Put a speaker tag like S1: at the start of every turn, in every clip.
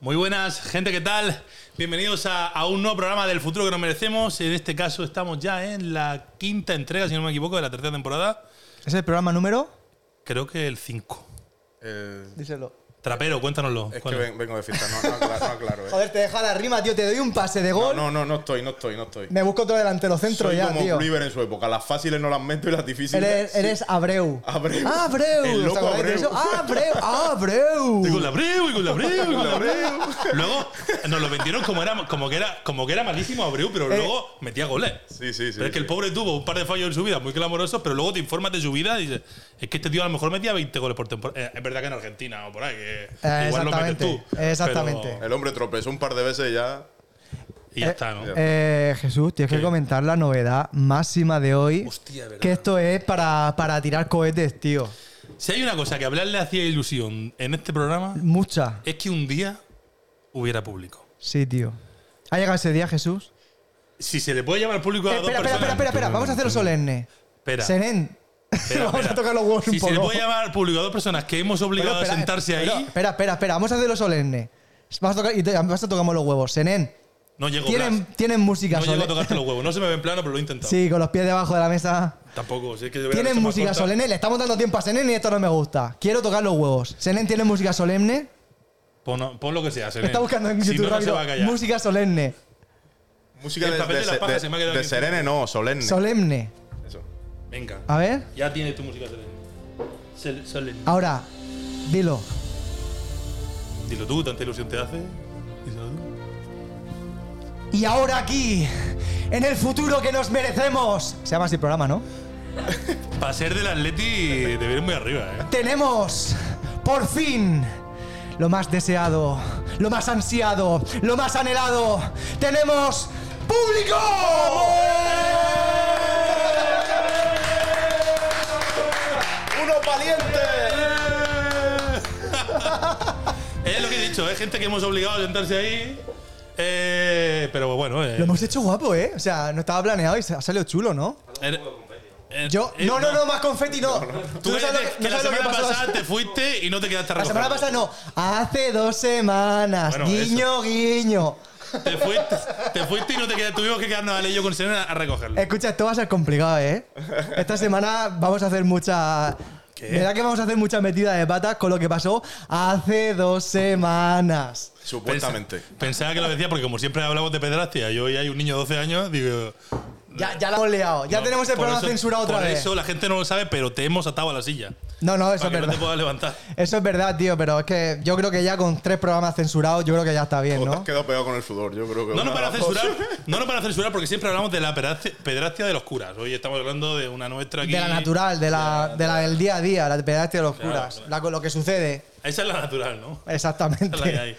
S1: Muy buenas, gente, ¿qué tal? Bienvenidos a, a un nuevo programa del futuro que nos merecemos. En este caso estamos ya en la quinta entrega, si no me equivoco, de la tercera temporada.
S2: ¿Es el programa número?
S1: Creo que el 5.
S3: Eh,
S2: Díselo.
S1: Trapero, cuéntanoslo.
S3: es que
S1: ¿Cuál es?
S3: ven- vengo de fiesta, no, no aclaro, no aclaro, eh.
S2: Joder, te deja la rima, tío. Te doy un pase de
S3: No,
S2: gol.
S3: no, no, no estoy, no estoy, no estoy.
S2: Me busco otro delantero centro
S3: Soy
S2: ya,
S3: como
S2: tío.
S3: Kluivert en su época. Las fáciles no las meto y las difíciles.
S2: Eres, eres Abreu.
S3: Abreu.
S2: Abreu.
S3: El
S2: ¿Os
S3: loco
S2: acordáis de
S3: Abreu.
S2: eso? Abreu. Abreu.
S1: Y con la Abreu, y con la Abreu, y con la Abreu. Luego nos lo vendieron como, era, como, que, era, como que era malísimo Abreu, pero luego metía goles.
S3: Eh. Sí, sí, sí,
S1: Pero es que el
S3: sí.
S1: pobre tuvo un par de fallos en su vida muy clamorosos, pero luego te informas de su vida y dices, es que este tío a lo mejor metía 20 goles por temporada. Eh, es verdad que en Argentina o por ahí, que
S2: Eh,
S1: igual lo metes
S2: exactamente,
S1: tú.
S2: exactamente.
S1: pero-
S3: El hombre tropezó un par de veces y ya.
S1: y ya está, ¿no?
S3: ya.
S2: Eh, Jesús, tienes que
S1: ¿Qué?
S2: comentar la novedad máxima de hoy.
S1: Hostia, verdad.
S2: que esto es para, para tirar cohetes, tío.
S1: Si hay una cosa que hablarle hacía ilusión en este programa,
S2: Mucha.
S1: es que un día hubiera público.
S2: Sí, tío. ¿Ha llegado ese día, Jesús?
S1: Si se le puede llamar público a
S2: Espera,
S1: dos
S2: espera, espera,
S1: personas.
S2: espera, espera. Vamos a hacerlo solemne.
S1: Espera.
S2: Serén.
S1: Espera,
S2: Vamos a
S1: espera.
S2: tocar los huevos
S1: si
S2: un poco.
S1: se le puede llamar público a dos personas que hemos obligado
S2: Bueno, espera,
S1: a sentarse
S2: espera,
S1: ahí,
S2: Espera, espera, espera. Vamos a hacerlo solemne. Vas a tocar, y te, vas a tocar los huevos. Senén,
S1: no llego
S2: tienen,
S1: Blas.
S2: tienen música
S1: No llego a
S2: solemne.
S1: tocarte los huevos. No se me ve en plano, pero lo he intentado.
S2: Sí, con los pies debajo de la mesa.
S1: Tampoco. Si es que hubiera
S2: Tienen
S1: hecho más
S2: música
S1: corta.
S2: solemne. Le estamos dando tiempo a Senén y esto no me gusta. Quiero tocar los huevos. Senén tiene música solemne.
S1: Pon, pon lo que sea. Selene.
S2: Está buscando en
S1: Si
S2: YouTube
S1: no, no se
S2: rápido.
S1: va a callar.
S2: música solemne.
S3: Música
S1: El
S3: de,
S1: papel
S3: de
S1: de la
S3: se-
S1: paja
S3: de-
S1: se me ha quedado
S3: de
S1: aquí.
S3: serene, no, solemne.
S2: Solemne.
S3: Eso.
S1: Venga.
S2: A ver,
S1: Ya tiene tu música Selene. Sel- Selene.
S2: ahora, dilo.
S1: Dilo tú, tanta ilusión te hace. Díselo tú.
S2: Y ahora aquí, en el futuro que nos merecemos. Se llama así el programa, ¿no?
S1: Para ser del Atleti te vienes muy arriba, ¿eh?
S2: tenemos por fin lo más deseado, lo más ansiado, lo más anhelado. Tenemos público.
S3: ¡Uno valiente!
S1: Es lo que he dicho, es gente que hemos obligado a sentarse ahí. Eh, pero bueno, eh,
S2: Lo hemos hecho guapo, ¿eh? O sea, no estaba planeado y se- ha salido chulo, ¿no?
S1: er- er-
S2: Yo
S1: er-
S2: no, no, no, más confeti no.
S1: Tú
S2: no
S1: vete,
S2: sabes lo
S1: que
S2: no
S1: la
S2: sabes lo
S1: semana
S2: pasó.
S1: pasada te fuiste y no te quedaste
S2: La
S1: relojado.
S2: semana pasada no. Hace dos semanas.
S1: Bueno,
S2: guiño, guiño.
S1: Te fuiste, te fuiste y no te quedaste. Tuvimos que quedarnos a yo con Serena a recogerlo.
S2: Escucha, esto va a ser complicado, ¿eh? Esta semana vamos a hacer mucha.
S1: ¿Qué?
S2: ¿Verdad que vamos a hacer mucha metida de patas con lo que pasó hace dos semanas?
S3: Supuestamente.
S1: Pensa- Pensaba que lo decía porque como siempre hablamos de pedrastia y hoy hay un niño de 12 años, digo...
S2: Ya, ya la hemos liado, ya
S1: no,
S2: tenemos el
S1: por
S2: programa
S1: eso-
S2: censurado otra
S1: por
S2: vez.
S1: eso la gente no lo sabe, pero te hemos atado a la silla.
S2: no, no,
S1: para
S2: eso es
S1: que no
S2: verdad.
S1: te puedas levantar.
S2: Eso es verdad, tío, pero es que yo creo que ya con tres programas censurados, yo creo que ya está bien,
S3: O te has
S2: ¿no?
S3: quedado pegado con el sudor, yo creo que.
S1: No,
S3: una
S1: no para
S3: de las dos.
S1: censurar, no, no para censurar porque siempre hablamos de la pedrastia, pedrastia de los curas. Hoy estamos hablando de una nuestra aquí.
S2: De la natural, de la, de la del día a día, la pedastia de los curas, la con lo que sucede.
S1: Esa es la natural, ¿no? Esa es la que
S2: Exactamente.
S1: hay.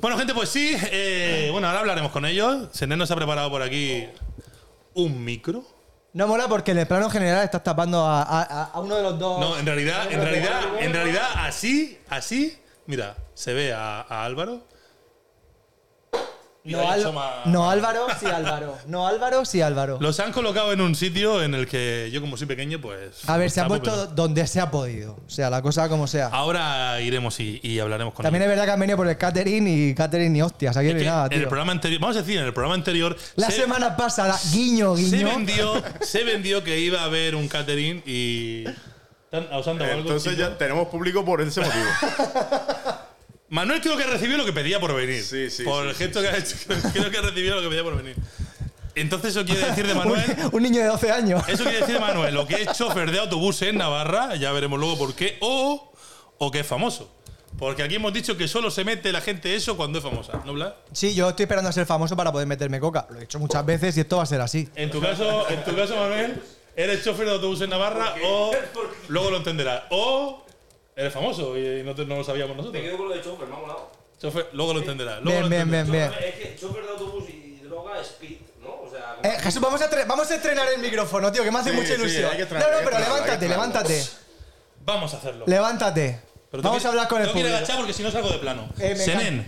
S1: Bueno, gente, pues sí. eh, bueno, ahora hablaremos con ellos. Sender nos ha preparado por aquí un micro.
S2: No mola porque en el plano general estás tapando a, a- a uno de los dos.
S1: No, en realidad, en realidad, en realidad, así, así, mira, se ve a, a Álvaro. Y
S2: No,
S1: ahí
S2: Al-
S1: asoma-
S2: no, Álvaro, sí, Álvaro. No, Álvaro, sí, Álvaro.
S1: Los han colocado en un sitio en el que yo, como soy pequeño, pues.
S2: A ver, se ha
S1: tampoco-
S2: puesto donde se ha podido. O sea, la cosa como
S1: Ah,
S2: sea.
S1: Ahora iremos y, y hablaremos con
S2: También es
S1: ellos.
S2: verdad que han venido por el catering y catering y hostias. Aquí
S1: Es
S2: no hay
S1: que
S2: nada,
S1: en el
S2: tío.
S1: programa anterior, vamos a decir, en el programa anterior.
S2: La
S1: se-
S2: semana pasada, guiño,
S1: se
S2: guiño.
S1: vendió, se vendió que iba a haber un catering y. ¿Tan- ¿Os han dado algo,
S3: Entonces
S1: chicos?
S3: ya tenemos público por ese motivo.
S1: Manuel creo que recibió lo que pedía por venir.
S3: Sí, sí,
S1: Por
S3: sí,
S1: el gesto que ha hecho, creo que recibió lo que pedía por venir. Entonces eso quiere decir de
S2: Un,
S1: Manuel.
S2: un niño de 12 años.
S1: Eso quiere decir de Manuel, lo que es chofer de autobús en Navarra, ya veremos luego por qué, o, o que es famoso. Porque aquí hemos dicho que solo se mete la gente eso cuando es famosa, ¿no, Blas?
S2: Sí, yo estoy esperando a ser famoso para poder meterme coca. Lo he hecho muchas veces y esto va a ser así.
S1: En tu caso, en tu caso Manuel, eres chofer de autobús en Navarra o, luego lo entenderás, o eres famoso y no, te- no lo sabíamos
S4: Me
S1: nosotros.
S4: quedo con lo de chofer, me ha molado.
S1: Chofer, luego lo entenderás. luego
S2: Bien,
S1: lo
S2: bien,
S1: entenderás.
S2: bien, bien.
S4: Es que chofer de autobús y droga es pit, ¿no? O sea,
S2: Eh, Jesús, vamos a, estre- vamos a estrenar el micrófono, tío, que me hace
S3: Sí,
S2: mucha
S3: sí,
S2: ilusión.
S3: hay que
S2: no,
S3: estrenar,
S2: no,
S3: hay que
S2: pero
S3: estrenar, hay
S2: levántate,
S3: que
S2: levántate.
S1: Vamos a hacerlo.
S2: Levántate.
S1: Pero tengo
S2: Vamos
S1: que-
S2: a hablar con el
S1: tengo que ir
S2: público.
S1: agachado porque si no salgo de plano.
S2: Eh, me
S1: Senen,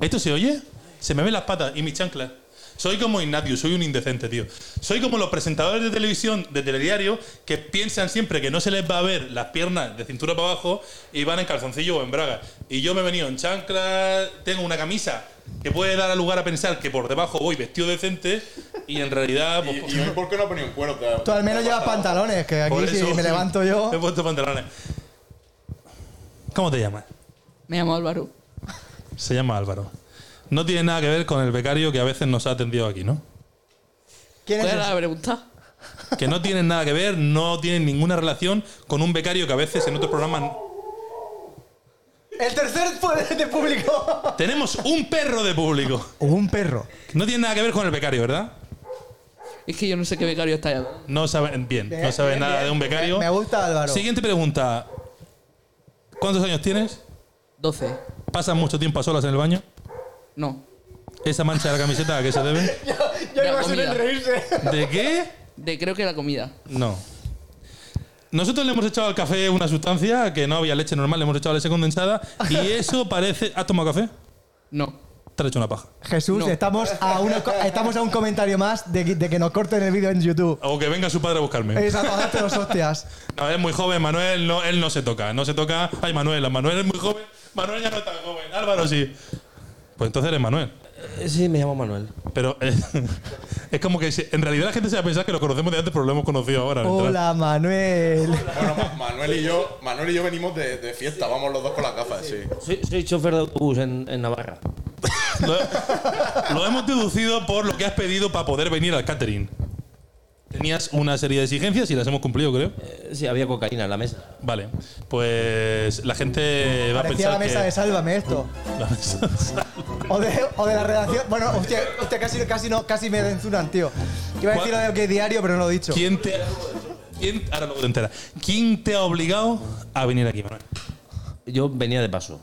S1: ¿esto se oye? Se me ven las patas y mis chanclas. Soy como Ignatius, soy un indecente, tío. Soy como los presentadores de televisión, de telediario, que piensan siempre que no se les va a ver las piernas de cintura para abajo y van en calzoncillo o en braga. Y yo me he venido en chanclas, tengo una camisa que puede dar lugar a pensar que por debajo voy vestido decente y en realidad... pues,
S3: ¿Y, y hoy por qué no ha ponido un cuero?
S2: Tú al menos llevas pantalones, que aquí
S1: por
S2: si
S1: eso
S2: me levanto yo.
S1: Me he puesto pantalones. ¿Cómo te llamas?
S5: Me llamo Álvaro.
S1: Se llama Álvaro. No tiene nada que ver con el becario que a veces nos ha atendido aquí, ¿no?
S2: ¿Quién
S5: ¿Cuál
S2: es
S5: era
S2: ese?
S5: la pregunta?
S1: Que no tienen nada que ver, no tienen ninguna relación con un becario que a veces en otros programas.
S2: El tercer fue de público.
S1: Tenemos un perro de público.
S2: Un perro.
S1: No tiene nada que ver con el becario, ¿verdad?
S5: Es que yo no sé qué becario está allá.
S1: No saben. Bien, no
S2: Bien,
S1: saben
S2: bien,
S1: nada
S2: bien.
S1: de un becario.
S2: Me gusta Álvaro.
S1: Siguiente pregunta. ¿Cuántos años tienes?
S5: 12.
S1: ¿Pasas mucho tiempo a solas en el baño?
S5: No.
S1: ¿Esa mancha de la camiseta a qué se debe?
S2: Yo
S5: De
S2: iba
S5: la
S2: a ser el
S5: comida.
S2: reírse.
S1: ¿De qué?
S5: De creo que la comida.
S1: No. Nosotros le hemos echado al café una sustancia que no había leche normal, le hemos echado leche condensada y eso parece. ¿Has tomado café?
S5: No.
S1: Te has hecho una paja.
S2: Jesús,
S5: No.
S2: estamos, a una co- estamos a un comentario más de, que- de que nos corten el vídeo en YouTube.
S1: O que venga su padre a buscarme.
S2: Es a pagarte los hostias.
S1: No, es muy joven, Manuel no, él no se toca. No se toca. Ay, Manuel, Manuel es muy joven. Manuel ya no es tan joven. Álvaro sí. Pues entonces eres Manuel.
S6: Eh, Sí, me llamo Manuel.
S1: Pero eh, es como que se- en realidad la gente se va a pensar que lo conocemos de antes, pero lo hemos conocido ahora. literal.
S2: Hola, Manuel.
S3: Bueno, Ma- Manuel y yo, Manuel y yo venimos de, de fiesta, vamos los dos con las gafas, sí.
S6: Soy, soy chofer de autobús en, en Navarra.
S1: Lo, lo hemos deducido por lo que has pedido para poder venir al catering. Tenías una serie de exigencias y las hemos cumplido, creo.
S6: Eh, sí, había cocaína en la mesa.
S1: Vale, pues la gente va a pensar
S2: Parecía la mesa
S1: que
S2: de Sálvame esto.
S1: la mesa de sal.
S2: O de, o de la redacción. Bueno, hostia, hostia, casi, casi, no, casi me censuran, tío. Iba a decir lo de OK Diario, pero no lo he dicho.
S1: ¿Quién te quién- ahora luego te enteras. ¿Quién te ha obligado a venir aquí, Manuel?
S6: Yo venía de paso.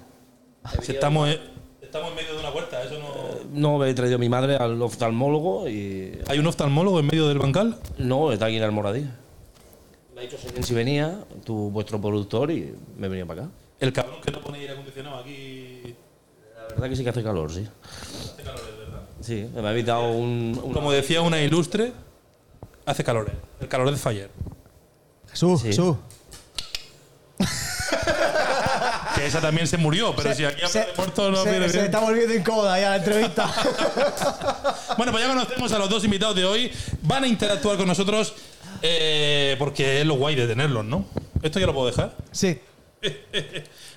S1: Si estamos en, estamos en medio de una puerta, eso no
S6: No, me he traído a mi madre al oftalmólogo y.
S1: ¿Hay un oftalmólogo en medio del bancal?
S6: No, está aquí en Almoradí. Me ha dicho Serén si venía, tu, vuestro productor, y me he venido para acá.
S1: El cabrón que no pone aire acondicionado aquí
S6: La verdad que sí que hace calor, sí. Hace calor, ¿verdad? Sí, me ha evitado un. un-
S1: Como decía una ilustre, hace calor. El calor de Fire.
S2: Jesús,
S6: Sí.
S2: Jesús.
S1: Que esa también se murió, pero si aquí habla de muertos no
S2: se-
S1: viene
S2: se
S1: bien.
S2: está volviendo incómoda ya la entrevista.
S1: Bueno, pues ya conocemos a los dos invitados de hoy. Van a interactuar con nosotros eh, porque es lo guay de tenerlos, ¿no? Esto ya lo puedo dejar.
S2: sí.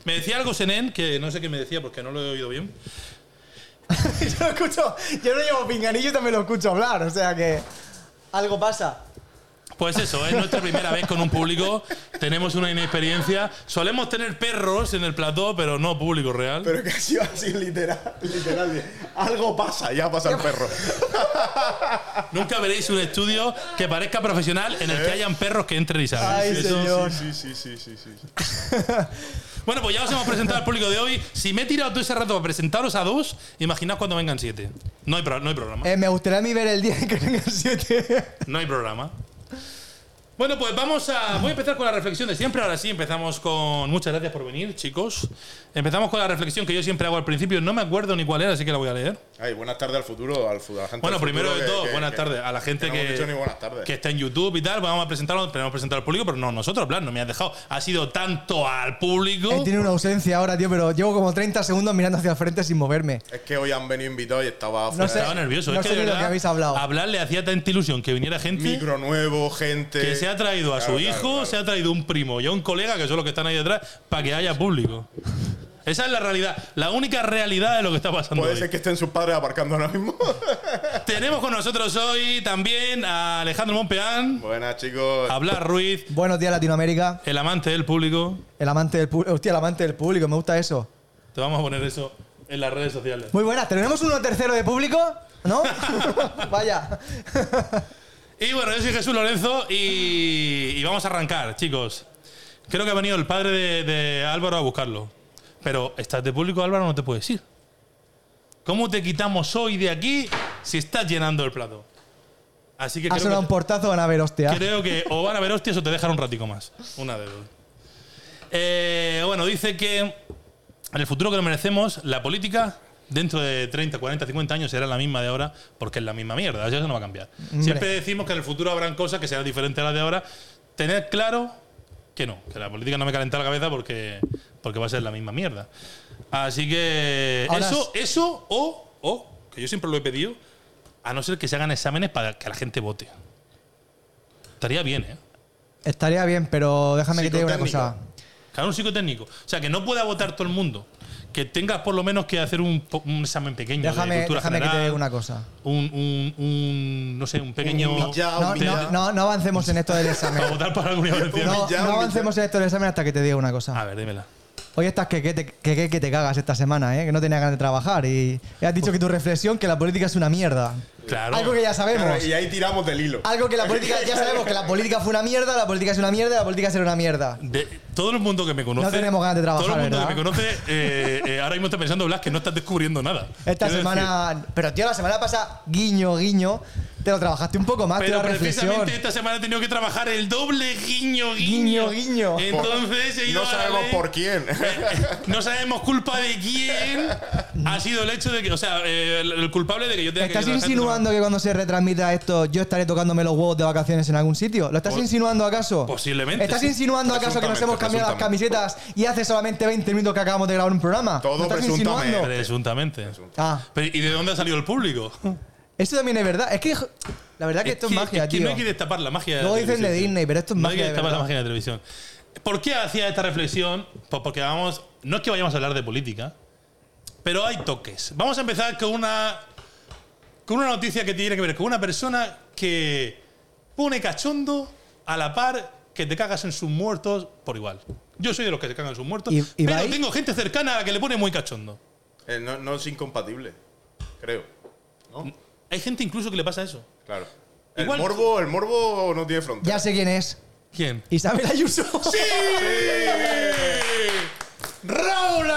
S1: Me decía algo Senen, que no sé qué me decía porque no lo he oído bien.
S2: yo lo escucho. Yo no llevo pinganillo y también lo escucho hablar. O sea que. Algo pasa.
S1: Pues eso, es nuestra primera vez con un público. Tenemos una inexperiencia. Solemos tener perros en el plató, pero no público real.
S3: Pero que ha sido así literal, literal. Algo pasa, ya pasa el perro.
S1: Nunca veréis un estudio que parezca profesional en
S2: Eh.
S1: el que hayan perros que entren y salgan.
S2: Ay,
S1: Eso-
S2: señor.
S3: Sí, sí, sí, sí, sí. sí.
S1: Bueno, pues ya os hemos presentado al público de hoy. Si me he tirado todo ese rato para presentaros a dos, imaginaos cuando vengan siete. No hay, pro- no hay programa.
S2: Eh, me gustaría a mí ver el día en que venga el 7.
S3: Eh.
S1: No hay programa. Bueno, pues vamos a. Voy a empezar con la reflexión de siempre. Ahora sí, empezamos con. Muchas gracias por venir, chicos. Empezamos con la reflexión que yo siempre hago al principio. No me acuerdo ni cuál era, así que la voy a leer.
S3: Ay, buenas tardes al futuro, al futuro. a la gente
S1: Bueno,
S3: del
S1: primero
S3: futuro
S1: de
S3: que-
S1: todo,
S3: que-
S1: buenas
S3: que-
S1: tardes a la gente
S3: no hemos
S1: que,
S3: dicho ni buenas tardes.
S1: que está en YouTube y tal. Vamos a presentarlo, tenemos que presentar al público, pero no nosotros, plan, no me has dejado. Ha sido tanto al público.
S2: Él tiene una ausencia ahora, tío, pero llevo como 30 segundos mirando hacia el frente sin moverme.
S3: Es que hoy han venido invitados y estaba
S2: No sé.
S1: Estaba nervioso.
S2: No
S1: es que
S2: sé
S1: de
S2: ni lo
S1: verdad,
S2: que habéis hablado.
S1: Hablar le hacía tanta ilusión que viniera gente.
S3: micro nuevo, gente.
S1: Que se ha traído a su
S3: Claro, claro,
S1: hijo,
S3: claro.
S1: se ha traído un primo y a un colega, que son los que están ahí detrás, para que haya público. Esa es la realidad, la única realidad de lo que está pasando.
S3: Puede
S1: hoy.
S3: ser que estén sus padres aparcando ahora mismo.
S1: Tenemos con nosotros hoy también a Alejandro Monpeán,
S3: buenas, chicos.
S1: a Blas Ruiz,
S2: Buenos días, Latinoamérica.
S1: el amante del público.
S2: El amante del público. Hostia, el amante del público, me gusta eso.
S1: Te vamos a poner eso en las redes sociales.
S2: Muy buenas, ¿tenemos uno tercero de público? ¿No? Vaya.
S1: Y bueno, yo soy Jesús Lorenzo y, y vamos a arrancar, chicos. Creo que ha venido el padre de, de Álvaro a buscarlo. Pero estás de público, Álvaro, no te puedes ir. ¿Cómo te quitamos hoy de aquí si estás llenando el plato? Así que
S2: Ha
S1: creo
S2: sonado
S1: que,
S2: un ¿eh? portazo, van a ver, hostia.
S1: creo que o van a ver hostias o te dejan un ratico más. Una de dos. Eh, bueno, dice que en el futuro que lo merecemos, la política dentro de 30, 40, 50 años será la misma de ahora porque es la misma mierda. Eso no va a cambiar. Siempre decimos que en el futuro habrán cosas que serán diferentes a las de ahora. Tener claro que no, que la política no me calenta la cabeza porque, porque va a ser la misma mierda. Así que
S2: Ahora
S1: eso, eso o, o, que yo siempre lo he pedido, a no ser que se hagan exámenes para que la gente vote. Estaría bien, ¿eh?
S2: Estaría bien, pero déjame que te diga una cosa.
S3: Psicotécnica.
S1: Claro, un psicotécnico. O sea, que no pueda votar todo el mundo. Que tengas por lo menos que hacer un, po- un examen pequeño de
S2: Déjame,
S1: cultura
S2: déjame que te
S1: general,
S2: diga una cosa.
S1: Un, un- un, no sé, un pequeño...
S3: Un millao,
S2: No,
S3: un millao.
S2: no, no, no avancemos en esto del examen.
S1: para votar para la comunidad valenciana.
S2: No,
S3: millao,
S2: no
S3: un
S2: avancemos en esto del examen hasta que te diga una
S1: A
S2: cosa.
S1: ver, dímela.
S2: Hoy estás que, que, te, que, que- que te cagas esta semana, ¿eh? que no tenías ganas de trabajar y y has dicho que tu reflexión que la política es una mierda.
S1: Claro.
S2: Algo que ya
S3: Claro,
S2: sabemos.
S3: y ahí tiramos del hilo.
S2: Algo que la política, ya sabemos que la política fue una mierda, la política es una mierda, la política será una mierda.
S1: De- todo el mundo que me conoce.
S2: No tenemos ganas de trabajar,
S1: Todo el mundo que me
S2: ¿verdad?
S1: conoce eh, eh, ahora mismo está pensando, Blas, que no estás descubriendo nada. Quiero
S2: Esta
S1: decir,
S2: semana. Pero tío, la semana pasada, guiño, guiño, te lo trabajaste un poco más, tío,
S1: pero
S2: la reflexión.
S1: precisamente esta semana he tenido que trabajar el doble guiño,
S2: Guiño,
S1: guiño.
S2: guiño.
S1: Entonces he ido
S3: No
S1: a la
S3: sabemos
S1: ley.
S3: por quién.
S1: No sabemos culpa de quién ha sido el hecho de que. O sea, eh, el, el culpable de que yo tenga que
S2: ¿Estás
S1: trabajar esta
S2: insinuando que cuando se retransmita esto yo estaré tocándome los huevos de vacaciones en algún sitio? ¿Lo estás insinuando acaso?
S1: Pues, posiblemente,
S2: ¿Estás
S1: sí. Pues
S2: insinuando acaso que nos
S3: Presuntamente,
S2: hemos cambiado las camisetas y hace solamente 20 minutos que acabamos de grabar un programa?
S3: Todo
S2: ¿Lo estás
S3: presuntamente.
S1: semana.
S2: insinuando?
S1: Presuntamente.
S2: Ah,
S1: Pero, ¿Y de dónde ha salido el público?
S2: eso también es verdad. Es que jo- la verdad que esto es, magia,
S1: que
S2: tío.
S1: no hay que destapar la magia.
S2: Luego
S1: la
S2: dicen de
S1: televisión, tío.
S2: Disney, pero esto es
S1: No hay
S2: magia
S1: que
S2: de
S1: destapar la
S2: verdad.
S1: magia de la televisión. ¿Por qué hacía esta reflexión? Pues porque vamos. No es que vayamos a hablar de política, pero hay toques. Vamos a empezar con una. Con una noticia que tiene que ver con una persona que pone cachondo a la par que te cagas en sus muertos por igual. Yo soy de los que se cagan en sus muertos,
S2: ¿Y- y
S1: pero
S2: vais?
S1: tengo gente cercana a la que le pone muy cachondo.
S3: Eh, no, no es incompatible, creo. ¿No?
S1: Hay gente incluso que le pasa eso.
S3: Claro. El
S1: Igual-
S3: morbo, el morbo no tiene frontera.
S2: Ya sé quién es.
S1: ¿Quién?
S2: Isabel Ayuso.
S1: ¡Raúl!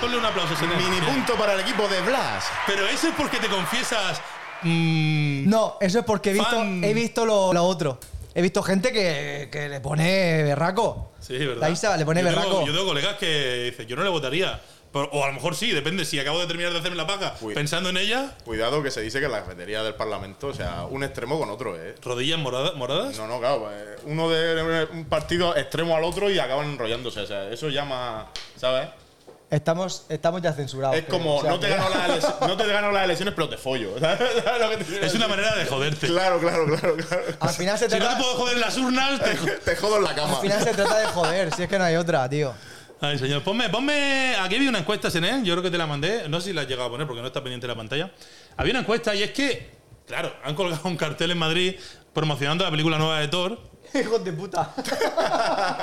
S1: Ponle un aplauso, señor.
S3: Mini punto para el equipo de Blas.
S1: Pero eso es porque te confiesas. mm,
S2: No, eso es porque he visto,
S1: Fan.
S2: he visto lo, lo otro. He visto gente que, que le pone berraco.
S1: sí, es verdad.
S2: La Isa le pone
S1: yo
S2: berraco.
S1: tengo, yo tengo colegas que dicen, yo no le votaría. Pero- o a lo mejor sí, depende. Si acabo de terminar de hacerme la paja
S3: Uy.
S1: pensando en ella,
S3: Cuidado que se dice que la cafetería del Parlamento, o sea, un extremo con otro, ¿eh?
S1: rodillas morada- moradas.
S3: No, no, claro. eh, Uno de un partido extremo al otro y acaban enrollándose. O sea, eso llama. ¿Sabes?
S2: Estamos, estamos ya censurados.
S3: Es
S2: creo.
S3: como,
S2: Ah, O sea,
S3: no te,
S2: que-
S3: gano las elecciones, no te gano las elecciones, pero te follo. ¿Sabes? ¿Sabes lo que te quiero
S1: Es una
S3: decir?
S1: manera de joderte.
S3: Claro, claro, claro, claro.
S2: Al final se
S1: Si no
S2: trata,
S1: te puedo joder en las urnas, te jo-
S3: Te jodo en la
S2: al
S3: cama.
S2: final se trata de joder, si es que no hay otra, tío.
S1: Ay, señor. Ponme, ponme. Aquí había una encuesta, él. Yo creo que te la mandé. No sé si la has llegado a poner porque no está pendiente de la pantalla. Había una encuesta y es que, claro, han colgado un cartel en Madrid promocionando la película nueva de Thor.
S2: Hijos de puta.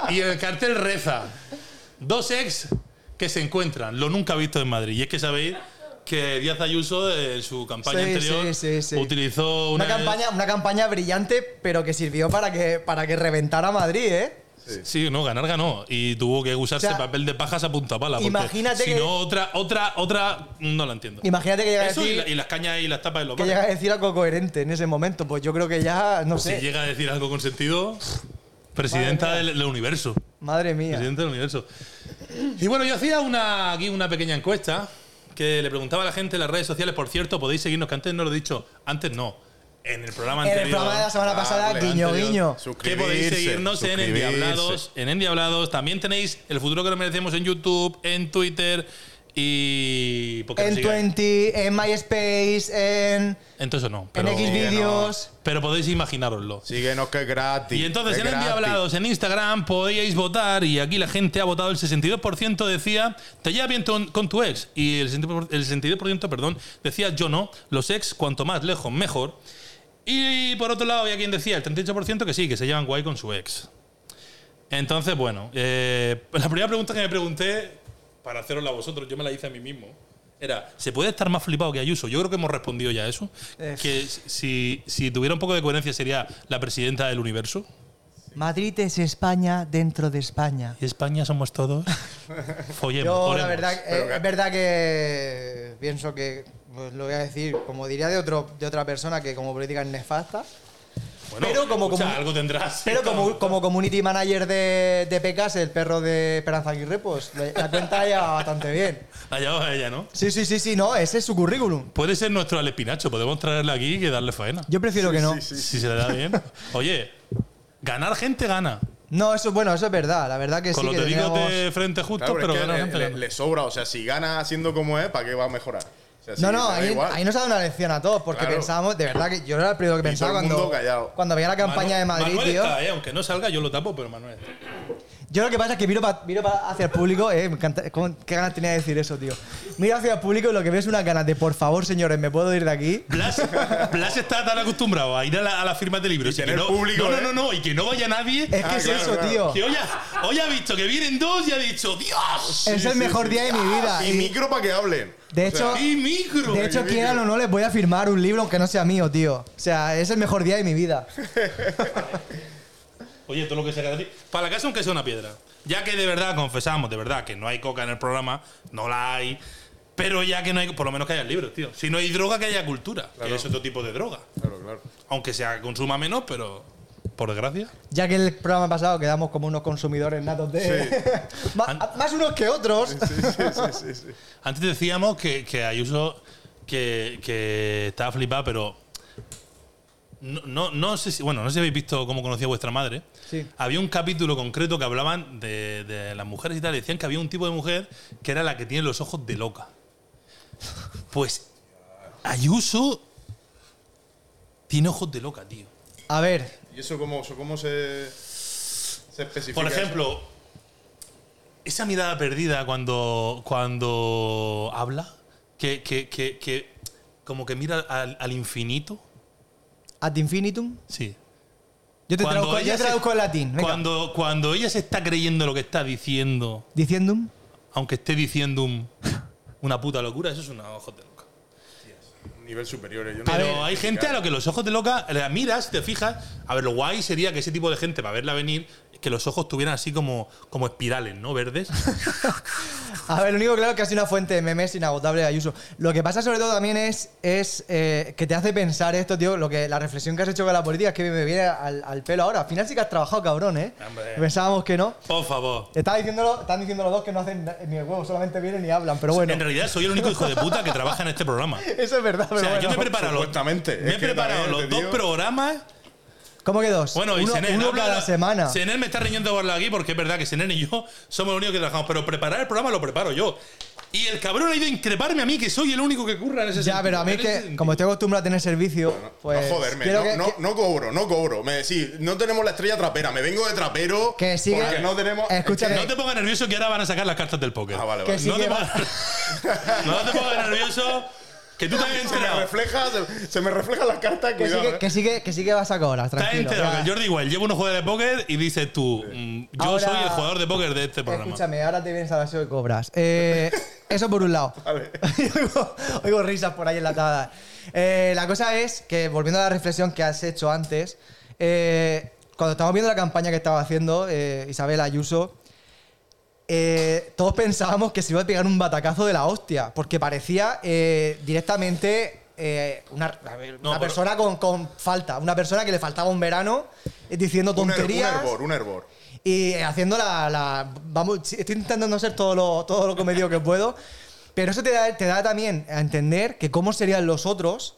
S1: Y el cartel reza: Dos ex que se encuentran, lo nunca visto en Madrid. Y es que sabéis que Díaz Ayuso, eh, en su campaña
S2: Sí,
S1: anterior,
S2: sí, sí, sí.
S1: utilizó una,
S2: Una campaña, una campaña brillante, pero que sirvió para que, para que reventara Madrid, ¿eh?
S1: Sí, no, ganar ganó. Y tuvo que usarse
S2: O sea,
S1: papel de pajas a punta pala. porque
S2: imagínate
S1: si
S2: que-
S1: no, otra, otra, otra. No la entiendo.
S2: Imagínate que llega a
S1: Eso y,
S2: decir,
S1: la- y las cañas y las tapas de los
S2: que
S1: bares.
S2: llega a decir algo coherente en ese momento. Pues yo creo que ya, no
S1: Si
S2: sé.
S1: llega a decir algo con sentido, presidenta
S2: Madre
S1: del, del universo.
S2: Madre mía.
S1: Presidenta del universo. Y bueno, yo hacía una, aquí una pequeña encuesta que le preguntaba a la gente en las redes sociales. Por cierto, podéis seguirnos, que antes no lo he dicho. Antes no. En el programa
S2: En
S1: anterior.
S2: el programa de la semana
S3: Dale,
S2: pasada, guiño,
S1: anterior.
S2: guiño.
S1: Que
S3: Suscribirse,
S1: podéis seguirnos en
S3: suscribirse.
S1: Endiablados. En Endiablados. También tenéis el futuro que nos merecemos en YouTube, en Twitter y. porque nos
S2: En
S1: sigáis.
S2: 20, en MySpace, en,
S1: Entonces no.
S2: en
S1: Pero,
S2: Xvideos.
S1: pero podéis imaginaroslo.
S3: Síguenos que es gratis.
S1: Y entonces
S3: es
S1: en
S3: gratis.
S1: Endiablados, en Instagram, podíais votar y aquí la gente ha votado. El 62% decía, te lleva bien ton- con tu ex. Y el 62%, el 62%, perdón, decía, yo no. Los ex, cuanto más lejos, mejor. Y por otro lado, había quien decía, el 38% que sí, que se llevan guay con su ex. Entonces, bueno, eh, la primera pregunta que me pregunté, para hacerosla a vosotros, yo me la hice a mí mismo, era, ¿se puede estar más flipado que Ayuso? Yo creo que hemos respondido ya a eso.
S2: Eh.
S1: Que si, si tuviera un poco de coherencia sería la presidenta del universo.
S2: Madrid es España dentro de España.
S1: Y España somos todos. Follemos.
S2: Yo, la
S1: oremos.
S2: verdad, eh, es verdad que pienso que, pues lo voy a decir, como diría de, otro, de otra persona que como política es nefasta,
S1: Bueno,
S2: Pero como
S1: escucha,
S2: comu-
S1: algo tendrás.
S2: Pero
S1: Esto-
S2: como, como community manager de, de Pecas, el perro de Esperanza Aguirre, pues le- la cuenta ya bastante bien.
S1: Allá va ella, ¿no?
S2: Sí, sí, sí, sí, no, ese es su currículum.
S1: Puede ser nuestro Alepinacho. Podemos traerla aquí y darle faena.
S2: Yo prefiero que no.
S1: Si se le da bien. Oye, ganar gente gana.
S2: No, eso bueno, eso es verdad, la verdad que
S1: Con
S2: sí.
S1: los
S2: Que
S1: deditos
S2: teníamos-
S1: de frente justos,
S3: Claro,
S1: pero
S3: pero es que
S1: ganar
S3: le,
S1: gente
S3: le-
S1: gana.
S3: le sobra. O sea, si gana siendo como es, ¿para qué va a mejorar? O sea, si
S2: No, no,
S3: te da
S2: ahí,
S3: igual.
S2: ahí nos ha dado una lección a todos, porque
S3: Claro.
S2: pensábamos, de verdad que yo era el primero que
S3: Y
S2: pensaba
S3: todo el
S2: cuando,
S3: mundo callado.
S2: cuando veía la campaña
S1: Manu-
S2: de Madrid,
S1: Manuel
S2: tío.
S1: está, eh, aunque no salga, yo lo tapo, pero Manuel está.
S2: Yo lo que pasa es que miro, pa- miro pa- hacia el público, eh, me encanta- ¿cómo- qué ganas tenía de decir eso, tío. Miro hacia el público y lo que veo es unas ganas de, por favor, señores, me puedo ir de aquí.
S1: Blas, Blas está tan acostumbrado a ir a, la- a las firmas de libros. Y, que
S3: tener
S1: no,
S3: público,
S1: no, no,
S3: ¿eh?
S1: no, no, y que no vaya nadie.
S2: Es que es
S3: claro,
S2: eso,
S3: claro.
S2: tío.
S1: Que hoy ha, hoy ha visto que vienen dos y ha dicho, ¡Dios!
S2: es el mejor día de mi vida.
S3: Ah, Y micro para que hablen.
S2: De hecho,
S1: ¡Y micro!
S2: de hecho, quieran o no, les voy a firmar un libro aunque no sea mío, tío. O sea, es el mejor día de mi vida.
S1: Oye, todo lo que sea ti. Para la casa, aunque sea una piedra. Ya que de verdad confesamos, de verdad, que no hay coca en el programa, no la hay. Pero ya que no hay, por lo menos que haya libros, tío. Si no hay droga, que haya cultura. Que es otro tipo de droga.
S3: Claro, claro.
S1: Aunque se consuma menos, pero por desgracia.
S2: Ya que el programa pasado quedamos como unos consumidores natos de. Ma- más, unos que otros.
S1: Antes decíamos que, que Ayuso que, que estaba flipada, pero no, no, no sé si, bueno, no sé si habéis visto cómo conocía vuestra madre.
S2: Sí.
S1: Había un capítulo concreto que hablaban de, de las mujeres y tal. y Decían que había un tipo de mujer que era la que tiene los ojos de loca. Pues Ayuso tiene ojos de loca, tío.
S2: A ver,
S3: ¿Y eso cómo, eso cómo se, se especifica?
S1: Por ejemplo, esa mirada perdida cuando, cuando habla, que, que- que- que como que mira al, al infinito.
S2: ad infinitum.
S1: Sí.
S2: Yo te
S1: Cuando
S2: traduzco, yo
S1: ella se-
S2: traduzco en latín. Venga.
S1: Cuando, cuando ella se está creyendo lo que está diciendo,
S2: Diciendum.
S1: aunque esté diciendo un- una puta locura, eso es una ojos de loca.
S3: Nivel superior. Yo no
S1: Pero
S3: sé
S1: hay gente a lo que los ojos de loca, eh, la miras, te fijas. A ver, lo guay sería que ese tipo de gente, para verla venir, que los ojos tuvieran así como, como espirales, ¿no? Verdes.
S2: A ver, lo único claro es que ha sido una fuente de memes inagotable de Ayuso. Lo que pasa sobre todo también es, es eh, que te hace pensar esto, tío, lo que la reflexión que has hecho con la política es que me viene al, al pelo ahora. Al final sí que has trabajado, cabrón, ¿eh?
S1: Hombre.
S2: Pensábamos que no.
S1: Por favor.
S2: Estaba diciéndolo, están diciendo los dos que no hacen na- ni el huevo, solamente vienen y hablan, pero bueno.
S1: En realidad soy el único hijo de puta que trabaja en este programa.
S2: Eso es verdad,
S1: O
S2: pero
S1: sea, yo me he
S2: bueno.
S1: preparado los,
S3: supuestamente.
S1: me he
S3: Es que
S1: preparado
S3: también
S1: los
S3: te
S1: dos
S3: digo-
S1: programas.
S2: ¿Cómo que dos?
S1: Bueno, y
S2: uno,
S1: Senel.
S2: uno
S1: habla-
S2: cada semana.
S1: Senel me está riñendo por la aquí porque es verdad que Senel y yo somos los únicos que trabajamos. Pero preparar el programa lo preparo yo. Y el cabrón ha ido a increparme a mí, que soy el único que curra en ese
S2: Ya,
S1: sentido.
S2: pero a mí
S1: En
S2: es
S1: ese
S2: que,
S1: sentido.
S2: como estoy acostumbrado a tener servicio, pues.
S3: no joderme,
S2: quiero
S3: no,
S2: que-
S3: no,
S2: que-
S3: no cobro, no cobro. Me decís, no tenemos la estrella trapera, me vengo de trapero.
S2: Que sigue-
S3: Porque no tenemos.
S2: Escúchame.
S1: No te pongas nervioso que ahora van a sacar las cartas del póker.
S3: Ah, vale,
S2: que
S3: vale.
S2: sí
S1: No,
S2: que
S1: te
S2: va-
S1: pongas, no te pongas nervioso. Que tú también has
S3: Se me
S1: enterado.
S3: refleja, se, se me reflejan las cartas,
S2: que sí
S3: cuidado.
S2: que-
S3: eh.
S2: que sí que- que sí que vas a cobrar,
S1: Estás
S2: tranquilo.
S1: enterado que
S2: ya.
S1: el Jordi igual lleva unos jugadores de póker y dices tú, mm, yo
S2: Ahora-
S1: soy el jugador de póker de este programa.
S2: Escúchame, ahora te vienes a la SEO y cobras. Eh, eso por un lado.
S3: Vale.
S2: oigo, oigo risas por ahí enlatadas. Eh, la cosa es que, volviendo a la reflexión que has hecho antes, eh, cuando estábamos viendo la campaña que estaba haciendo eh, Isabel Ayuso, eh, todos pensábamos que se iba a pegar un batacazo de la hostia, porque parecía eh, directamente eh, una, a ver,
S1: No,
S2: una
S1: pero-
S2: persona con, con falta, una persona que le faltaba un verano eh, diciendo
S3: Un her-
S2: tonterías.
S3: Un hervor, un hervor.
S2: Y haciendo la. la- vamos, sí, estoy intentando ser todo lo, todo lo comedido que puedo. Pero eso te da, te da también a entender que cómo serían los otros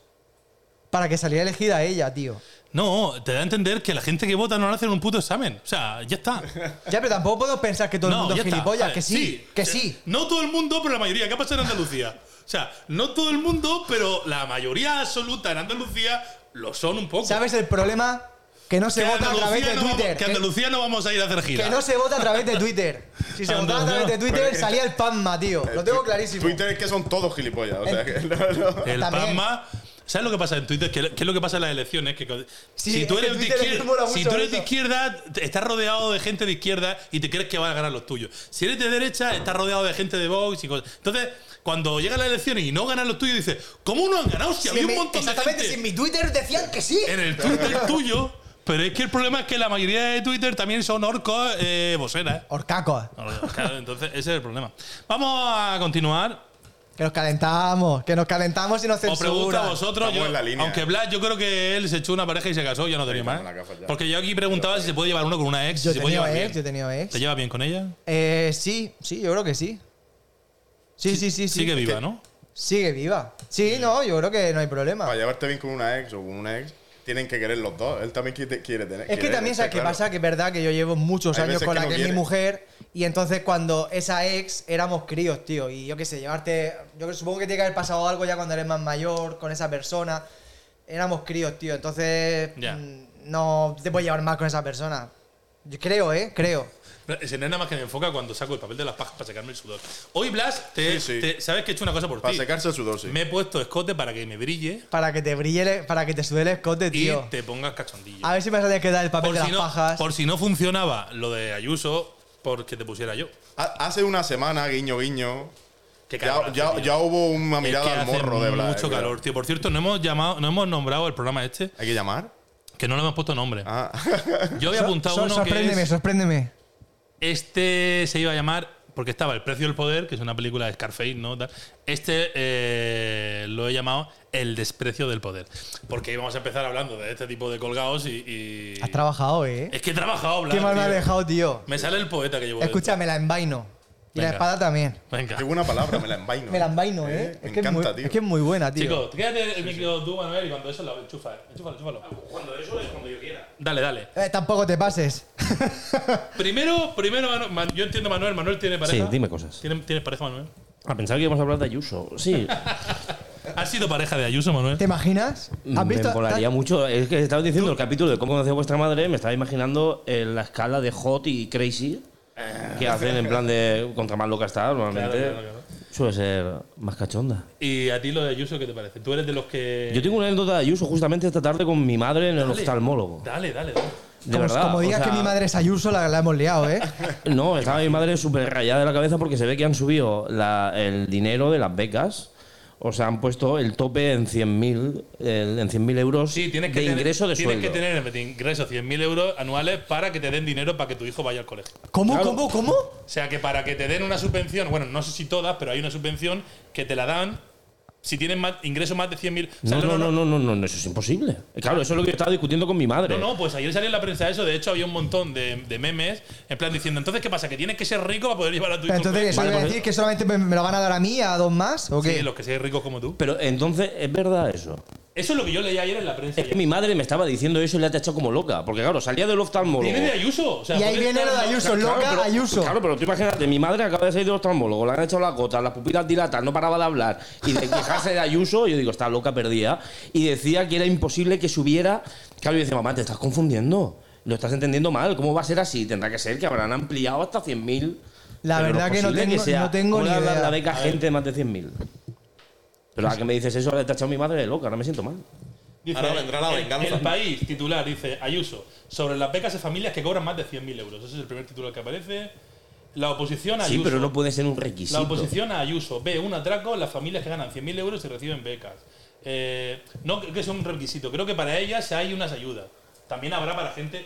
S2: para que saliera elegida ella, tío.
S1: No, te da a entender que la gente que vota no le hacen un puto examen. O sea, ya está.
S2: Ya, pero tampoco puedo pensar que todo el
S1: no,
S2: mundo
S1: ya
S2: es
S1: está.
S2: gilipollas,
S1: Vale,
S2: que sí, que sí.
S1: No todo el mundo, pero la mayoría. ¿Qué ha pasado en Andalucía? O sea, no todo el mundo, pero la mayoría absoluta en Andalucía lo son un poco.
S2: ¿Sabes el problema? Que no se
S1: Que
S2: vota a través de
S1: no vamos-
S2: Twitter.
S1: que
S2: que-
S1: Andalucía no vamos a ir a hacer gira.
S2: que no se vota a través de Twitter. Si se votaba a través de Twitter, salía el PAMMA, tío. Lo tengo clarísimo.
S3: Twitter es que son todos gilipollas. O sea, que no, no.
S1: El
S2: También.
S1: PASMA. ¿Sabes lo que pasa en Twitter? ¿Qué es lo que pasa en las elecciones? Que con-
S2: Sí,
S1: si, tú
S2: es que
S1: eres de
S2: Twitter es que
S1: izquierda,
S2: mola
S1: si
S2: mucho
S1: tú eres de
S2: eso.
S1: izquierda, te- estás rodeado de gente de izquierda y te crees que van a ganar los tuyos. Si eres de derecha, estás rodeado de gente de Vox y cosas. Entonces, cuando llegan las elecciones y no ganan los tuyos, dices, ¿cómo no han ganado? Si
S2: Si
S1: había
S2: me-
S1: un montón de
S2: exactamente,
S1: gente
S2: si en mi Twitter decían que sí.
S1: en el Twitter tuyo. Pero es que el problema es que la mayoría de Twitter también son orcos eh, voceras.
S2: Orcaco.
S1: Claro, Entonces, ese es el problema. Vamos a continuar.
S2: Que nos calentamos, que nos calentamos y nos
S1: Os pregunto
S2: censura.
S1: a vosotros,
S3: Estamos
S1: yo-
S3: en la línea.
S1: aunque Blas, yo creo que él se echó una pareja y se casó, ya no tenía más.
S3: estamos en la gafa ya.
S1: Porque yo aquí preguntaba si se puede llevar uno con una ex,
S2: Yo
S1: si se
S2: he
S1: puede
S2: tenido
S1: llevar
S2: ex, yo he
S1: bien.
S2: tenido ex.
S1: ¿Te llevas bien con ella?
S2: Eh, sí, sí, yo creo que sí. Sí, sí, sí, sí.
S1: Sigue viva, ¿no?
S2: Sigue viva. Sí, no, yo creo que no hay problema.
S3: Para llevarte bien con una ex o con una ex, tienen que querer los dos. Él también quiere, quiere tener.
S2: Es que
S3: quiere,
S2: también,
S3: está
S2: ¿sabes qué
S3: claro.
S2: pasa? Que es verdad que yo llevo muchos
S3: Hay
S2: años
S3: veces
S2: con
S3: que
S2: la
S3: no
S2: que es mi
S3: quiere.
S2: mujer. Y entonces cuando esa ex éramos críos, tío. Y yo qué sé, llevarte. Yo supongo que tiene que haber pasado algo ya cuando eres más mayor con esa persona. Éramos críos, tío. Entonces
S1: Ya.
S2: mm, no te puedes llevar más con esa persona. Yo creo, ¿eh? Creo.
S1: Ese no es nada más que me enfoca cuando saco el papel de las pajas para sacarme el sudor. Hoy, Blas, te,
S3: Sí, sí.
S1: te- sabes que he hecho una cosa por
S3: Para
S1: ti.
S3: secarse su dosis.
S1: Me he puesto escote para que me brille
S2: Para que te brille, el- para que te sude el escote,
S1: y
S2: tío.
S1: te pongas cachondillo.
S2: A ver si me vas a tener que dar el papel
S1: por,
S2: de
S1: si
S2: las
S1: no,
S2: pajas.
S1: por si no funcionaba lo de Ayuso, porque te pusiera yo.
S3: Ha- Hace una semana, guiño, guiño.
S1: Qué
S3: Ya,
S1: cabrón,
S3: ya,
S1: tío.
S3: ya hubo una
S1: Es
S3: mirada
S1: que
S3: al
S1: hace
S3: morro de Blas.
S1: Mucho
S3: eh,
S1: calor,
S3: cuidado.
S1: tío. Por cierto, no hemos llamado, no hemos nombrado el programa este,
S3: ¿Hay que llamar?
S1: que no le hemos puesto nombre.
S3: Ah.
S1: Yo había
S2: So-
S1: apuntado
S2: so-
S1: uno
S2: sorpréndeme,
S1: que es-
S2: sorpréndeme.
S1: este se iba a llamar porque estaba El precio del poder, que es una película de Scarface, ¿no? Tal. Este eh, lo he llamado El desprecio del poder, porque íbamos a empezar hablando de este tipo de colgados y, y-
S2: Has trabajado, ¿eh?
S1: es que he trabajado, Blas,
S2: Qué mal me has
S1: tío.
S2: dejado, tío.
S1: Me sale el poeta que llevo. dentro.
S2: Escúchame, la envaino. Y
S1: Venga.
S2: la espada también.
S1: Venga.
S3: Qué buena palabra, me la envaino.
S2: Me la envaino, ¿eh?
S3: Me
S2: es, que
S3: encanta,
S2: es, muy,
S3: tío.
S2: es que es muy buena, tío.
S1: Chicos, quédate el micro tú, Manuel, y cuando eso lo enchufa. eh. Enchúfalo, enchúfalo.
S4: Ah, Cuando eso es cuando yo quiera.
S1: Dale, dale.
S2: Eh, tampoco te pases.
S1: Primero, primero, Manu- Man- yo entiendo Manuel. Manuel tiene pareja.
S6: Sí, dime cosas.
S1: ¿Tiene- ¿Tienes pareja, Manuel?
S6: Ah, pensaba que íbamos a hablar de Ayuso. Sí,
S1: ¿Has sido pareja de Ayuso, Manuel?
S2: ¿Te imaginas? ¿Has
S6: me
S2: visto?
S6: molaría mucho. Es que estabas diciendo el capítulo de cómo conocí a vuestra madre, me estaba imaginando eh, la escala de hot y crazy que hacen en plan de contra más loca está normalmente.
S1: Ah. Claro, claro, claro.
S6: Suele ser más cachonda.
S1: ¿Y a ti lo de Ayuso qué te parece? Tú eres de los que.
S6: Yo tengo una anécdota de Ayuso justamente esta tarde con mi madre en el oftalmólogo.
S1: Dale, dale, dale.
S6: De
S2: como,
S6: verdad.
S2: como
S6: o
S2: digas
S6: sea,
S2: que mi madre es Ayuso, la, la hemos liado, ¿eh?
S6: No, estaba mi madre súper rayada de la cabeza porque se ve que han subido la- el dinero de las becas. O sea, han puesto el tope en 100.000 el- en 100.000 euros
S1: Sí, tienes que
S6: de
S1: tener,
S6: ingreso de
S1: tienes
S6: sueldo.
S1: que tener de ingreso 100.000 euros anuales para que te den dinero para que tu hijo vaya al colegio.
S2: ¿Cómo,
S6: Claro.
S2: cómo, cómo?
S1: O sea, que para que te den una subvención, bueno, no sé si todas, pero hay una subvención que te la dan si tienes más, ingresos más de 100.000. O sea,
S6: No, no, no, no, no, no, no, eso es imposible. Claro, eso es lo que yo estaba discutiendo con mi madre.
S1: No, no, pues ayer salió en la prensa eso. De hecho, había un montón de, de memes en plan diciendo, entonces, ¿qué pasa? ¿Que tienes que ser rico para poder llevar a tu hijo?
S2: Pero
S1: al
S2: entonces,
S1: colegio?".
S2: ¿eso
S6: Vale,
S2: quiere
S6: pues-
S2: decir que solamente me me lo van a dar a mí, a dos más? ¿O qué?
S1: Sí, los que seáis ricos como tú.
S6: Pero entonces, ¿es verdad eso?
S1: Eso es lo que yo leí ayer en la prensa.
S6: Es que mi madre me estaba diciendo eso y la ha echado como loca. Porque claro, salía del oftalmólogo.
S1: Viene de Ayuso. O sea,
S2: y ahí
S1: puede
S2: viene
S1: estar-
S2: lo de Ayuso, loca
S6: pero,
S2: Ayuso.
S6: Claro, pero tú imagínate, mi madre acaba de salir del oftalmólogo, le han echado la gota, las pupilas dilatadas, no paraba de hablar y de quejarse de Ayuso. Yo digo, está loca perdida. Y decía que era imposible que subiera. Claro, yo decía, mamá, te estás confundiendo. Lo estás entendiendo mal. ¿Cómo va a ser así? Tendrá que ser que habrán ampliado hasta 100.000.
S2: La
S6: Pero
S2: verdad que no
S6: posible
S2: tengo- no tengo
S6: pueda
S2: ni
S6: dar
S2: idea.
S6: la beca a gente de más de 100.000. Pero a que me dices eso, ahora te ha echado mi madre de loca, ahora me siento mal.
S1: Dice,
S3: Ahora vendrá la
S1: el-
S3: venganza.
S1: El país titular dice Ayuso sobre las becas de familias que cobran más de 100.000 euros. Ese es el primer titular que aparece. La oposición a
S6: Sí,
S1: Ayuso.
S6: pero no puede ser un requisito.
S1: La oposición a Ayuso ve un atraco en las familias que ganan 100.000 euros y reciben becas. Eh, no creo que sea un requisito. Creo que para ellas hay unas ayudas. También habrá para gente.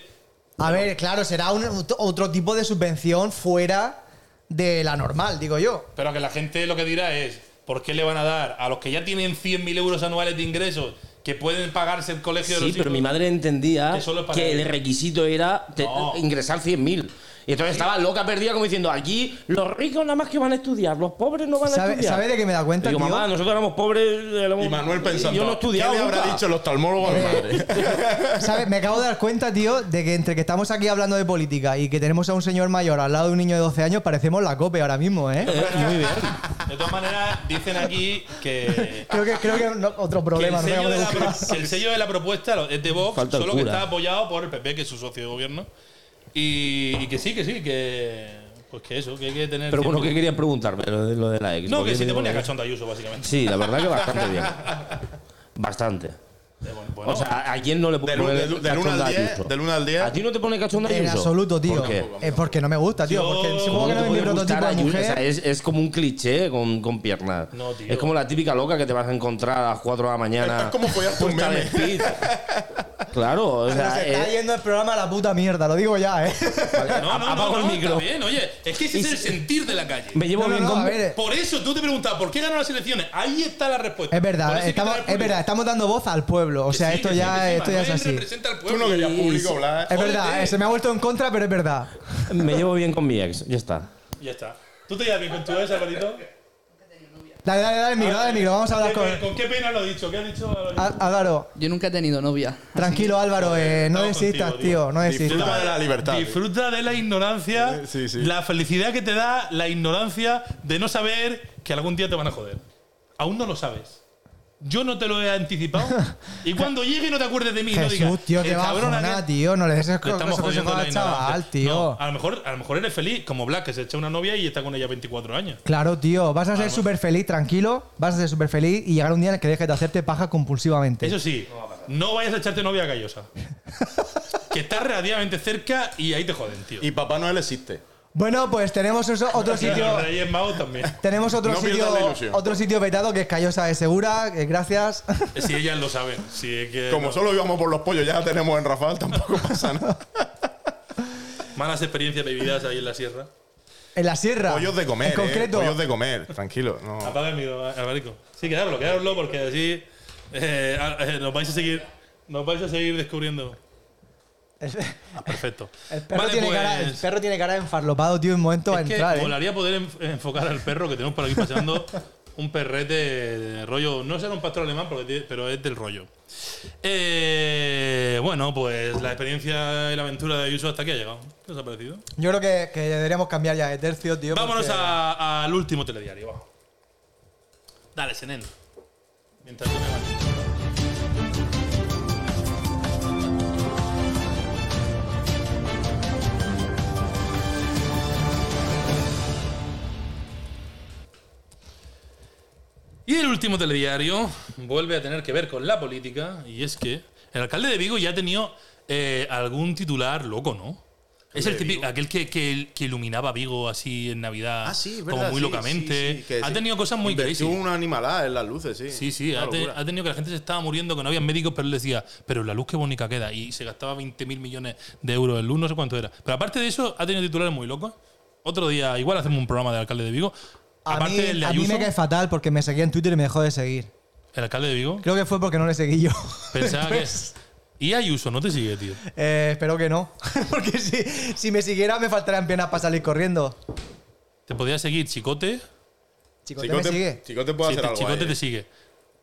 S2: A ver, claro, será un- otro tipo de subvención fuera de la normal, digo yo.
S1: Pero que la gente lo que dirá es: ¿por qué le van a dar a los que ya tienen 100.000 euros anuales de ingresos que pueden pagarse el colegio de
S6: Sí,
S1: los
S6: pero
S1: hijos?
S6: mi madre entendía
S1: Que solo es para
S6: que el
S1: ella.
S6: requisito era te-
S1: No.
S6: ingresar 100.000. Y entonces estaba loca perdida como diciendo, aquí los ricos nada más que van a estudiar, los pobres no van a
S2: ¿Sabes
S6: estudiar.
S2: sabe de qué me da cuenta,
S6: Digo,
S2: tío?
S6: mamá, nosotros éramos pobres. éramos-
S3: Y Manuel pensando.
S6: Yo no he estudiado
S3: ¿Qué le habrá
S6: nunca".
S3: dicho el oftalmólogo a mi madre?
S2: ¿Sabes? Me acabo de dar cuenta, tío, de que entre que estamos aquí hablando de política y que tenemos a un señor mayor al lado de un niño de 12 años, parecemos la COPE ahora mismo, ¿eh?
S1: Muy bien. De todas maneras, dicen aquí que.
S2: Creo que, creo que no- otro
S1: que
S2: problema.
S1: el,
S2: no
S1: sello
S2: acabo de
S1: de la,
S2: buscar.
S1: pro- el sello de la propuesta lo- es de Vox,
S6: Falta el
S1: solo que
S6: cura.
S1: está apoyado por el PP, que es su socio de gobierno. Y, y que sí, que sí, que. Pues que eso, que hay que tener.
S6: Pero bueno,
S1: tiempo.
S6: ¿qué querían preguntarme? Lo de, lo de la ex.
S1: No,
S6: porque
S1: que si
S6: me
S1: te
S6: digo-
S1: ponía cachondo Ayuso, básicamente.
S6: Sí, la verdad que bastante bien. Bastante. o sea, ¿a quién no le puede
S3: Del
S6: poner
S3: del- del uno al
S6: cachonda a
S3: diez,
S6: Ayuso?
S3: del uno al diez.
S6: ¿A ti no te pone cachonda
S2: En
S6: Ayuso?
S2: absoluto, tío.
S6: ¿Por qué?
S2: Eh, porque no me gusta, tío. Porque
S1: Yo-
S2: supongo que no es
S6: ¿Cómo te
S2: mi
S6: puede
S2: prototipo
S6: gustar
S2: de
S6: Ayuso?
S2: mujer.
S6: O sea, es, es como un cliché con, con piernas.
S1: No, tío.
S6: Es como la típica loca que te vas a encontrar a las 4 de la mañana.
S3: Es como follarte un
S6: puesta
S3: meme.
S6: de speed. claro, o
S2: Pero
S6: sea, eh,
S2: se está
S6: es-
S2: yendo el programa a la puta mierda, lo digo ya, ¿eh?
S1: No, no,
S6: apago
S1: no,
S6: el
S1: no,
S6: micro.
S1: está bien, oye, es que ese es el sentir de la calle.
S6: me llevo
S2: No, no,
S6: bien
S2: no,
S6: con
S2: a ver,
S1: Por eso tú te preguntas, ¿por qué ganó las elecciones? Ahí está la respuesta.
S2: es
S1: Por
S2: verdad,
S1: eso hay que
S2: estamos,
S1: tener
S2: es verdad,
S1: público.
S2: estamos dando voz al pueblo. O
S1: Que
S2: sea,
S1: sí,
S2: esto
S1: que sí, que
S2: ya,
S1: sí,
S2: esto ya es
S1: Manuel
S2: así.
S1: representa al
S3: Tú
S1: pueblo.
S3: no querías
S6: Y-
S3: público, Blas.
S2: Es verdad,
S1: Jódete.
S2: eh, se me ha vuelto en contra, pero es verdad.
S6: Me llevo bien con mi ex, ya está.
S1: Ya está. ¿Tú te llevas bien con tu ex, Alvarito?
S2: Dale, dale, dale el micro, dale el micro. Vamos a hablar con. Ah,
S1: ¿Con, ¿Con qué pena lo he dicho? ¿Qué ha dicho Alvarito?
S2: Á- Álvaro,
S5: Yo nunca he tenido novia.
S2: tranquilo, Álvaro, eh, no
S1: Estamos
S2: desistas,
S1: contigo, tío.
S2: tío, no desistas.
S3: Disfruta de la libertad.
S1: Disfruta de la ignorancia,
S3: Eh, sí, sí.
S1: la felicidad que te da la ignorancia de no saber que algún día te van a joder. Aún no lo sabes. Yo no te lo he anticipado. y cuando llegue no te acuerdes de mí. no digas,
S2: Jesús, tío,
S1: "El
S2: qué
S1: cabrón
S2: bajona,
S1: aquel".
S2: tío. No le des
S1: Le
S2: esos
S1: estamos
S2: consejos
S1: jodiendo la
S2: al
S1: ignorancia.
S2: chaval, tío.
S1: No, a, lo mejor, a lo mejor eres feliz, como Black, que se echa una novia y está con ella 24 años.
S2: Claro, tío. Vas a ser súper feliz, tranquilo. Vas a ser súper feliz y llegar un día en el que dejes de hacerte paja compulsivamente.
S1: Eso sí, no vayas a echarte novia callosa. que está relativamente cerca y ahí te joden, tío.
S3: Y Papá Noel existe.
S2: Bueno, pues tenemos eso- otro sitio.
S1: Y en Mao también.
S2: Tenemos otro
S3: No
S2: sitio
S3: pierdas la ilusión.
S2: otro sitio vetado que es Callosa de Segura, eh, gracias.
S1: Si ellas lo saben. Si es que
S3: Como solo íbamos por los pollos, ya la tenemos en Rafael, tampoco pasa nada.
S1: malas experiencias vividas ahí en la sierra.
S2: en la sierra.
S3: pollos de comer,
S2: En concreto.
S3: Eh, pollos de comer, tranquilo. No.
S1: Apaga el micro, Alvarico. Sí, quedarlo, quedarlo, porque así eh, a- eh, nos vais a seguir. Nos vais a seguir descubriendo. Ah, perfecto.
S2: El perro,
S1: Vale,
S2: tiene
S1: pues,
S2: cara, el perro tiene cara de enfarlopado, tío, un momento
S1: es
S2: va a
S1: que
S2: entrar. eh.
S1: molaría poder enf- enfocar al perro que tenemos por aquí pasando. un perrete de rollo. No será un pastor alemán, porque tiene- pero es del rollo. Eh, bueno, pues la experiencia y la aventura de Ayuso hasta aquí ha llegado. ¿Qué os ha parecido?
S2: Yo creo que, que deberíamos cambiar ya de tercio, tío.
S1: Vámonos
S2: porque-
S1: a- al último telediario, vamos. Dale, Senen. Mientras yo me baño. Y el último telediario vuelve a tener que ver con la política y es que el alcalde de Vigo ya ha tenido eh, algún titular loco, ¿no? Es el típico, aquel que, que- que iluminaba Vigo así en Navidad,
S3: Ah, sí,
S1: como
S3: verdad,
S1: muy
S3: sí,
S1: locamente.
S3: sí, sí, que
S1: ha
S3: sí.
S1: tenido cosas muy crazy.
S3: Invirtió una animalada en las luces, sí.
S1: Sí, sí,
S3: Una
S1: ha, te-
S3: locura.
S1: ha tenido que la gente se estaba muriendo, que no había médicos, pero él decía, pero la luz qué bonita queda. Y se gastaba 20 mil millones de euros en luz, no sé cuánto era. Pero aparte de eso, ha tenido titulares muy locos. Otro día, igual hacemos un programa del alcalde de Vigo.
S2: A
S1: aparte
S2: mí,
S1: del de
S2: a mí
S1: Ayuso,
S2: me cae fatal porque me seguía en Twitter y me dejó de seguir.
S1: el alcalde de Vigo,
S2: Creo que fue porque no le seguí yo.
S1: pensaba que.
S2: Entonces,
S1: Y Ayuso no te sigue, tío.
S2: eh, espero que no. porque si, si me siguiera me faltarían piernas para salir corriendo.
S1: Te podía seguir Chicote.
S2: Chicote,
S3: Chicote,
S2: me sigue.
S3: Chicote puede
S1: Sí,
S3: hacer
S1: te-
S3: algo.
S1: Chicote
S3: ahí,
S1: te
S3: eh.
S1: sigue.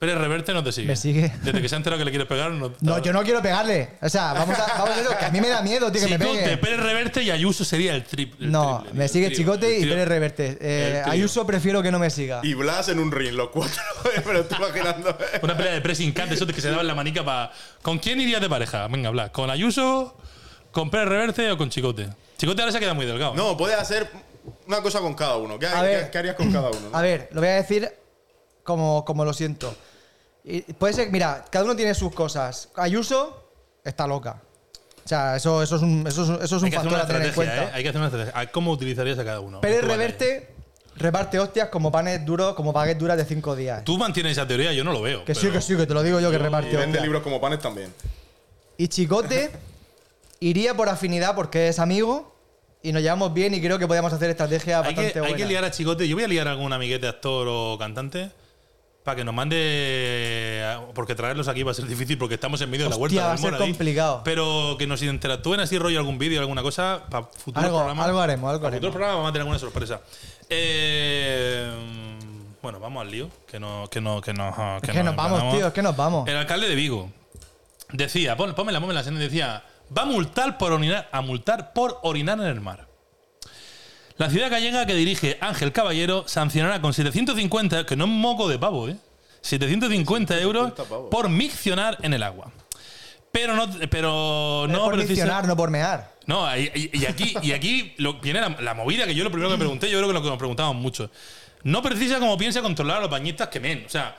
S1: Pero Reverte no te sigue.
S2: Me sigue.
S1: Desde que se ha enterado que le quieres pegar, no.
S2: No, yo no quiero pegarle. O sea, vamos a, vamos a eso, que a mí me da miedo, tío, que me
S1: Chicote,
S2: pegue.
S1: Pérez Reverte y Ayuso sería el triple. el
S2: No,
S1: triple, tío,
S2: me
S1: el
S2: sigue
S1: trío,
S2: Chicote
S1: el
S2: y
S1: trío.
S2: Pérez Reverte. Eh,
S1: El trío.
S2: Ayuso prefiero que no me siga.
S3: Y Blas en un ring, los cuatro. pero tú imaginando. eh.
S1: Una pelea de pressing cat, eso que se daba en la manica para. ¿Con quién irías de pareja? Venga, habla. ¿Con Ayuso? ¿Con Pérez Reverte o con Chicote? Chicote ahora se queda muy delgado.
S3: No, puedes hacer una cosa con cada uno. ¿Qué,
S2: A
S3: qué-
S2: ver.
S3: qué harías con cada uno?
S2: A ver, lo voy a decir como, como lo siento. Y puede ser, mira, cada uno tiene sus cosas. Ayuso está loca. O sea, eso, eso es un, eso es, eso
S1: Hay
S2: es un
S1: que hacer una
S2: factor a tener
S1: estrategia,
S2: en
S1: ¿eh?
S2: cuenta.
S1: Hay que hacer una estrategia. ¿A ¿Cómo utilizarías a cada uno?
S2: Pérez
S1: Tú, vale.
S2: Reverte reparte hostias como panes duros, como baguettes duras de 5 días.
S1: Tú mantienes esa teoría, yo no lo veo.
S2: que sí,
S1: pero-
S2: que sí, que te lo digo yo que
S3: y
S2: reparte
S3: vende
S2: hostias.
S3: libros como panes también.
S2: Y Chicote iría por afinidad porque es amigo y nos llevamos bien y creo que podíamos hacer estrategia
S1: Hay
S2: bastante
S1: que, hay
S2: buena.
S1: que liar a Chicote. Yo voy a liar a algún amiguete, actor o cantante. Para que nos mande. a- Porque traerlos aquí va a ser difícil porque estamos en medio de la
S2: Hostia,
S1: huerta.
S2: va a
S1: del
S2: ser
S1: Moradí.
S2: complicado.
S1: Pero que nos interactúen así, rollo, algún vídeo, alguna cosa. Para futuros
S2: Algo-
S1: programas.
S2: algo haremos, algo
S1: Para futuros
S2: haremos.
S1: programas vamos a tener alguna sorpresa. Eh, bueno, vamos al lío. Que no. Que, no, que, no, que,
S2: Es que nos vamos, tío, es que nos vamos.
S1: El alcalde de Vigo decía, pon, ponme la escena, decía, va a multar por orinar, a multar por orinar en el mar. La ciudad gallega que dirige Ángel Caballero sancionará con 750, que no es moco de pavo, ¿eh? 750 euros
S3: pavos.
S1: por miccionar en el agua. Pero no, pero
S2: Es
S1: no
S2: por
S1: precisa-
S2: mencionar, no por mear.
S1: no, y, y- y aquí, y aquí lo- viene la, la movida que yo lo primero que pregunté, yo creo que lo que nos preguntamos mucho. No precisa como piensa controlar a los bañistas que men. O sea,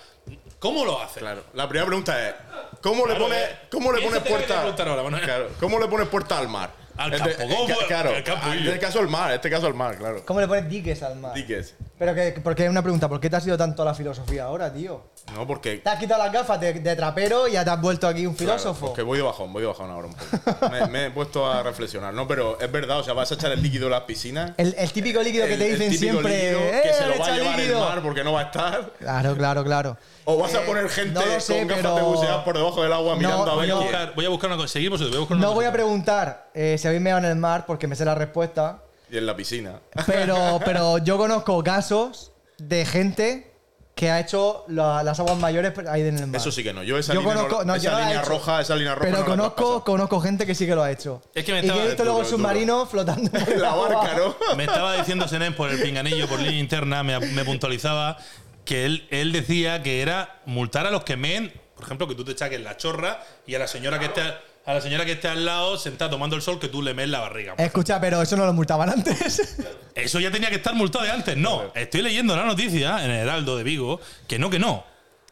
S1: ¿cómo lo hace?
S3: Claro. La primera pregunta es: ¿Cómo le
S1: Claro,
S3: pones
S1: eh.
S3: cómo le
S1: Piensa
S3: pones
S1: que te voy a
S3: puerta?
S1: preguntar ahora, Manuel.
S3: Claro, ¿Cómo le pones puerta al mar?
S1: Al
S3: Este-
S1: campo, ¿cómo?
S3: ca- Claro.
S1: Al campo,
S3: En
S1: Illo.
S3: este caso al mar, en este caso al mar, claro.
S2: ¿Cómo le pones diques al mar?
S3: Diques.
S2: Pero que, porque es una pregunta, ¿por qué te has ido tanto a la filosofía ahora, tío?
S3: No, porque
S2: Te has quitado las gafas de, de trapero y ya te has vuelto aquí un
S3: Claro,
S2: filósofo.
S3: porque voy de bajón, voy de bajón ahora un poco. me, me he puesto a reflexionar, ¿no? Pero es verdad, o sea, vas a echar el líquido a las piscinas.
S2: el, el típico líquido que
S3: El-
S2: te
S3: el
S2: dicen
S3: típico
S2: siempre.
S3: líquido
S2: ¡Eh,
S3: que se
S2: le
S3: lo va a
S2: echa
S3: llevar
S2: líquido!
S3: el mar porque no va a estar.
S2: Claro, claro, claro.
S3: O vas a
S2: Eh,
S3: poner gente
S2: no lo sé,
S3: con gafas
S2: pero-
S3: de bucear por debajo del agua
S2: No,
S3: mirando a
S2: no.
S3: ver
S1: Voy a
S3: quién.
S1: buscar, voy a buscar una cosa. Seguimos, voy a buscar una
S2: No voy
S1: cosa.
S2: a preguntar eh, si habéis meado en el mar porque me sé la respuesta,
S3: Y en la piscina.
S2: Ah. pero, pero yo conozco casos de gente que ha hecho la- las aguas mayores ahí en el mar.
S3: Eso sí que no. Yo esa
S2: Yo
S3: línea, no-
S2: conozco- no, yo
S3: esa
S2: no la he
S3: línea
S2: hecho.
S3: roja, esa línea roja.
S2: Pero
S3: no la
S2: conozco,
S3: traspasa.
S2: conozco gente que sí que lo ha hecho.
S1: Es que me
S2: y que
S1: estaba-
S2: he visto luego
S3: duro,
S2: el
S3: es
S2: submarino flotando. por el
S3: la
S2: agua.
S3: barca, ¿no?
S1: Me estaba diciendo Senén por el pinganillo, por línea interna, me, me puntualizaba que él, él decía que era multar a los que meen, por ejemplo, que tú te chaques la chorra y a la señora que esté, a la señora que esté al lado sentada tomando el sol que tú le mees la barriga.
S2: Escucha, pero eso no lo multaban antes.
S1: Eso ya tenía que estar multado de antes. No, estoy leyendo la noticia en el Heraldo de Vigo que no, que no.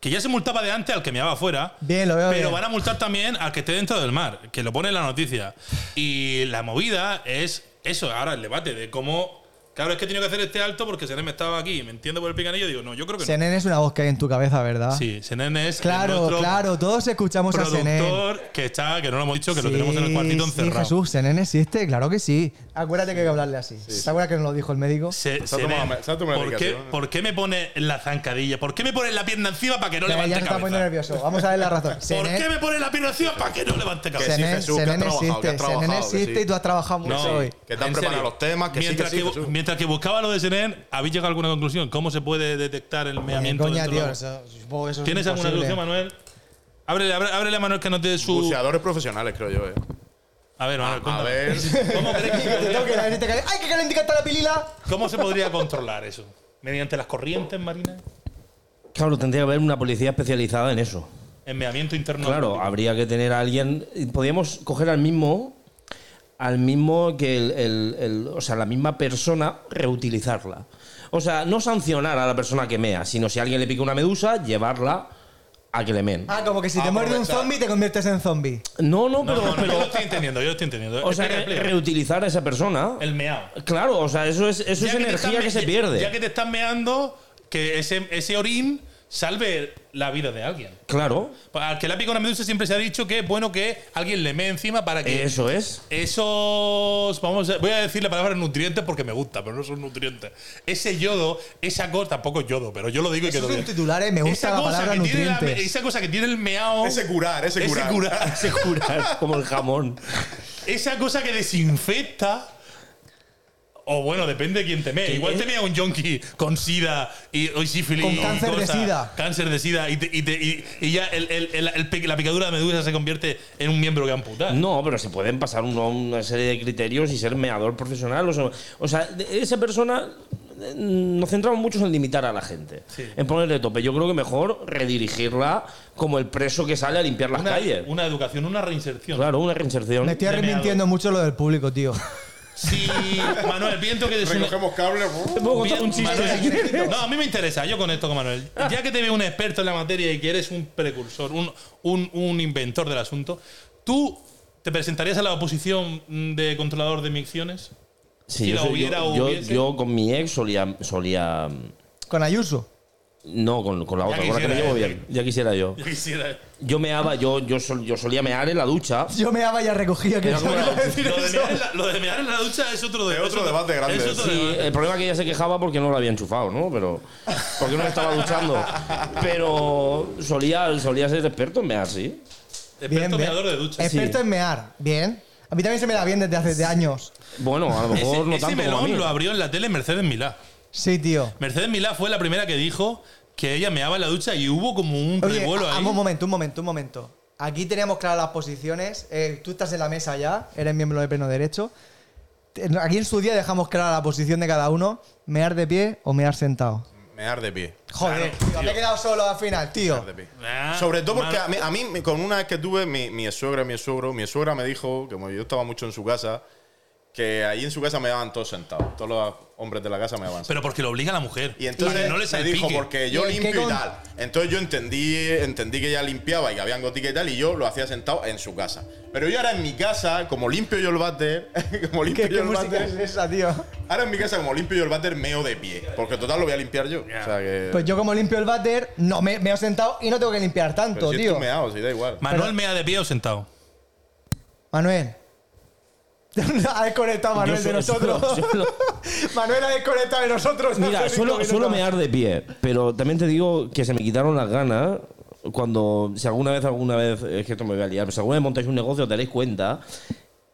S1: Que ya se multaba de antes al que meaba afuera.
S2: Bien, lo veo
S1: Pero
S2: bien.
S1: van a multar también al que esté dentro del mar, que lo pone en la noticia. Y la movida es eso, ahora el debate de cómo. Claro, es que he tenido que hacer este alto porque Senen me estaba aquí, me entiendo por el picanillo. Digo, no, yo creo que no.
S2: Senen es una voz que hay en tu cabeza, ¿verdad?
S1: Sí, Senen es.
S2: ¿ah? Claro,
S1: nuestro
S2: claro, todos escuchamos a Senen.
S1: Productor que está, que no lo hemos dicho, que lo
S2: Sí,
S1: tenemos en el cuartito
S2: Sí,
S1: encerrado.
S2: Jesús, Senen existe, claro que sí. Acuérdate que hay que hablarle así. ¿Te acuerdas que nos lo dijo el médico?
S1: Se,
S3: Se ha
S1: se
S3: tomado
S1: ve.
S3: la- se ha tomado la
S1: ¿Por, qué,
S3: medicación, ¿eh? ¿no?
S1: ¿Por qué me pone la zancadilla? ¿Por qué me pone la pierna encima para que no
S2: Ya,
S1: levante
S2: ya se está poniendo
S1: cabeza?
S2: nervioso. Vamos a ver la razón.
S1: ¿Por
S2: Senen-
S1: qué me pone la pierna encima para que no levante cabeza?
S3: Que sí,
S2: Senen-
S3: Jesús, que has
S2: Senen
S3: trabajado, que has
S2: existe, Senen
S3: trabajado, que
S2: existe
S3: sí.
S2: y tú has trabajado mucho
S1: No.
S2: hoy.
S3: Que te han
S1: En
S3: preparado
S1: serio.
S3: los temas, que sí,
S1: mientras
S3: que sí, Jesús.
S1: mientras que buscaba lo de CNN, ¿habéis llegado a alguna conclusión? ¿Cómo se puede detectar el
S2: Eh,
S1: meamiento?
S2: coña,
S1: dentro
S2: tío,
S1: del agua?
S2: eso- supongo que eso es
S1: ¿Tienes alguna
S2: imposible.
S1: conclusión, Manuel? Ábrele, ábrele, ábrele a Manuel que nos dé su.
S3: Buceadores profesionales, creo yo, eh.
S1: A ver, Manuel,
S3: A
S1: cuéntame.
S3: ver.
S1: ¿Cómo crees que se
S2: Te tengo
S1: podría-
S2: que dar este cali- ¡Ay, que calentita está la pilila!
S1: ¿Cómo se podría controlar eso? ¿Mediante las corrientes marinas?
S6: Claro, tendría que haber una policía especializada en eso.
S1: ¿En meamiento interno?
S6: Claro, habría que tener a alguien. Podríamos coger al mismo. Al mismo que el, el- el- O sea, la misma persona, reutilizarla. O sea, no sancionar a la persona que mea, sino si alguien le pica una medusa, llevarla a que le meen.
S2: Ah, como que si
S1: pues
S2: te muerde un
S3: Aprovechar.
S2: zombie te conviertes en zombie.
S6: No, no,
S1: No,
S6: pero.
S1: no, no,
S6: pero-
S1: yo lo estoy entendiendo, yo lo estoy entendiendo.
S6: o sea,
S1: Explica,
S6: re-
S1: explica.
S6: reutilizar a esa persona.
S1: el meado.
S6: Claro, o sea, eso es, eso
S1: Ya
S6: es
S1: te
S6: energía
S1: estás
S6: que
S1: me-
S6: se pierde.
S1: Ya, que te estás meando, que ese, ese orín salve la vida de alguien.
S6: Claro,
S1: Al que le ha picado una medusa siempre se ha dicho que es bueno que alguien le mee encima para que
S6: eso es.
S1: esos. Vamos a- voy a decir la palabra nutrientes porque me gusta, pero no son nutrientes. Ese yodo, esa cosa, tampoco es yodo, pero yo lo digo y que
S2: Eso
S1: lo
S2: es un
S1: digo.
S2: titular, eh, me gusta
S1: Esa
S2: la
S1: cosa
S2: palabra
S1: que tiene la-
S2: nutrientes.
S1: esa cosa que tiene el meao.
S3: Ese curar, ese
S1: ese
S3: curar.
S1: curar.
S6: Se cura, como el jamón.
S1: Esa cosa que desinfecta. O bueno, depende de quién te mee. Igual te mea un yonki con sida y, o sífilis.
S2: Con
S1: y
S2: cáncer de
S1: cosa,
S2: sida.
S1: Cáncer de sida. Y, te- y te- y- y ya el- el- el- el pic- la picadura de medusa se convierte en un miembro que amputar.
S6: No, pero se pueden pasar uno- una serie de criterios y ser meador profesional. O sea, o sea, de- esa persona eh, nos centramos mucho en limitar a la gente, en ponerle tope. Yo creo que mejor redirigirla como el preso que sale a limpiar las
S1: Una,
S6: calles.
S1: una educación, una reinserción.
S6: claro,
S2: Me
S6: una reinserción.
S2: estoy
S1: de
S2: arrepintiendo mucho lo del público, tío.
S1: Si Manuel, viento que des-
S3: Recogemos uh, cables.
S6: Te puedo contar
S1: Bien,
S6: un chiste.
S1: Manuel. No, a mí me interesa, yo conecto con Manuel. Ya que te veo un experto en la materia y que eres un precursor, un, un- un inventor del asunto, ¿tú te presentarías a la oposición mm, de controlador de micciones?
S6: Sí,
S1: Si
S6: yo
S1: la
S6: soy-
S1: hubiera,
S6: yo, yo-
S1: hubiese.
S6: yo con mi ex solía. solía
S2: Con Ayuso.
S6: no, con, con la
S1: Ya
S6: otra, con la que me
S1: quisiera,
S6: llevo
S1: eh.
S6: bien. Ya quisiera yo.
S1: Yo quisiera.
S6: Yo meaba, yo, yo, sol- yo solía mear en la ducha.
S2: Yo me daba y ya recogía que
S6: Era como la-
S1: Lo de, mear en la, lo de mear en la ducha es otro, de-
S3: Es otro debate grande.
S1: es otro
S6: Sí,
S1: debate.
S6: el problema es que ella se quejaba porque no lo había enchufado, ¿no? Pero. Porque no me estaba duchando. Pero solía, solía ser experto en mear, sí.
S1: Experto meador de ducha.
S2: Experto
S6: Sí.
S2: en mear. Bien. A mí también se me da bien desde hace años.
S6: Bueno, a lo
S1: Ese,
S6: mejor no
S1: ese
S6: tanto como a mí.
S1: melón lo abrió en la tele Mercedes Milá.
S2: Sí, tío.
S1: Mercedes Milá fue la primera que dijo que ella meaba en la ducha y hubo como un
S2: Oye,
S1: revuelo
S2: a-
S1: ahí.
S2: un momento, un momento, un momento. Aquí tenemos claras las posiciones. Eh, tú estás en la mesa ya, eres miembro de pleno derecho. Te- Aquí en su día dejamos clara la posición de cada uno. Mear de pie o mear sentado.
S3: Me arde de pie.
S2: Joder, tío, me he quedado solo al final, tío.
S3: de pie.
S1: Ah,
S3: Sobre todo porque
S1: mal.
S3: a mí, a mí, me- con una vez que tuve mi, mi suegra, mi suegro, mi suegra me dijo, como yo estaba mucho en su casa, que ahí en su casa me daban todos sentados. Todos los hombres de la casa me daban sentados.
S1: Pero porque lo obliga a la mujer.
S3: Y entonces
S1: no le
S3: me dijo,
S1: salpique.
S3: porque
S2: ¿Y
S3: yo
S2: el qué
S3: limpio y
S2: con-
S3: tal. Entonces yo entendí, entendí que ella limpiaba y que habían goticas y tal, y yo lo hacía sentado en su casa. Pero yo ahora en mi casa, como limpio yo el váter, como limpio
S2: ¿Qué,
S3: yo
S2: qué
S3: el
S2: música es
S3: váter,
S2: esa, tío?
S3: ahora en mi casa, como limpio yo el váter, meo de pie. Porque total lo voy a limpiar yo. O sea que.
S2: Pues yo como limpio el váter, no me, me he sentado y no tengo que limpiar tanto,
S3: pero si es
S2: tío.
S3: tu meao, si da igual.
S1: Manuel mea de pie o sentado.
S2: Manuel. ha desconectado Manuel
S6: Yo
S2: de
S6: solo-
S2: nosotros.
S6: solo-
S2: Manuel ha desconectado de nosotros.
S6: Mira,
S2: hace cinco
S6: suelo,
S2: minutos.
S6: suelo mear de pie, pero también te digo que se me quitaron las ganas cuando, si alguna vez, alguna vez, es que esto me voy a liar, pero si alguna vez montáis un negocio os daréis cuenta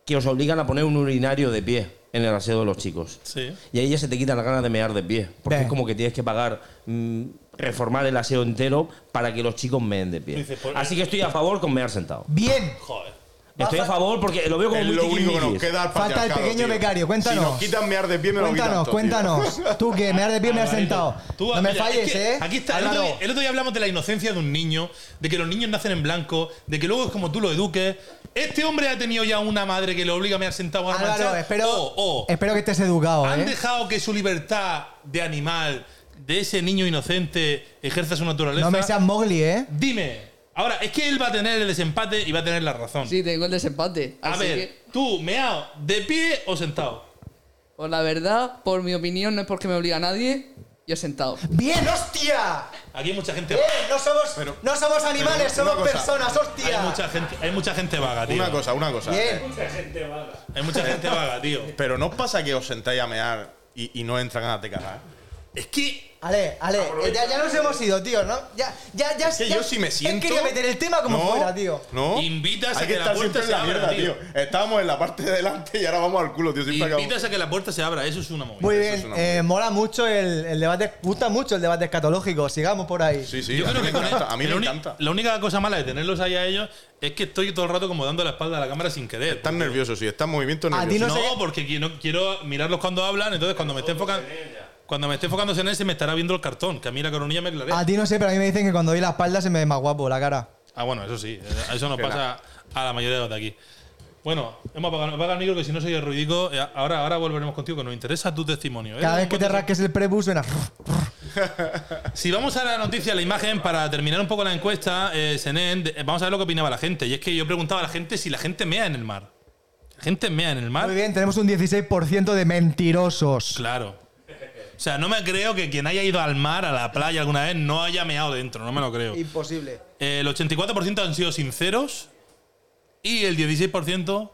S6: que os obligan a poner un urinario de pie en el aseo de los chicos.
S1: Sí.
S6: Y ahí ya se te quitan las ganas de mear de pie, porque
S2: Ve.
S6: es como que tienes que pagar, mm, reformar el aseo entero para que los chicos meen de pie.
S1: Dices, por-
S6: Así que estoy a favor con mear sentado.
S2: Bien.
S1: Joder.
S6: Estoy a favor porque lo veo como
S3: Es
S6: muy
S3: lo único que nos
S6: tiquismiquis.
S3: queda al
S2: Falta el
S3: patriarcado,
S2: pequeño
S3: tío.
S2: becario, cuéntanos.
S3: Si nos quitan mear de pie, me lo quitan
S2: Cuéntanos,
S3: todo, tío.
S2: cuéntanos. Tú que mear de pie me has
S1: Alvarito,
S2: sentado.
S1: tú,
S2: no me
S1: mira,
S2: falles,
S1: es que
S2: ¿eh?
S1: Aquí está. El otro,
S2: Álvaro.
S1: día, el otro día hablamos de la inocencia de un niño, de que los niños nacen en blanco, de que luego es como tú lo eduques. Este hombre ha tenido ya una madre que le obliga a mear sentado a
S2: Álvaro,
S1: marchar.
S2: espero,
S1: O, o,
S2: espero que estés educado,
S1: Oh, han
S2: ¿eh?
S1: dejado que su libertad de animal, de ese niño inocente, ejerza su naturaleza.
S2: No me seas Mowgli, ¿eh?
S1: Dime. Ahora, es que él va a tener el desempate y va a tener la razón.
S5: Sí, tengo el desempate.
S1: a
S5: así
S1: ver,
S5: que-
S1: tú, meao, ¿de pie o sentado?
S5: Pues la verdad, por mi opinión, no es porque me obliga a nadie, yo sentado.
S2: ¡Bien, hostia!
S1: Aquí hay mucha gente.
S2: ¡Bien! No somos,
S3: Pero-
S2: no somos animales,
S3: pero una
S2: somos
S3: cosa,
S2: personas, hostia.
S1: Hay mucha gente, hay mucha gente vaga, tío.
S3: Una cosa, una cosa.
S2: Bien.
S1: Hay mucha gente vaga, tío.
S3: Pero ¿no os pasa que os sentáis a mear y, y no entran ganas de cagar?
S1: Es que
S2: Ale, Ale, eh, ya, ya nos hemos ido, tío, ¿no? Ya, ya, ya.
S3: Es que
S2: ya-
S3: yo si me
S2: él
S3: siento.
S2: quería meter el tema como
S3: No,
S2: fuera, tío.
S3: No.
S1: Invitas a
S3: Hay
S1: que la
S3: estar
S1: puerta
S3: siempre en
S1: se
S3: la
S1: abra,
S3: mierda,
S1: tío.
S3: tío. Estábamos en la parte de delante y ahora vamos al culo, tío. Siempre acabamos-
S1: invitas a que la puerta se abra, eso es una movida.
S2: Muy
S3: Eso es
S2: bien,
S3: una
S2: eh,
S3: movida.
S2: mola mucho el, el debate, gusta mucho el debate escatológico, sigamos por ahí.
S3: Sí, sí.
S1: Yo
S3: a
S1: creo
S3: mí
S1: que
S3: me
S1: con
S3: encanta.
S1: esto-
S3: A mí
S1: la
S3: me
S1: uni-
S3: encanta.
S1: La única cosa mala de tenerlos ahí a ellos es que estoy todo el rato como dando la espalda a la cámara sin querer.
S3: Estás nervioso, sí. Estás en movimiento
S2: A ti
S3: nervioso.
S2: no sé-
S1: No, porque quiero, quiero mirarlos cuando hablan, entonces cuando me esté enfocando. Cuando me esté enfocando en él, se me estará viendo el cartón, que a mí la coronilla me clarea.
S2: A ti no sé, pero a mí me dicen que cuando doy la espalda se me ve más guapo la cara.
S1: Ah, bueno, eso sí. eh, Eso nos
S3: Que
S1: pasa a la mayoría de los de aquí. Bueno, hemos apagado, apaga el micro que si no soy el ruidico, eh, ahora, ahora volveremos contigo, que nos interesa tu testimonio. ¿eh?
S2: Cada vez que te rasques el prepucio suena.
S1: Si vamos a la noticia, a la imagen, para terminar un poco la encuesta, eh, Senén, de- eh, vamos a ver lo que opinaba la gente. Y es que yo preguntaba a la gente si la gente mea en el mar. ¿La gente mea en el mar?
S3: Ah.
S2: Muy bien, tenemos un 16% de mentirosos.
S1: Claro. O sea, no me creo que quien haya ido al mar, a la playa alguna vez, no haya meado dentro, no me lo creo. Eh,
S2: Imposible.
S1: El 84% han sido sinceros y el 16%...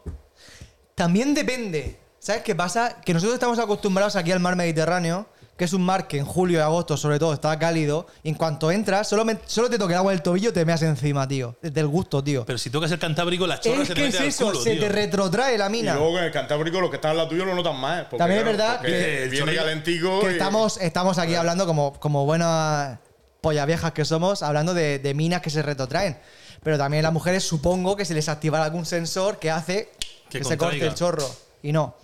S2: También depende. ¿Sabes qué pasa? Que nosotros estamos acostumbrados aquí al mar Mediterráneo, que es un mar que en julio y agosto, sobre todo, está cálido. Y en cuanto entras, solo, me- solo te toca el agua del tobillo, te meas encima, tío. Del gusto, tío.
S1: Pero si tocas el cantábrico, la chorra
S2: Es
S1: se te
S2: que es
S1: mete al
S2: eso,
S1: culo,
S2: se
S1: tío.
S2: te retrotrae la
S3: Y
S2: mina.
S3: luego con el Cantábrico, los que están al lado tuyo lo notan más. porque,
S2: También es
S3: claro,
S2: verdad
S3: porque
S1: que-
S3: viene calentico.
S2: Que
S3: y-
S2: estamos, estamos aquí hablando como, como buenas pollas viejas que somos, hablando de, de minas que se retrotraen. Pero también las mujeres supongo que se les activará algún sensor que hace que,
S1: Que
S2: se corte
S1: contraiga.
S2: el chorro. Y no.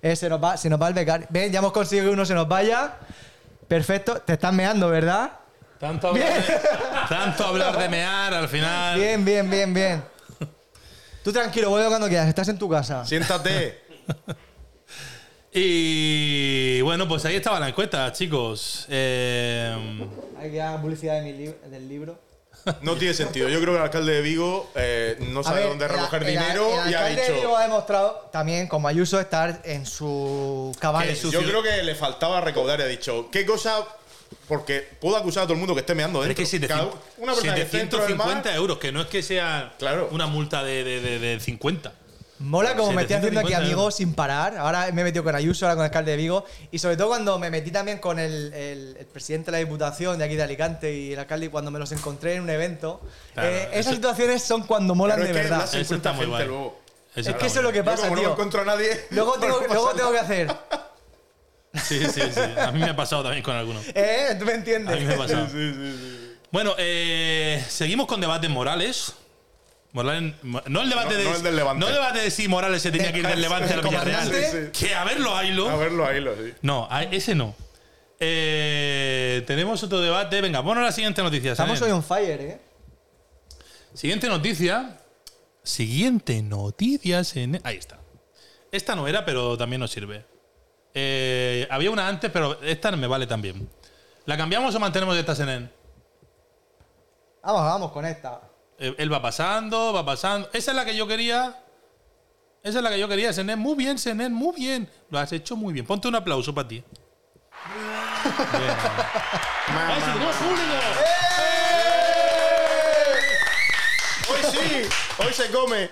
S2: Eh, se, nos va, se nos va el becario. Ven, ya hemos conseguido que uno se nos vaya. Perfecto. Te estás meando, ¿verdad?
S1: Tanto hablar, de, tanto hablar de mear al final.
S2: Bien, bien, bien, bien. Tú tranquilo, vuelve cuando quieras. Estás en tu casa.
S3: Siéntate.
S1: Y bueno, pues ahí estaba la encuesta, chicos. Eh,
S2: Hay que hacer publicidad de mi lib- del libro.
S3: No tiene sentido. Yo creo que el alcalde de Vigo eh, no
S2: A
S3: sabe
S2: ver,
S3: dónde
S2: el-
S3: recoger
S2: el-
S3: dinero
S2: el
S3: y ha
S2: alcalde de
S3: dicho.
S2: Vigo ha demostrado también, como Ayuso, estar en su cabal.
S1: Que su-
S3: Yo
S1: ciudad-
S3: creo que le faltaba recaudar y ha dicho, ¿qué cosa? Porque puedo acusar a todo el mundo que esté meando
S1: pero es que
S3: dentro. Cada
S1: 700
S3: u- una persona que esté dentro del mar-
S1: 750 euros, que no es que sea
S3: Claro.
S1: una multa de, de- de- de 50.
S2: Mola como me estoy haciendo aquí
S1: 750
S2: amigos
S1: euros.
S2: sin parar. Ahora me he metido con Ayuso, ahora con el alcalde de Vigo. Y sobre todo cuando me metí también con el, el- el presidente de la Diputación de aquí de Alicante y el alcalde, y cuando me los encontré en un evento.
S1: Claro,
S2: Eh,
S1: eso-
S2: esas situaciones son cuando molan
S3: Claro,
S2: de
S3: es que es
S2: verdad.
S3: más- 50
S1: Eso está muy
S3: gente
S1: guay.
S3: luego.
S2: Es que eso es lo que
S3: Yo
S2: pasa,
S3: como no
S2: tío.
S3: encuentro a nadie.
S2: Luego tengo,
S3: no
S2: luego
S3: pasa
S2: tengo que hacer.
S1: Sí, sí, sí. A mí me ha pasado también con algunos.
S2: ¿Eh?
S1: A mí
S2: ¿Tú me
S1: me ha
S2: entiendes?
S1: pasado. Bueno, eh, seguimos con debates morales. Morales- no el debate
S3: No,
S1: de
S3: no el del Levante.
S1: no el debate de si Morales se tenía que ir del Levante al Villarreal.
S2: comandante.
S1: Que a verlo, Ailo.
S3: nada. A verlo ahí, lo sí.
S1: No, a- ese no. Eh, tenemos otro debate. Venga, ponos la siguiente noticia.
S2: Estamos hoy
S1: Sanen.
S2: on fire, ¿eh?
S1: Siguiente noticia. Siguiente noticia. Sene- Ahí está. Esta no era, pero también nos sirve. Eh, había una antes, pero esta me vale también. ¿La cambiamos o mantenemos esta Senen?
S2: Vamos, vamos con esta.
S1: Eh, Él va pasando, va pasando. Esa es la que yo quería. Esa es la que yo quería, Senen. Muy bien, Senen, muy bien. Lo has hecho muy bien. Ponte un aplauso para ti. Bien. ¡Ay, si tenemos público!
S3: Hoy sí, hoy se come.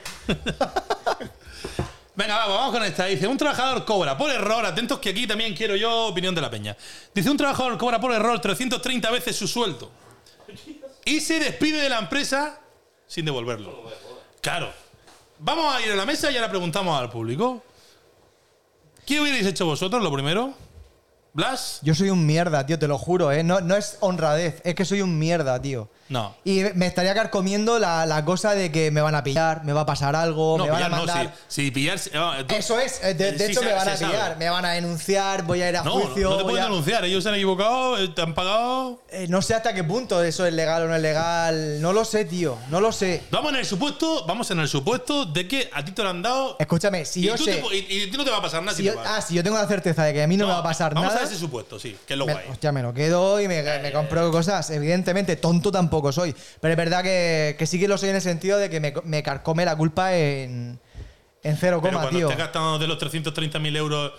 S1: Venga, vamos, vamos con esta. Dice, un trabajador cobra por error, atentos que aquí también quiero yo opinión de la peña. Dice, un trabajador cobra por error 330 veces su sueldo. Y se despide de la empresa sin devolverlo. Claro. Vamos a ir a la mesa y ahora preguntamos al público. ¿Qué hubierais hecho vosotros, lo primero? ¿Blas?
S2: Yo soy un mierda, tío, te lo juro, ¿eh? No, no es honradez, es que soy un mierda, tío.
S1: No.
S2: Y me estaría carcomiendo la, la cosa de que me van a pillar, me va a pasar algo,
S1: No,
S2: me van
S1: pillar
S2: a
S1: no,
S2: mandar.
S1: sí. Si pillar... sí, ah, tú-
S2: Eso es, eh, de, de
S1: Sí,
S2: hecho
S1: se-
S2: me van
S1: se
S2: a
S1: sabe.
S2: pillar, me van a denunciar, voy a ir a
S1: No,
S2: juicio.
S1: no te
S2: voy
S1: pueden
S2: a-
S1: denunciar. Ellos se han equivocado, eh, te han pagado...
S2: Eh, no sé hasta qué punto eso es legal o no es legal. No lo sé, tío, no lo sé.
S1: Vamos en el supuesto, vamos en el supuesto de que a ti te lo han dado
S2: Escúchame, si
S1: y,
S2: yo
S1: tú
S2: sé.
S1: te- y- y a ti no te va a pasar nada.
S2: si
S1: si
S2: yo-
S1: te va.
S2: ah, si yo tengo la certeza de que a mí no, me va a pasar
S1: vamos
S2: nada.
S1: a ese supuesto, sí, que es lo
S2: me-
S1: guay.
S2: hostia, me lo quedo y me, me compro cosas. Evidentemente, tonto tampoco soy. Pero es verdad que, que sí que lo soy en el sentido de que me, me carcome la culpa en, en cero
S1: Pero
S2: coma,
S1: cuando
S2: tío.
S1: estés gastando de los 330.000 euros.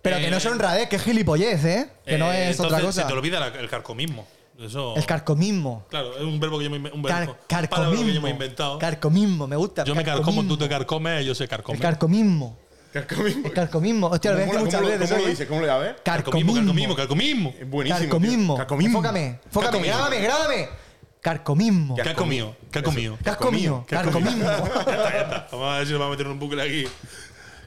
S2: Pero que no
S1: eh,
S2: es honradez, que es gilipollez, ¿eh? Que no
S1: eh,
S2: es otra
S1: entonces
S2: cosa.
S1: Se te olvida la- el carcomismo. Eso,
S2: El carcomismo.
S1: claro, es un verbo que yo me, inve- un verbo,
S2: Car-
S1: un palabra que yo
S2: carcomismo.
S1: me he inventado.
S2: Carcomismo, me gusta.
S1: yo me carcomo, tú
S2: carcomismo.
S1: te carcomes, yo sé carcome.
S2: El carcomismo. El carcomismo. Hostia, lo voy a
S3: ¿Cómo,
S2: decir muchas
S3: la- cómo lo-
S2: veces.
S3: cómo lo
S2: ¿eh?
S3: dices? ¿Cómo lo llamas?
S1: carcomismo, carcomismo,
S2: Carcomismo.
S1: carcomismo.
S3: Es buenísimo. tío.
S2: Carcomismo.
S3: Carcomismo.
S2: Enfócame, enfócame.
S1: Carcomismo.
S2: Grábame, grábame. Carcomismo.
S1: ¿Qué ha comido? ¿Qué ha comido?
S2: Carcomismo. Carcomismo.
S1: Vamos a ver si nos va a meter en un bucle aquí.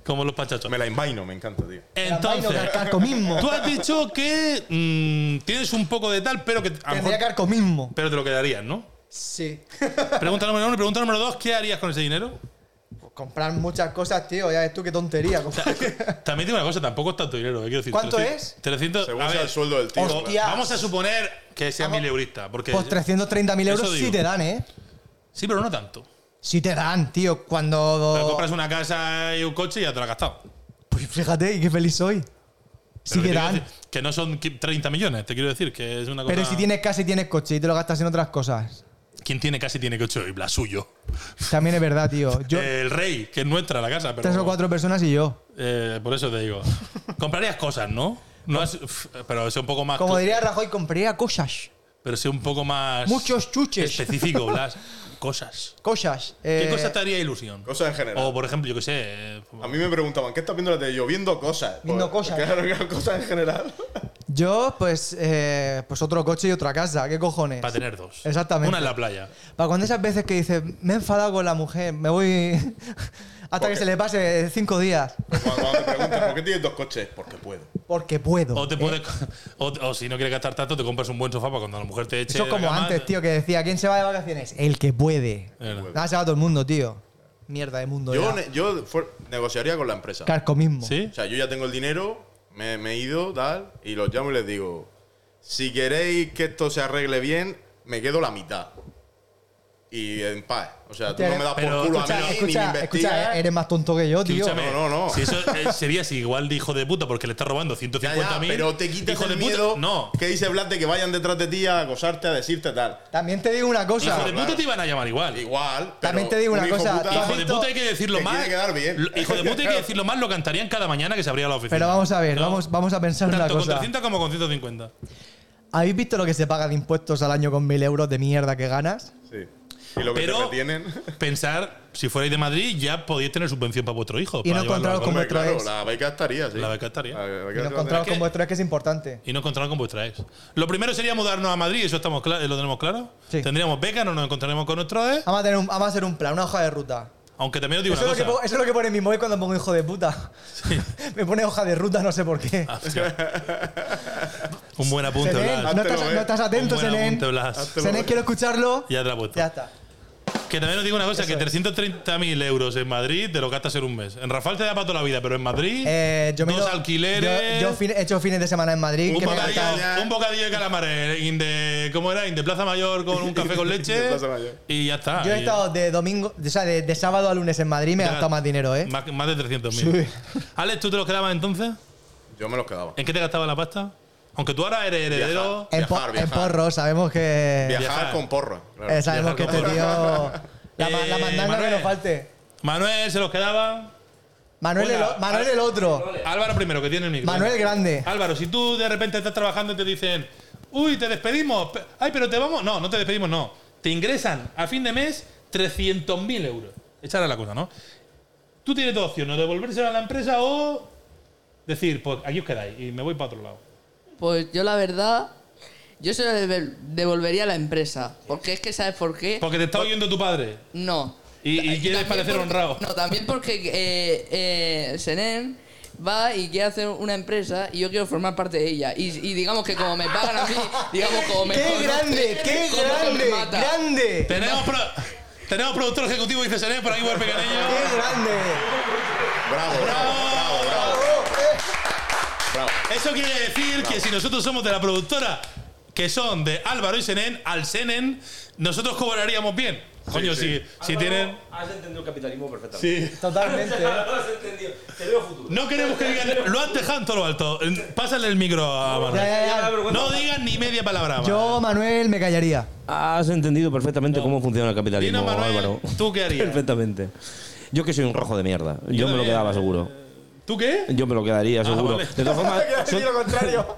S1: Como los pachachos.
S3: Me la invino, me encanta, tío.
S1: Entonces,
S2: Carcomismo, carcomismo.
S1: tú has dicho que mm, tienes un poco de tal, pero que a lo
S2: Tendría
S1: mejor-
S2: carcomismo.
S1: pero te lo quedarías, ¿no?
S2: Sí.
S1: Pregunta número uno, pregunta número dos, ¿qué harías con ese dinero?
S2: Pues Comprar muchas cosas, tío. Ya ves tú qué tontería.
S1: También digo una cosa, tampoco es tanto dinero. eh, quiero decir,
S2: ¿Cuánto
S1: 300,
S2: es?
S1: 300.
S3: Según
S1: a
S3: sea
S1: ver,
S3: el sueldo del tío.
S2: Hostia.
S3: claro.
S1: Vamos a suponer que sea
S2: Vamos.
S1: mil eurista. Porque,
S2: Pues 330.000 euros
S1: Eso
S2: sí
S1: digo.
S2: te dan, ¿eh?
S1: Sí, pero no tanto.
S2: Sí te dan, tío.
S1: Pero
S2: Cuando.
S1: compras una casa y un coche y ya te lo has gastado.
S2: Pues fíjate, y qué feliz soy. Sí
S1: Pero
S2: que
S1: te quiero
S2: dan.
S1: decir Que no son 30 millones, te quiero decir que es una cosa.
S2: Pero si tienes casa y tienes coche y te lo gastas en otras cosas.
S1: Quien tiene casi tiene coche hoy, la suyo.
S2: También es verdad, tío. Yo,
S1: el rey, que es nuestra la casa, pero.
S2: tres o cuatro personas y yo.
S1: eh, por eso te digo. Comprarías cosas, ¿no? No has- f- pero sea un poco más.
S2: Como diría Rajoy, compraría cosas.
S1: Pero sea un poco más.
S2: Muchos chuches.
S1: Específico, Blas. Cosas.
S2: Cosas.
S1: ¿Qué
S2: eh,
S1: cosa te haría ilusión?
S3: Cosas en general.
S1: O, por ejemplo, yo qué sé. eh,
S3: A mí me preguntaban, ¿qué estás viendo la tele? Yo viendo cosas. Pues,
S2: Viendo cosas.
S3: Claro, claro, cosas en general.
S2: Yo, pues, eh, pues otro coche y otra casa. ¿Qué cojones?
S1: Para tener dos.
S2: Exactamente.
S1: Una en la playa.
S2: Para cuando esas veces que dices, me he enfadado con la mujer, me voy hasta que
S3: Ok.
S2: se le pase cinco días.
S3: Cuando, cuando te preguntan, ¿por qué tienes dos coches? Porque puedo.
S2: Porque puedo.
S1: O te
S2: ¿eh?
S1: puedes. O, o si no quieres gastar tanto, te compras un buen sofá para cuando la mujer te eche.
S2: Eso es
S1: de la
S2: como
S1: cama.
S2: antes, tío, que decía, ¿quién se va de vacaciones? El que puede.
S1: Era.
S2: Nada, se va todo el mundo, tío. Mierda de mundo.
S3: Yo,
S2: ya.
S3: ne- yo fuer- negociaría con la empresa.
S2: Carcomismo.
S1: ¿Sí?
S3: O sea, yo ya tengo el dinero, me, me he ido, tal, y los llamo y les digo, si queréis que esto se arregle bien, me quedo la mitad. Y en paz. O sea, tú
S2: Hostia,
S3: no me das por
S1: pero-
S3: culo a mí,
S2: Escucha,
S3: ni me
S2: escucha,
S3: investigas.
S2: escucha, eres más tonto que yo, tío.
S1: Escúchame,
S3: No, no, no.
S1: Si eso eh, sería si igual de hijo de puta porque le está robando
S3: Ya,
S1: 150
S3: ya,
S1: mil.
S3: pero te quitas
S1: hijo
S3: el
S1: de puta,
S3: miedo
S1: No.
S3: que dice Blas de que vayan detrás de ti a acosarte, a decirte tal.
S2: También te digo una cosa.
S1: hijo de puta
S3: claro.
S1: te iban a llamar igual.
S3: Igual, pero
S2: También te digo
S3: un
S2: una
S3: hijo
S2: cosa,
S3: puta-
S2: tú has
S1: Hijo de
S2: visto-
S1: puta hay que decirlo
S3: Ah, que
S1: más.
S3: quiere quedar bien.
S1: Lo- Hijo de puta hay que decirlo más, lo cantarían cada mañana que se abría la oficina.
S2: Pero vamos a ver,
S1: ¿No?
S2: vamos, vamos a pensar
S1: Tanto
S2: una
S1: con
S2: cosa.
S1: 300 como con 150.
S2: ¿Habéis visto lo que se paga de impuestos al año con mil euros de mierda que ganas?
S3: Sí. Y lo que
S1: Pero-
S3: te retienen.
S1: Pensar, si fuerais de Madrid, ya podéis tener subvención para vuestro hijo.
S2: Y
S1: para
S2: no
S1: llevarlo a-
S2: encontraros con-
S3: Hombre,
S2: vuestro
S3: claro,
S2: ex.
S3: la beca estaría, sí.
S1: La beca estaría.
S3: La beca
S2: Y lo
S3: estaría.
S2: encontramos
S1: ¿Qué?
S2: con vuestro es que es importante.
S1: Y no encontraros con vuestra ex. Lo primero sería mudarnos a Madrid, eso estamos cla- eh, lo tenemos claro.
S2: Sí.
S1: Tendríamos beca, no nos encontraremos con nuestro ex.
S2: Vamos a, tener un- vamos a hacer un plan, una hoja de ruta.
S1: Aunque también os digo
S2: Eso es, lo
S1: una
S2: que,
S1: cosa.
S2: po- eso es lo que pone en mi móvil cuando pongo hijo de puta. Me pone hoja de ruta, no sé por qué.
S1: Ah, hostia. Un buen apunte,
S2: Senén,
S1: Blas.
S2: no
S3: Hazte
S2: estás,
S3: lo
S2: no
S3: ver.
S2: estás
S1: Un
S2: atento,
S1: buen
S2: Senén.
S1: apunte, Blas.
S2: Senén, quiero escucharlo.
S1: Ya te la he puesto.
S2: Ya está.
S1: Que también os digo una cosa, que 330.000 euros en Madrid te lo gastas en un mes. En Rafal te da para toda la vida, pero en Madrid,
S2: Eh, yo me he
S1: dos
S2: ido-
S1: alquileres,
S2: Yo, yo fin- he hecho fines de semana en Madrid.
S1: un,
S2: que me
S1: bocadillo,
S2: gastan-
S3: caña.
S1: un bocadillo de calamares, in the- ¿cómo era? In de Plaza Mayor con un café con leche
S3: De Plaza Mayor.
S1: y ya está.
S2: yo he
S1: Y-
S2: estado de domingo, o sea, de, de sábado a lunes en Madrid y me he
S1: Ya,
S2: gastado más dinero, ¿eh?
S1: Más, más de 300.000. Alex, ¿tú te los quedabas entonces?
S3: Yo me los quedaba.
S1: ¿En qué te gastabas la pasta? Aunque tú ahora eres heredero.
S2: En,
S3: Viajar,
S2: po- en
S3: viajar.
S2: porro, sabemos que.
S3: Viajar,
S1: viajar.
S3: con porra. claro.
S2: eh, sabemos
S1: viajar
S2: que
S1: con
S2: este
S1: porro.
S2: tío. La, ma- la
S1: Eh,
S2: mandanga
S1: Manuel.
S2: que nos falte.
S1: Manuel se los quedaba.
S2: Manuel,
S1: Buena.
S2: el, o- Manuel el otro.
S1: Álvaro primero, que tiene el micro.
S2: Manuel
S1: Venga.
S2: Grande.
S1: Álvaro, si tú de repente estás trabajando y te dicen, uy, te despedimos, pe- ay, pero te vamos. No, no te despedimos, no. Te ingresan a fin de mes 300.000 euros. Esa era la cosa, ¿no? Tú tienes dos opciones, devolverse a la empresa o decir, pues aquí os quedáis y me voy para otro lado.
S5: Pues yo la verdad, yo se lo devel- devolvería a la empresa. Porque es que, ¿sabes por qué?
S1: Porque te está oyendo tu padre.
S5: No.
S1: Y- y
S5: Ta-
S1: quieres
S5: Pues- también
S1: parecer
S5: porque-
S1: honrado.
S5: No, también porque eh, eh, Senen va y quiere hacer una empresa y yo quiero formar parte de ella. Y, y digamos que como me pagan a mí, digamos como me
S2: ¡Qué
S5: conoce,
S2: grande! ¡Qué
S5: como que me
S2: grande!
S5: mata.
S2: ¡Grande!
S1: Tenemos, pro- tenemos productor ejecutivo y CSN por aquí, buen
S2: ¡Qué
S1: pequeño.
S2: grande!
S3: Bravo, bravo, bravo, bravo, bravo.
S1: Eso quiere decir que si nosotros somos de la productora, que son de Álvaro y Senen, al Senen, nosotros cobraríamos bien. Coño,
S3: sí.
S1: si, si tienen.
S6: Ah,
S4: Has entendido el capitalismo perfectamente.
S1: Sí.
S2: Totalmente.
S4: Lo has entendido. Te veo futuro.
S1: No queremos que digan. Lo has dejado en todo lo alto. Pásale el micro a
S2: Ya,
S1: Manuel.
S2: ya, ya.
S4: Ya, pero bueno,
S1: No digan ni media palabra más.
S2: Yo, Manuel, me callaría.
S6: Has entendido perfectamente cómo funciona el capitalismo,
S1: Dinos, Manuel,
S6: Álvaro.
S1: ¿tú qué harías?
S6: Perfectamente. Yo que soy un rojo de mierda. Yo, me lo
S1: también.
S6: quedaba seguro.
S1: ¿Tú qué?
S6: Yo me lo quedaría seguro.
S1: vale.
S6: De todas formas, son
S2: lo contrario.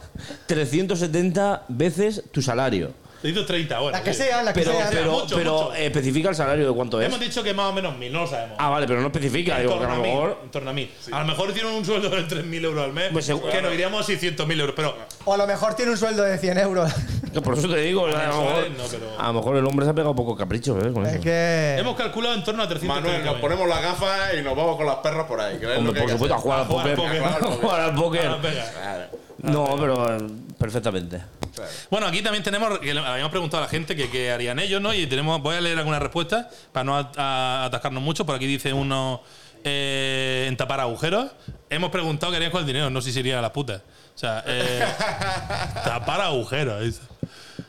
S6: 370 veces tu salario.
S1: Te hizo 30 horas.
S2: Las que sean, las que
S6: Pero,
S2: sean.
S6: pero,
S1: Mucho,
S6: pero eh,
S1: mucho.
S6: especifica el salario de cuánto es.
S1: Hemos dicho que más o menos mil, no lo sabemos.
S6: Ah, vale, pero no especifica.
S1: En
S6: Digo, que
S1: torno,
S6: a
S1: a
S6: lo
S1: mí,
S6: mejor.
S1: en torno a mí. A lo mejor tienen un sueldo de 3.000 euros al mes,
S6: Pues seguro.
S1: que nos iríamos a 600.000 euros. Pero
S2: O a lo mejor tiene un sueldo de 100 euros.
S6: que Por eso te digo. A lo, mejor,
S1: mensuales no, pero-
S6: a lo mejor el hombre se ha pegado poco capricho, ¿eh? Con
S2: Es
S6: eso.
S2: que.
S1: hemos calculado en torno a 300
S3: Manuel, nos ponemos las gafas y nos vamos con las perras por ahí. que es lo que hay
S6: Hombre, por
S3: que
S6: supuesto, a
S3: hacer.
S6: jugar
S1: A
S6: al
S1: jugar al
S6: póker.
S1: póker.
S6: A jugar al póker.
S1: Ah,
S3: Claro,
S6: No, pero eh, perfectamente.
S3: claro.
S1: Bueno, aquí también tenemos, que le habíamos preguntado a la gente que qué harían ellos, ¿no? Y tenemos, voy a leer algunas respuestas para no at- a- atascarnos mucho. Por aquí dice uno eh, en tapar agujeros. Hemos preguntado qué harían con el dinero, no sé si irían a las putas. O sea, eh, tapar agujeros. dice.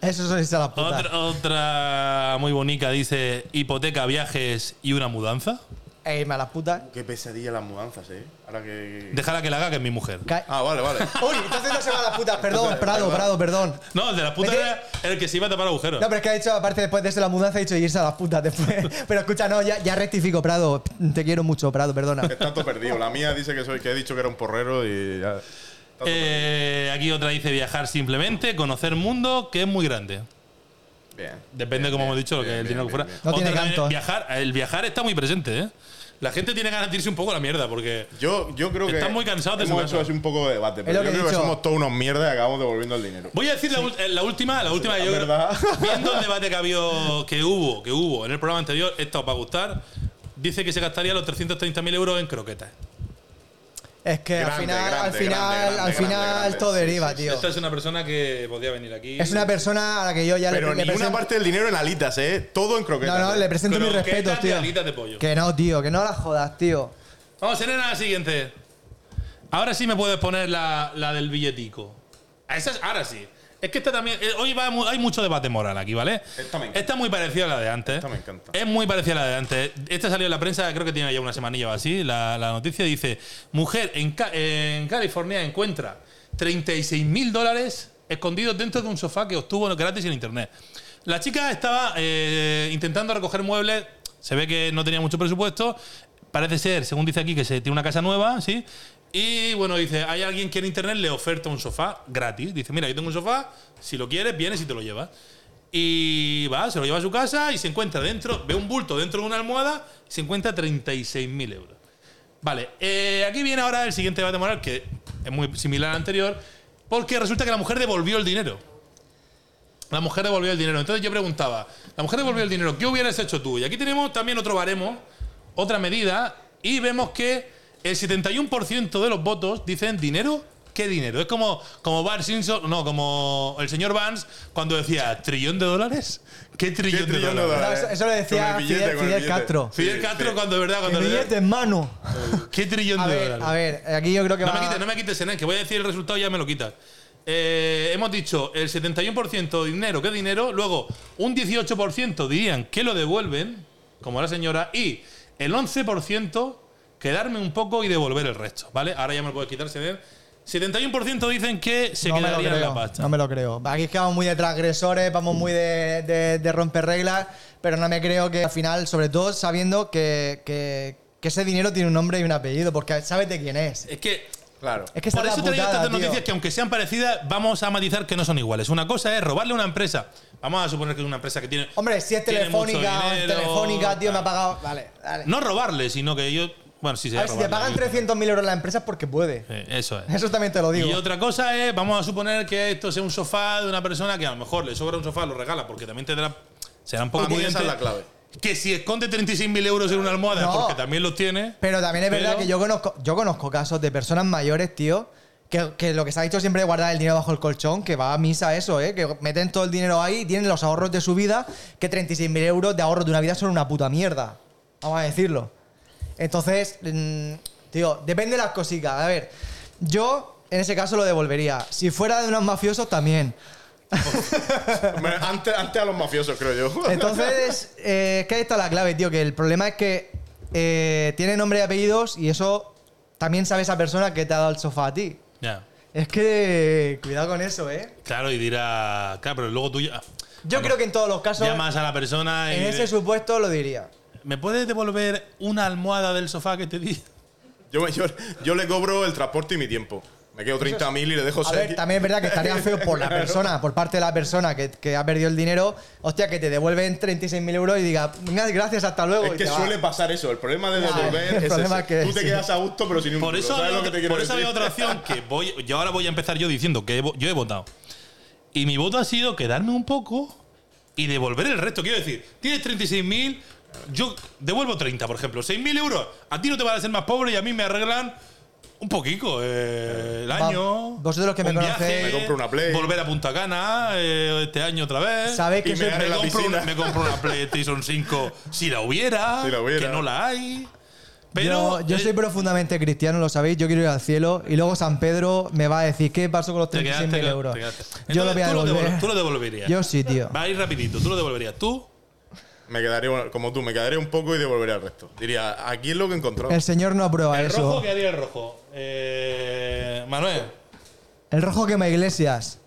S2: Eso son irse a la puta.
S1: Otra, otra muy bonita dice hipoteca, viajes y una mudanza.
S2: E irme a la puta.
S3: Qué pesadilla las mudanzas, eh. Ahora que.
S1: Déjala que la haga, que es mi mujer.
S2: Ca-
S3: Ah, vale, vale.
S2: Uy, entonces no se va a la puta. Perdón, Prado, Prado, perdón.
S1: No, el de las putas
S2: ¿De qué?
S1: era el que se iba a tapar agujeros.
S2: No, pero es que ha dicho, aparte después de eso, la mudanza, ha dicho irse a la puta después. Pero escucha, no, ya, ya rectifico, Prado. Te quiero mucho, Prado, perdona.
S3: Que Está todo perdido. La mía dice que soy, que he dicho que era un porrero y ya.
S1: Eh, aquí otra dice viajar simplemente, conocer mundo, que es muy grande.
S3: Bien.
S1: Depende, como hemos dicho, lo que
S3: bien,
S1: el dinero que
S3: bien,
S1: fuera.
S3: bien,
S2: bien. No
S1: Otra
S2: tiene
S1: también,
S2: canto, ¿eh?
S1: Viajar, el viajar está muy presente, ¿eh? La gente tiene ganas de irse un poco a la mierda porque.
S3: Yo, yo creo que.
S1: Están muy cansados de
S3: Hemos
S1: su
S3: hecho
S1: casa.
S3: así un poco de debate. Pero
S2: lo
S3: yo
S2: que he
S3: creo que
S2: dicho.
S3: somos todos unos mierdas y acabamos devolviendo el dinero.
S1: Voy a decir la, ul- eh, la última, la última yo creo-
S3: verdad.
S1: Viendo el debate que, había- que hubo, que hubo en el programa anterior, esta os va a gustar. Dice que se gastaría los 330.000 euros en croquetas.
S2: Es que al
S3: Grande,
S2: final, al
S3: grande,
S2: final,
S3: grande, grande,
S2: al final
S3: grande, grande.
S2: todo
S3: Sí, sí,
S2: deriva,
S3: sí.
S2: tío.
S1: Esta es una persona que podía venir aquí.
S2: Es una persona a la que yo ya
S3: Pero
S2: le, le
S3: ni una
S2: presento-
S3: parte del dinero en alitas, eh. Todo en croquetas.
S2: No, no,
S3: eh.
S2: le presento mis
S1: Croquetas
S2: respetos,
S1: de
S2: tío.
S1: alitas de pollo.
S2: Que no, tío, que no la jodas, tío.
S1: Vamos, Serena, a la siguiente. Ahora sí me puedes poner la, la del billetico. A esa es- ahora sí. Es que esta también. eh, hoy va mu- hay mucho debate moral aquí, ¿vale?
S3: Esta me encanta.
S1: es muy parecida a la de antes.
S3: Esta me encanta.
S1: ¿eh? Es muy parecida a la de antes. Esta salió en la prensa, creo que tiene ya una semanilla o así. La, la noticia dice: Mujer en, Ca- en California encuentra 36 mil dólares escondidos dentro de un sofá que obtuvo gratis en internet. La chica estaba eh, intentando recoger muebles. Se ve que no tenía mucho presupuesto. Parece ser, según dice aquí, que se tiene una casa nueva, ¿sí? Y bueno, dice, hay alguien que en internet le oferta un sofá gratis. Dice, mira, yo tengo un sofá, si lo quieres, vienes y te lo llevas. Y va, se lo lleva a su casa y se encuentra dentro, ve un bulto dentro de una almohada y se encuentra 36.000 euros. Vale, eh, aquí viene ahora el siguiente debate moral, que es muy similar al anterior, porque resulta que la mujer devolvió el dinero. La mujer devolvió el dinero. Entonces yo preguntaba, la mujer devolvió el dinero, ¿qué hubieras hecho tú? Y aquí tenemos también otro baremo, otra medida, y vemos que el 71% de los votos dicen dinero ¿qué dinero? Es como, como Bart Simpson, no, como el señor Vance cuando decía, ¿trillón de dólares? ¿Qué trillón,
S3: ¿Qué trillón
S1: de
S3: de
S1: dólares?
S3: dólares?
S2: No, eso- eso lo decía
S3: Con el billete,
S2: Fidel-
S3: con el
S2: Fidel
S3: billete.
S2: Castro.
S1: Fidel
S3: Sí,
S1: Castro
S3: sí.
S1: cuando, ¿verdad?
S2: El
S1: Cuando le-
S2: billete en mano.
S1: ¿Qué trillón
S2: A
S1: de
S2: ver,
S1: dólares?
S2: a ver, aquí yo creo que
S1: No
S2: va.
S1: me quites, no me quites, Senén, que voy a decir el resultado y ya me lo quitas. Eh, hemos dicho el 71% dinero, ¿qué dinero? Luego, un 18% dirían que lo devuelven, como la señora, y el 11% quedarme un poco y devolver el resto, ¿vale? Ahora ya me lo puedes quitar, Senén. 71% dicen que se
S2: no me lo
S1: quedarían
S2: creo.
S1: la pasta.
S2: No me lo creo. Aquí es que vamos muy de transgresores, vamos muy de, de- de romper reglas, pero no me creo que al final, sobre todo sabiendo que, que- que ese dinero tiene un nombre y un apellido, porque sabes de quién es.
S1: Es que
S3: Claro.
S2: Es que esa
S1: Por
S2: es
S1: eso
S2: la
S1: te digo
S2: putada,
S1: estas dos
S2: tío.
S1: noticias que aunque sean parecidas, vamos a matizar que no son iguales. Una cosa es robarle a una empresa. Vamos a suponer que es una empresa que tiene.
S2: Hombre, si es
S1: tiene
S2: telefónica,
S1: mucho
S2: o
S1: dinero,
S2: telefónica, tío, me ha
S1: tal.
S2: pagado. Vale, dale.
S1: No robarle, sino que yo. Bueno, sí, se
S2: a ver, si te pagan 300.000 euros la empresa es porque puede.
S1: Eso es.
S2: Eso también te lo digo.
S1: Y otra cosa es, vamos a suponer que esto sea un sofá de una persona que a lo mejor le sobra un sofá, lo regala, porque también tendrá. Será un poco
S3: Para mí esa
S1: pudiente.
S3: es la clave.
S1: Que si esconde 36.000 euros en una almohada,
S2: No.
S1: porque también los tiene.
S2: Pero también es verdad
S1: Pero-
S2: que yo conozco, yo conozco casos de personas mayores, tío, que, que lo que se ha dicho siempre es guardar el dinero bajo el colchón, que va a misa eso, ¿eh? Que meten todo el dinero ahí, tienen los ahorros de su vida, que 36.000 euros de ahorros de una vida son una puta mierda. Vamos a decirlo. Entonces, mm, tío, depende de las cositas. A ver, yo en ese caso lo devolvería. Si fuera de unos mafiosos, también.
S3: Hombre, antes, antes a los mafiosos, creo yo.
S2: Entonces, eh, es que ahí está la clave, tío, que el problema es que eh, tiene nombre y apellidos y eso también sabe esa persona que te ha dado el sofá a ti.
S1: Ya.
S2: Es que cuidado con eso, ¿eh.
S1: Claro, y dirá. Claro, pero luego tú ya.
S2: Yo creo que en todos los casos,
S1: Llamas a la persona y.
S2: en ese
S1: diré-
S2: supuesto lo diría.
S1: ¿Me puedes devolver una almohada del sofá que te di?
S3: Yo, me- yo, yo le cobro el transporte y mi tiempo. Me quedo 30.000 y le dejo
S2: A
S3: 6.
S2: ver, también es verdad que estaría feo por la persona, por parte de la persona que, que ha perdido el dinero, hostia, que te devuelven 36.000 euros y diga, "Venga, gracias, hasta luego.
S3: Es
S2: y
S3: que
S2: te va.
S3: suele pasar eso. El problema de
S2: Ya,
S3: devolver
S2: el
S3: es
S2: problema
S3: ese.
S2: es que
S3: Tú te
S2: sí.
S3: quedas a gusto, pero sin un
S1: Por
S3: duro.
S1: eso,
S3: ¿Sabes
S1: había,
S3: lo que te
S1: otra,
S3: quiero
S1: por eso
S3: decir?
S1: había otra opción que voy. Yo ahora voy a empezar yo diciendo que he vo- yo he votado. Y mi voto ha sido quedarme un poco y devolver el resto. Quiero decir, tienes 36.000, yo devuelvo 30, por ejemplo. 6.000 euros. A ti no te van a hacer más pobre y a mí me arreglan un poquito eh, el
S2: Va-
S1: año.
S2: vosotros los que me
S1: un viaje,
S2: conocéis-
S3: Me compro una Play.
S1: Volver a Punta Cana eh, este año otra vez.
S2: Sabéis que
S3: Y me
S2: soy-
S3: haré
S1: Me
S3: la
S1: compro,
S3: piscina.
S1: una, me compro una PlayStation 5 si la hubiera,
S3: Si la hubiera.
S1: que no la hay. Pero
S2: yo, yo
S1: eh,
S2: soy profundamente cristiano, lo sabéis, yo quiero ir al cielo y luego San Pedro me va a decir qué pasó con los
S1: Te quedaste,
S2: 36.000
S1: te
S2: euros.
S1: quedaste.
S2: yo lo
S1: Entonces,
S2: voy a
S1: tú devol-
S2: devolver.
S1: tú lo devolverías.
S2: yo sí, tío.
S1: Va a ir rapidito, tú lo devolverías. Tú,
S3: Me quedaría, bueno, como tú, me quedaría un poco y devolvería el resto. Diría, aquí es lo que he encontrado.
S2: El señor no aprueba
S1: el
S2: eso.
S1: rojo, ¿qué haría el rojo? Eh, Manuel,
S2: El rojo quema iglesias.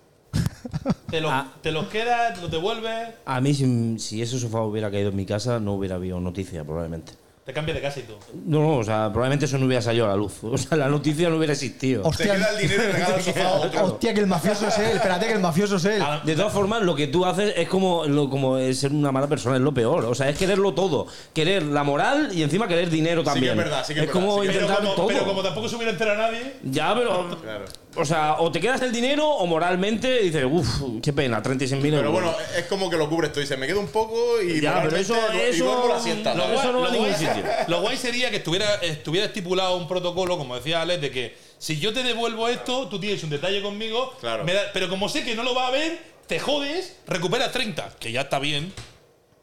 S1: te los,
S6: Ah.
S1: te los quedas, los devuelves,
S6: A mí, si, si ese sofá hubiera caído en mi casa, no hubiera habido noticia, probablemente.
S1: te cambias de casa y tú.
S6: No, no, o sea, probablemente eso no hubiera salido a la luz. O sea, la noticia no hubiera existido.
S3: Te queda el dinero y regala el sofá a otro. Ah,
S2: Hostia, que el mafioso es él. Espérate, que el mafioso es él.
S6: De todas formas, lo que tú haces es como, lo- como es ser una mala persona, es lo peor. O sea, es quererlo todo. Querer la moral y encima querer dinero
S3: que
S6: también.
S3: es verdad, sí que es verdad,
S6: como
S3: sí que es
S1: Pero
S6: intentar
S1: como,
S6: todo.
S1: pero como tampoco se hubiera enterado nadie,
S6: Ya, pero.
S3: Claro.
S6: O sea, o te quedas el dinero o moralmente dices, uff, qué pena, 36.000 euros.
S3: Pero bueno, es como que lo cubres. Tú dices, me quedo un poco y.
S6: Ya, pero
S3: moralmente
S6: eso-
S3: du- y
S6: eso-
S3: duermo la siesta.
S6: lo-
S3: ¿sabes?
S6: eso no va a ningún
S1: guay-
S6: sitio.
S1: lo guay sería que estuviera, estuviera estipulado un protocolo, como decía Alex, de que si yo te devuelvo esto, tú tienes un detalle conmigo,
S3: Claro.
S1: me da- pero como sé que no lo va a ver, te jodes, recuperas 30, que ya está bien.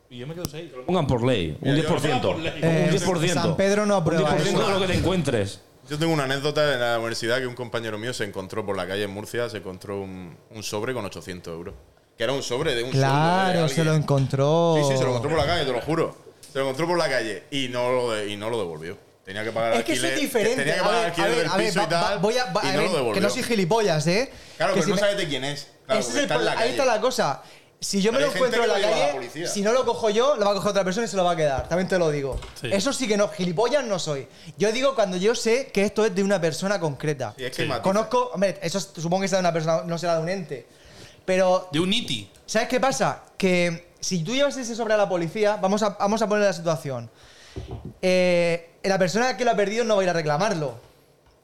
S1: Y yo me quedo 6.
S6: Pongan por ley, un
S3: Mira, yo-
S1: Pongan
S6: 10%.
S1: por ley.
S6: Un
S2: Eh,
S6: 10%.
S2: San Pedro no aprueba
S6: Un 10%
S2: eso.
S6: de lo que te encuentres.
S3: Yo tengo una anécdota en la universidad que un compañero mío se encontró por la calle en Murcia, se encontró un, un sobre con 800 euros. Que era un sobre de un sueldo de
S2: Claro,
S3: alguien.
S2: se lo encontró.
S3: Sí, sí, se lo encontró por la calle, te lo juro. Se lo encontró por la calle y no lo, de- y no lo devolvió. Tenía que pagar
S2: Es que eso
S3: alquiler.
S2: es diferente.
S3: Tenía que
S2: A
S3: pagar
S2: ver, a
S3: alquiler
S2: ver,
S3: del
S2: a ver,
S3: piso
S2: va-
S3: y tal.
S2: va- voy a- va-
S3: y
S2: a
S3: no
S2: ver,
S3: lo devolvió.
S2: que no soy gilipollas, ¿eh?
S3: Claro,
S2: que
S3: pero
S2: si
S3: no
S2: me-
S3: sabes de quién es. Claro,
S2: Ese es
S3: porque
S2: el
S3: está en la
S2: problema.
S3: calle.
S2: Ahí está la cosa. Si yo me
S3: Hay
S2: lo
S3: gente
S2: encuentro
S3: que
S2: en la
S3: lo lleva a la
S2: calle,
S3: policía.
S2: si no lo cojo yo, lo va a coger otra persona y se lo va a quedar. También te lo digo.
S1: Sí.
S2: Eso sí que no, gilipollas no soy. Yo digo cuando yo sé que esto es de una persona concreta.
S3: Y es que hay matices.
S2: Conozco, hombre, eso es- supongo que será de una persona, no será de un ente. Pero
S1: De un niti.
S2: ¿Sabes qué pasa? Que si tú llevas ese sobre a la policía, vamos a, vamos a poner la situación. Eh, la persona que lo ha perdido no va a ir a reclamarlo.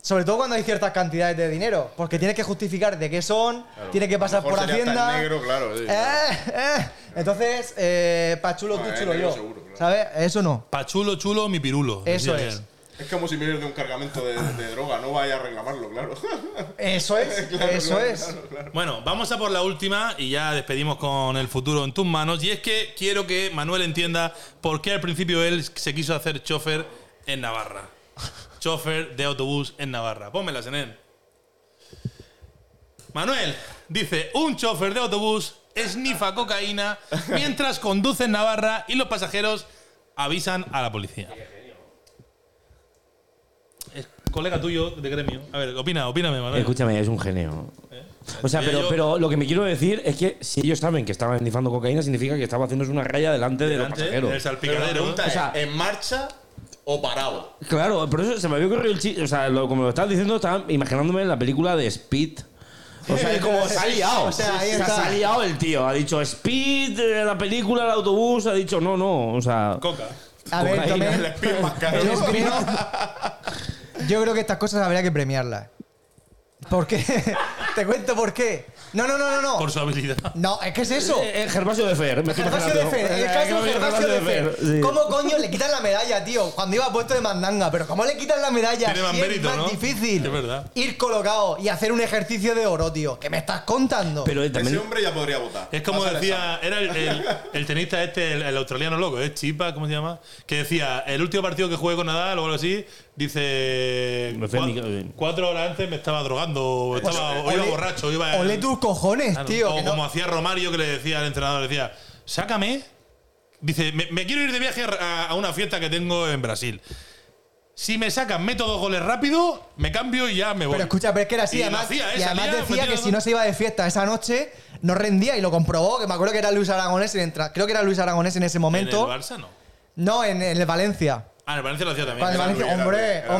S2: Sobre todo cuando hay ciertas cantidades de dinero. Porque tienes que justificar de qué son,
S3: Claro,
S2: tiene
S3: a
S2: que
S3: lo
S2: pasar
S3: mejor
S2: por
S3: sería hasta en
S2: Hacienda.
S3: negro, claro, sí,
S2: Eh,
S3: claro.
S2: eh. Entonces, eh, pa' chulo
S3: No,
S2: tú,
S3: en
S2: chulo
S3: negro
S2: yo.
S3: seguro, claro.
S2: ¿Sabes? Eso no.
S1: Pa' chulo, chulo, mi pirulo.
S2: Eso
S1: decía
S2: es.
S1: él.
S3: Es como si vienes de un cargamento de, de droga, no vaya a reclamarlo, claro.
S2: Eso es,
S3: Claro,
S2: eso
S3: claro,
S2: es.
S3: claro, claro.
S1: Bueno, vamos a por la última y ya despedimos con el futuro en tus manos. Y es que quiero que Manuel entienda por qué al principio él se quiso hacer chofer en Navarra. chofer de autobús en Navarra. Pónmela, Senén. Manuel dice: un chofer de autobús esnifa cocaína mientras conduce en Navarra y los pasajeros avisan a la policía. Es colega tuyo de gremio. A ver, opina, opíname, Manuel.
S6: Escúchame, es un genio.
S3: ¿Eh?
S6: O sea,
S1: Ya
S6: pero,
S1: yo-
S6: pero lo que me quiero decir es que si ellos saben que estaban endifando cocaína, significa que estaba haciéndose una raya delante,
S1: Delante,
S6: de
S1: El
S6: los pasajeros.
S3: Pero la
S1: salpicadero.
S3: pregunta
S6: O
S2: eh,
S6: sea-
S3: es, ¿en marcha o parado?
S6: Claro, por eso se me había ocurrido el chiste. O sea, lo- como lo estás diciendo, estaba imaginándome en la película de Speed. O sea, es como se ha liado.
S2: O sea, ahí
S6: O sea,
S2: está.
S6: se ha liado el tío. Ha dicho Speed, eh, la película, el autobús. Ha dicho no, no. O sea,
S1: Coca.
S2: A ver,
S6: Cocaína.
S2: también.
S3: El speed más caro.
S2: el speed- Yo creo que estas cosas habría que premiarlas. ¿Por qué? Te cuento por qué. No, no, no, no,
S1: Por
S2: no.
S1: su habilidad.
S2: No, es que es eso.
S6: Eh, eh, Gervasio de Fer. me estoy
S2: Gervasio de
S6: imaginando.
S2: Fer, el
S6: Eh,
S2: caso de Gervasio de Fer.
S6: sí.
S2: ¿Cómo coño le quitan la medalla, tío? Cuando iba puesto de mandanga, pero ¿cómo le quitan la medalla?
S1: Tiene más
S2: Si
S1: mérito,
S2: es más
S1: ¿no?
S2: difícil
S1: Es verdad.
S2: ir colocado y hacer un ejercicio de oro, tío. ¿Qué me estás contando?
S6: Pero eh,
S3: Ese
S6: también.
S3: hombre ya podría votar.
S1: Es como
S3: Pasa el
S1: decía, era el, el- el tenista este, el, el australiano loco, ¿eh? Chipa, ¿cómo se llama? Que decía, el último partido que jugué con Nadal o algo así, dice,
S6: Me fue
S1: "Cua-
S6: ni-
S1: cuatro horas antes me estaba drogando, o, estaba, o iba
S2: Pues, ole-
S1: borracho, iba...
S2: Ole tus cojones,
S1: Claro,
S2: tío.
S1: o
S2: que no-
S1: como hacía Romario, que le decía al entrenador, le decía, sácame. Dice, me, me quiero ir de viaje a, a una fiesta que tengo en Brasil. Si me sacan, meto dos goles rápido, me cambio y ya me voy.
S2: Pero escucha, pero es que era así.
S1: Y lo
S2: además,
S1: hacía, ¿eh?
S2: y además
S1: Salía,
S2: decía
S1: metía
S2: que
S1: dos-
S2: si no se iba de fiesta esa noche, no rendía y lo comprobó. Que me acuerdo que era Luis Aragonés. en entra- creo que era Luis Aragonés en ese
S1: ¿En el
S2: momento.
S1: Barça no?
S2: no, en, en el Valencia.
S1: Ah, en el Valencia lo hacía también.
S2: Vale,
S1: Era
S2: Valencia,
S3: Luis, era Luis,
S2: hombre,
S3: era Luis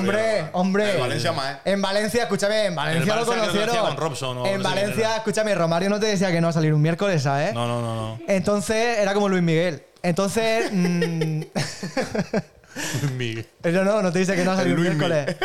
S2: hombre, hombre.
S3: Aragonés. En Valencia más, ¿eh?
S2: En Valencia, escúchame, en Valencia
S1: En
S2: lo
S1: el Barça creo que lo
S2: conocieron.
S1: hacía con Robson o no sé
S2: en
S1: quién
S2: Valencia,
S1: era.
S2: escúchame, Romario no te decía que no va a salir un miércoles, ¿sabes?
S1: No, no, no, no.
S2: Entonces era como Luis Miguel. Entonces. mm,
S1: Miguel.
S2: Eh, No, no, no te dice que no ha salido
S3: El
S2: un
S3: Luismi.
S2: miércoles.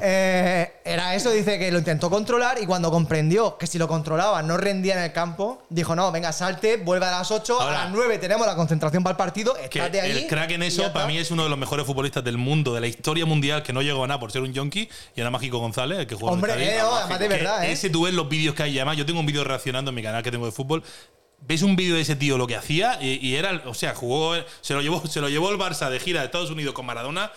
S2: Eh, era eso, dice que lo intentó controlar y cuando comprendió que si lo controlaba no rendía en el campo, dijo, no, venga, salte, vuelve a las 8,
S1: Ahora-
S2: a las 9 tenemos la concentración para el partido,
S1: Que
S2: estate ahí.
S1: el crack en
S2: y ya
S1: eso, para
S2: está".
S1: mí, es uno de los mejores futbolistas del mundo, de la historia mundial, que no llegó a nada por ser un yonki, y era Mágico González, el que jugó en
S2: Hombre,
S1: el Cádiz.
S2: eh, oh, además de
S1: Que
S2: verdad, eh.
S1: Ese tú ves los vídeos que hay, y además yo tengo un vídeo reaccionando en mi canal que tengo de fútbol. Ves un vídeo de ese tío lo que hacía y, y era, o sea, jugó, se lo llevó, se lo llevó el Barça de gira de Estados Unidos con Maradona.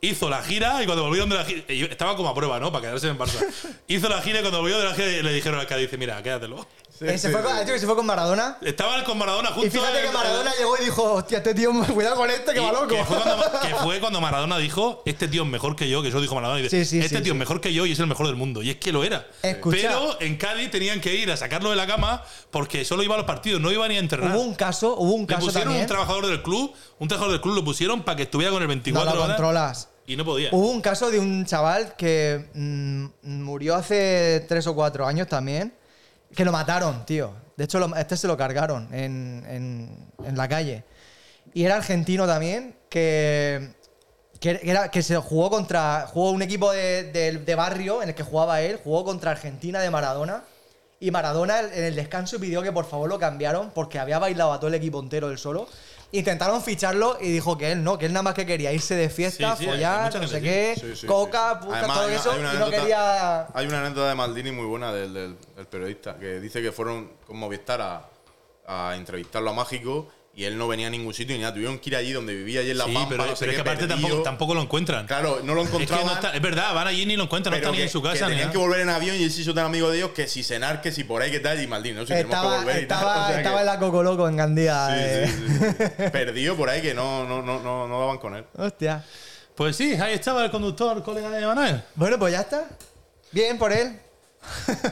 S1: Hizo la gira y cuando volvieron de la gira, y estaba como a prueba, ¿no? Para quedarse en Barça. Hizo la gira y cuando volvió de la gira le dijeron al Cádiz, dice, mira, quédatelo.
S3: Sí,
S2: Eh, se
S3: sí,
S2: fue con-
S3: sí.
S2: ha dicho que se fue con Maradona.
S1: Estaban con Maradona justo.
S2: Y fíjate que
S1: en-
S2: Maradona llegó y dijo, hostia, este tío, cuidado con este, que
S1: Y
S2: va loco.
S1: Que fue, cuando, que fue cuando Maradona dijo, este tío es mejor que yo, que eso dijo Maradona. y dice,
S2: Sí, sí,
S1: este
S2: sí,
S1: tío es
S2: sí.
S1: mejor que yo y es el mejor del mundo. Y es que lo era.
S2: Escucha.
S1: Pero en Cádiz tenían que ir a sacarlo de la cama porque solo iba a los partidos, no iba ni a entrenar.
S2: Hubo un caso, hubo un
S1: Le
S2: caso
S1: pusieron
S2: también.
S1: un trabajador del club, un trabajador del club lo pusieron para que estuviera con el
S2: no
S1: 24
S2: lo
S1: horas
S2: controlas.
S1: y no podía.
S2: Hubo un caso de un chaval que mm, murió hace tres o cuatro años también, que lo mataron, tío. De hecho, lo- este se lo cargaron en, en- en la calle. Y era argentino también, que, que, era, que se jugó contra. Jugó un equipo de, de- de barrio en el que jugaba él, jugó contra Argentina de Maradona. Y Maradona en el descanso pidió que por favor lo cambiaron porque había bailado a todo el equipo entero él solo. Intentaron ficharlo y dijo que él no, que él nada más que quería irse de fiesta,
S1: Sí, sí, hay
S2: follar,
S1: mucha
S2: no sé
S1: gente,
S2: qué,
S3: Sí, sí,
S2: coca,
S3: sí.
S2: puta,
S3: Además,
S2: todo
S3: hay una-
S2: eso.
S3: hay una
S2: y no
S3: anécdota-
S2: quería.
S3: Hay una anécdota de Maldini muy buena del, del- del periodista que dice que fueron con Movistar a, a entrevistarlo a Mágico y él no venía a ningún sitio ni nada. Tuvieron que ir allí donde vivía, allí en La
S1: sí,
S3: Pampa,
S1: pero,
S3: no sé
S1: pero es
S3: qué,
S1: que aparte
S3: perdido.
S1: tampoco, tampoco lo encuentran.
S3: Claro, no lo
S1: es, que no
S3: encontraban.
S1: está- es verdad, van allí y ni lo encuentran, no
S3: pero
S1: están ni
S3: que-
S1: en su
S3: que
S1: casa. ni
S3: tenían
S1: nada.
S3: que volver en avión y él se hizo tan amigo de ellos que si cenar, que si por ahí, que tal, y Maldini, no sé, tenemos que
S2: Estaba,
S3: volver y tal.
S2: estaba,
S3: O sea que-
S2: estaba en la Coco Loco en Gandía. eh.
S3: Sí, sí, sí, sí. Perdido por ahí que no, no, no, no, no daban con él.
S2: Hostia.
S1: Pues sí, ahí estaba el conductor, colega de Manuel.
S2: Bueno, pues ya está. Bien por él.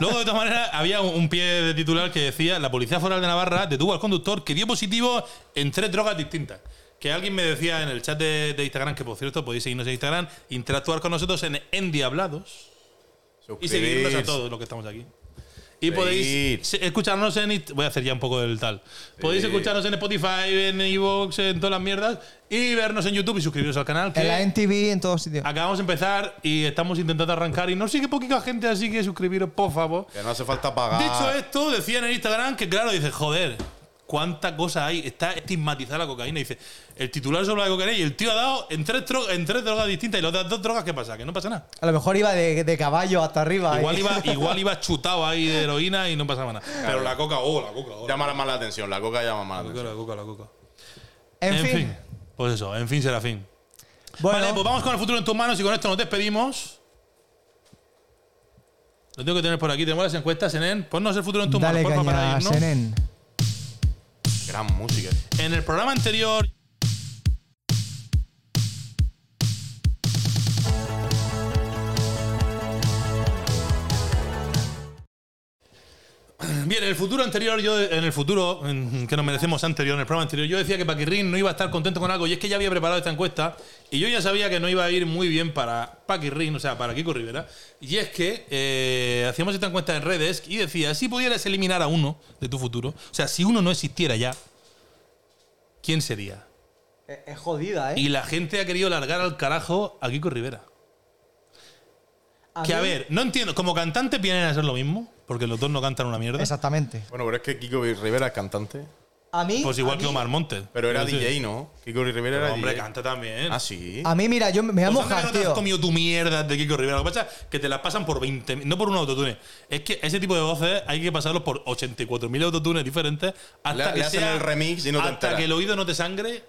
S1: Luego, de todas maneras, había un- un pie de titular que decía: La policía foral de Navarra detuvo al conductor que dio positivo en tres drogas distintas. Que alguien me decía en el chat de, de Instagram, que por cierto podéis seguirnos en Instagram, interactuar con nosotros en Endiablados y seguirnos a
S3: Suscribirse.
S1: todos los que estamos aquí. Y
S3: Seguir.
S1: podéis se- escucharnos en. it- Voy a hacer ya un poco del tal. Podéis
S3: Sí.
S1: escucharnos en Spotify, en Evox, en todas las mierdas. Y vernos en YouTube y suscribiros al canal. que-
S2: En la NTV, en todos sitios.
S1: Acabamos de empezar y estamos intentando arrancar y no sigue poquita gente, así que suscribiros, por favor.
S3: Que no hace falta pagar.
S2: Ah.
S1: Dicho esto, decía en el Instagram que, claro, dice, joder, cuánta cosa hay. Está estigmatizada la cocaína. Dice, el titular sobre la cocaína y el tío ha dado en tres, tro- en tres drogas distintas. Y las otras dos drogas, ¿qué pasa? Que no pasa nada.
S2: A lo mejor iba de, de caballo hasta arriba.
S1: Igual
S2: y-
S1: iba, igual iba chutado ahí de heroína y no pasaba nada. Pero la coca, oh, la coca, oh, la
S3: Llama más la atención, la coca llama más la
S1: coca,
S3: atención.
S1: la coca, la coca.
S2: En, fin.
S1: Pues eso, en fin será fin.
S2: Bueno,
S1: Vale, pues vamos con el futuro en tus manos y con esto nos despedimos. Lo tengo que tener por aquí. Tenemos las encuestas, Senen. Ponnos el futuro en tus
S2: dale
S1: manos, porfa, para
S2: caña,
S1: irnos.
S2: Senen.
S3: Gran música.
S1: En el programa anterior. Bien, en el futuro anterior, yo en el futuro en- que nos merecemos anterior, en el programa anterior, yo decía que Paquirrin no iba a estar contento con algo, y es que ya había preparado esta encuesta, y yo ya sabía que no iba a ir muy bien para Paquirrin, o sea, para Kiko Rivera, y es que eh, hacíamos esta encuesta en redes y decía, si pudieras eliminar a uno de tu futuro, o sea, si uno no existiera ya, ¿quién sería?
S2: Es, es jodida, ¿eh?
S1: Y la gente ha querido largar al carajo a Kiko Rivera. que a
S2: mí-
S1: ver, no entiendo, como cantante vienen a ser lo mismo, porque los dos no cantan una mierda.
S2: Exactamente.
S3: Bueno, pero es que Kiko Rivera es cantante.
S2: A mí.
S1: Pues
S2: a
S1: igual
S2: mí-
S1: que Omar Montes.
S3: Pero era
S1: Quiero decir,
S3: DJ, ¿no? Kiko Rivera
S1: pero
S3: era
S1: hombre,
S3: DJ.
S1: canta también.
S3: Ah, sí.
S2: A mí, mira, yo me voy a
S1: O sea, no
S2: mojar,
S1: te has
S2: tío.
S1: comido tu mierda de Kiko Rivera. Lo que pasa es que te las pasan por 20, no por un autotune. Es que ese tipo de voces hay que pasarlos por 84.000 autotunes diferentes hasta
S3: Le-
S1: que
S3: le hacen
S1: sea-
S3: el remix y no te
S1: hasta
S3: enteras. Oh,
S1: que el oído no te sangre.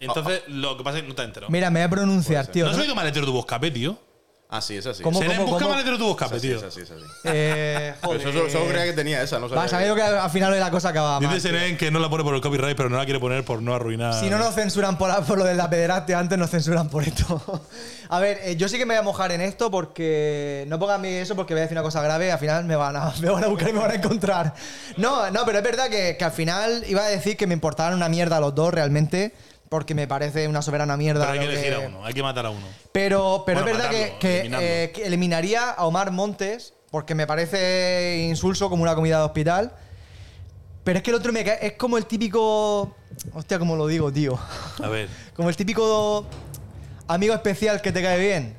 S1: Entonces, lo que pasa es que no te has enterado.
S2: Mira, me voy a pronunciar, tío.
S1: ¿No has
S2: ¿no?
S1: oído maletero tu buscape, tío?
S3: Ah, sí, esa sí.
S2: ¿Cómo,
S1: Se le
S2: cómo,
S1: busca
S2: cómo?
S1: maletero tu
S3: Esa
S1: buscape,
S3: sí,
S1: tío.
S3: esa sí, esa sí.
S2: Eh, joder.
S1: Pues
S3: Pero Yo solo creía que tenía esa, no sabía.
S2: Vas a ver que al final de la cosa acaba mal.
S1: Dice Seren que no la pone por el copyright, pero no la quiere poner por no arruinar.
S2: Si no nos censuran por, la- por lo de la pederastia, antes nos censuran por esto. a ver, eh, yo sí que me voy a mojar en esto porque no pongan a mí eso porque voy a decir una cosa grave al final me van a, me van a buscar y me van a encontrar. No, no, pero es verdad que, que al final iba a decir que me importaban una mierda los dos realmente porque me parece una soberana mierda.
S1: Pero hay que
S2: lo
S1: elegir a uno, hay que matar a uno.
S2: Pero, pero
S1: Bueno,
S2: es verdad
S1: matarlo,
S2: que, que,
S1: eliminarlo.
S2: eh, que eliminaría a Omar Montes porque me parece insulso como una comida de hospital. Pero es que el otro me cae- es como el típico... Hostia, ¿cómo lo digo, tío?
S1: A ver.
S2: Como el típico amigo especial que te cae bien.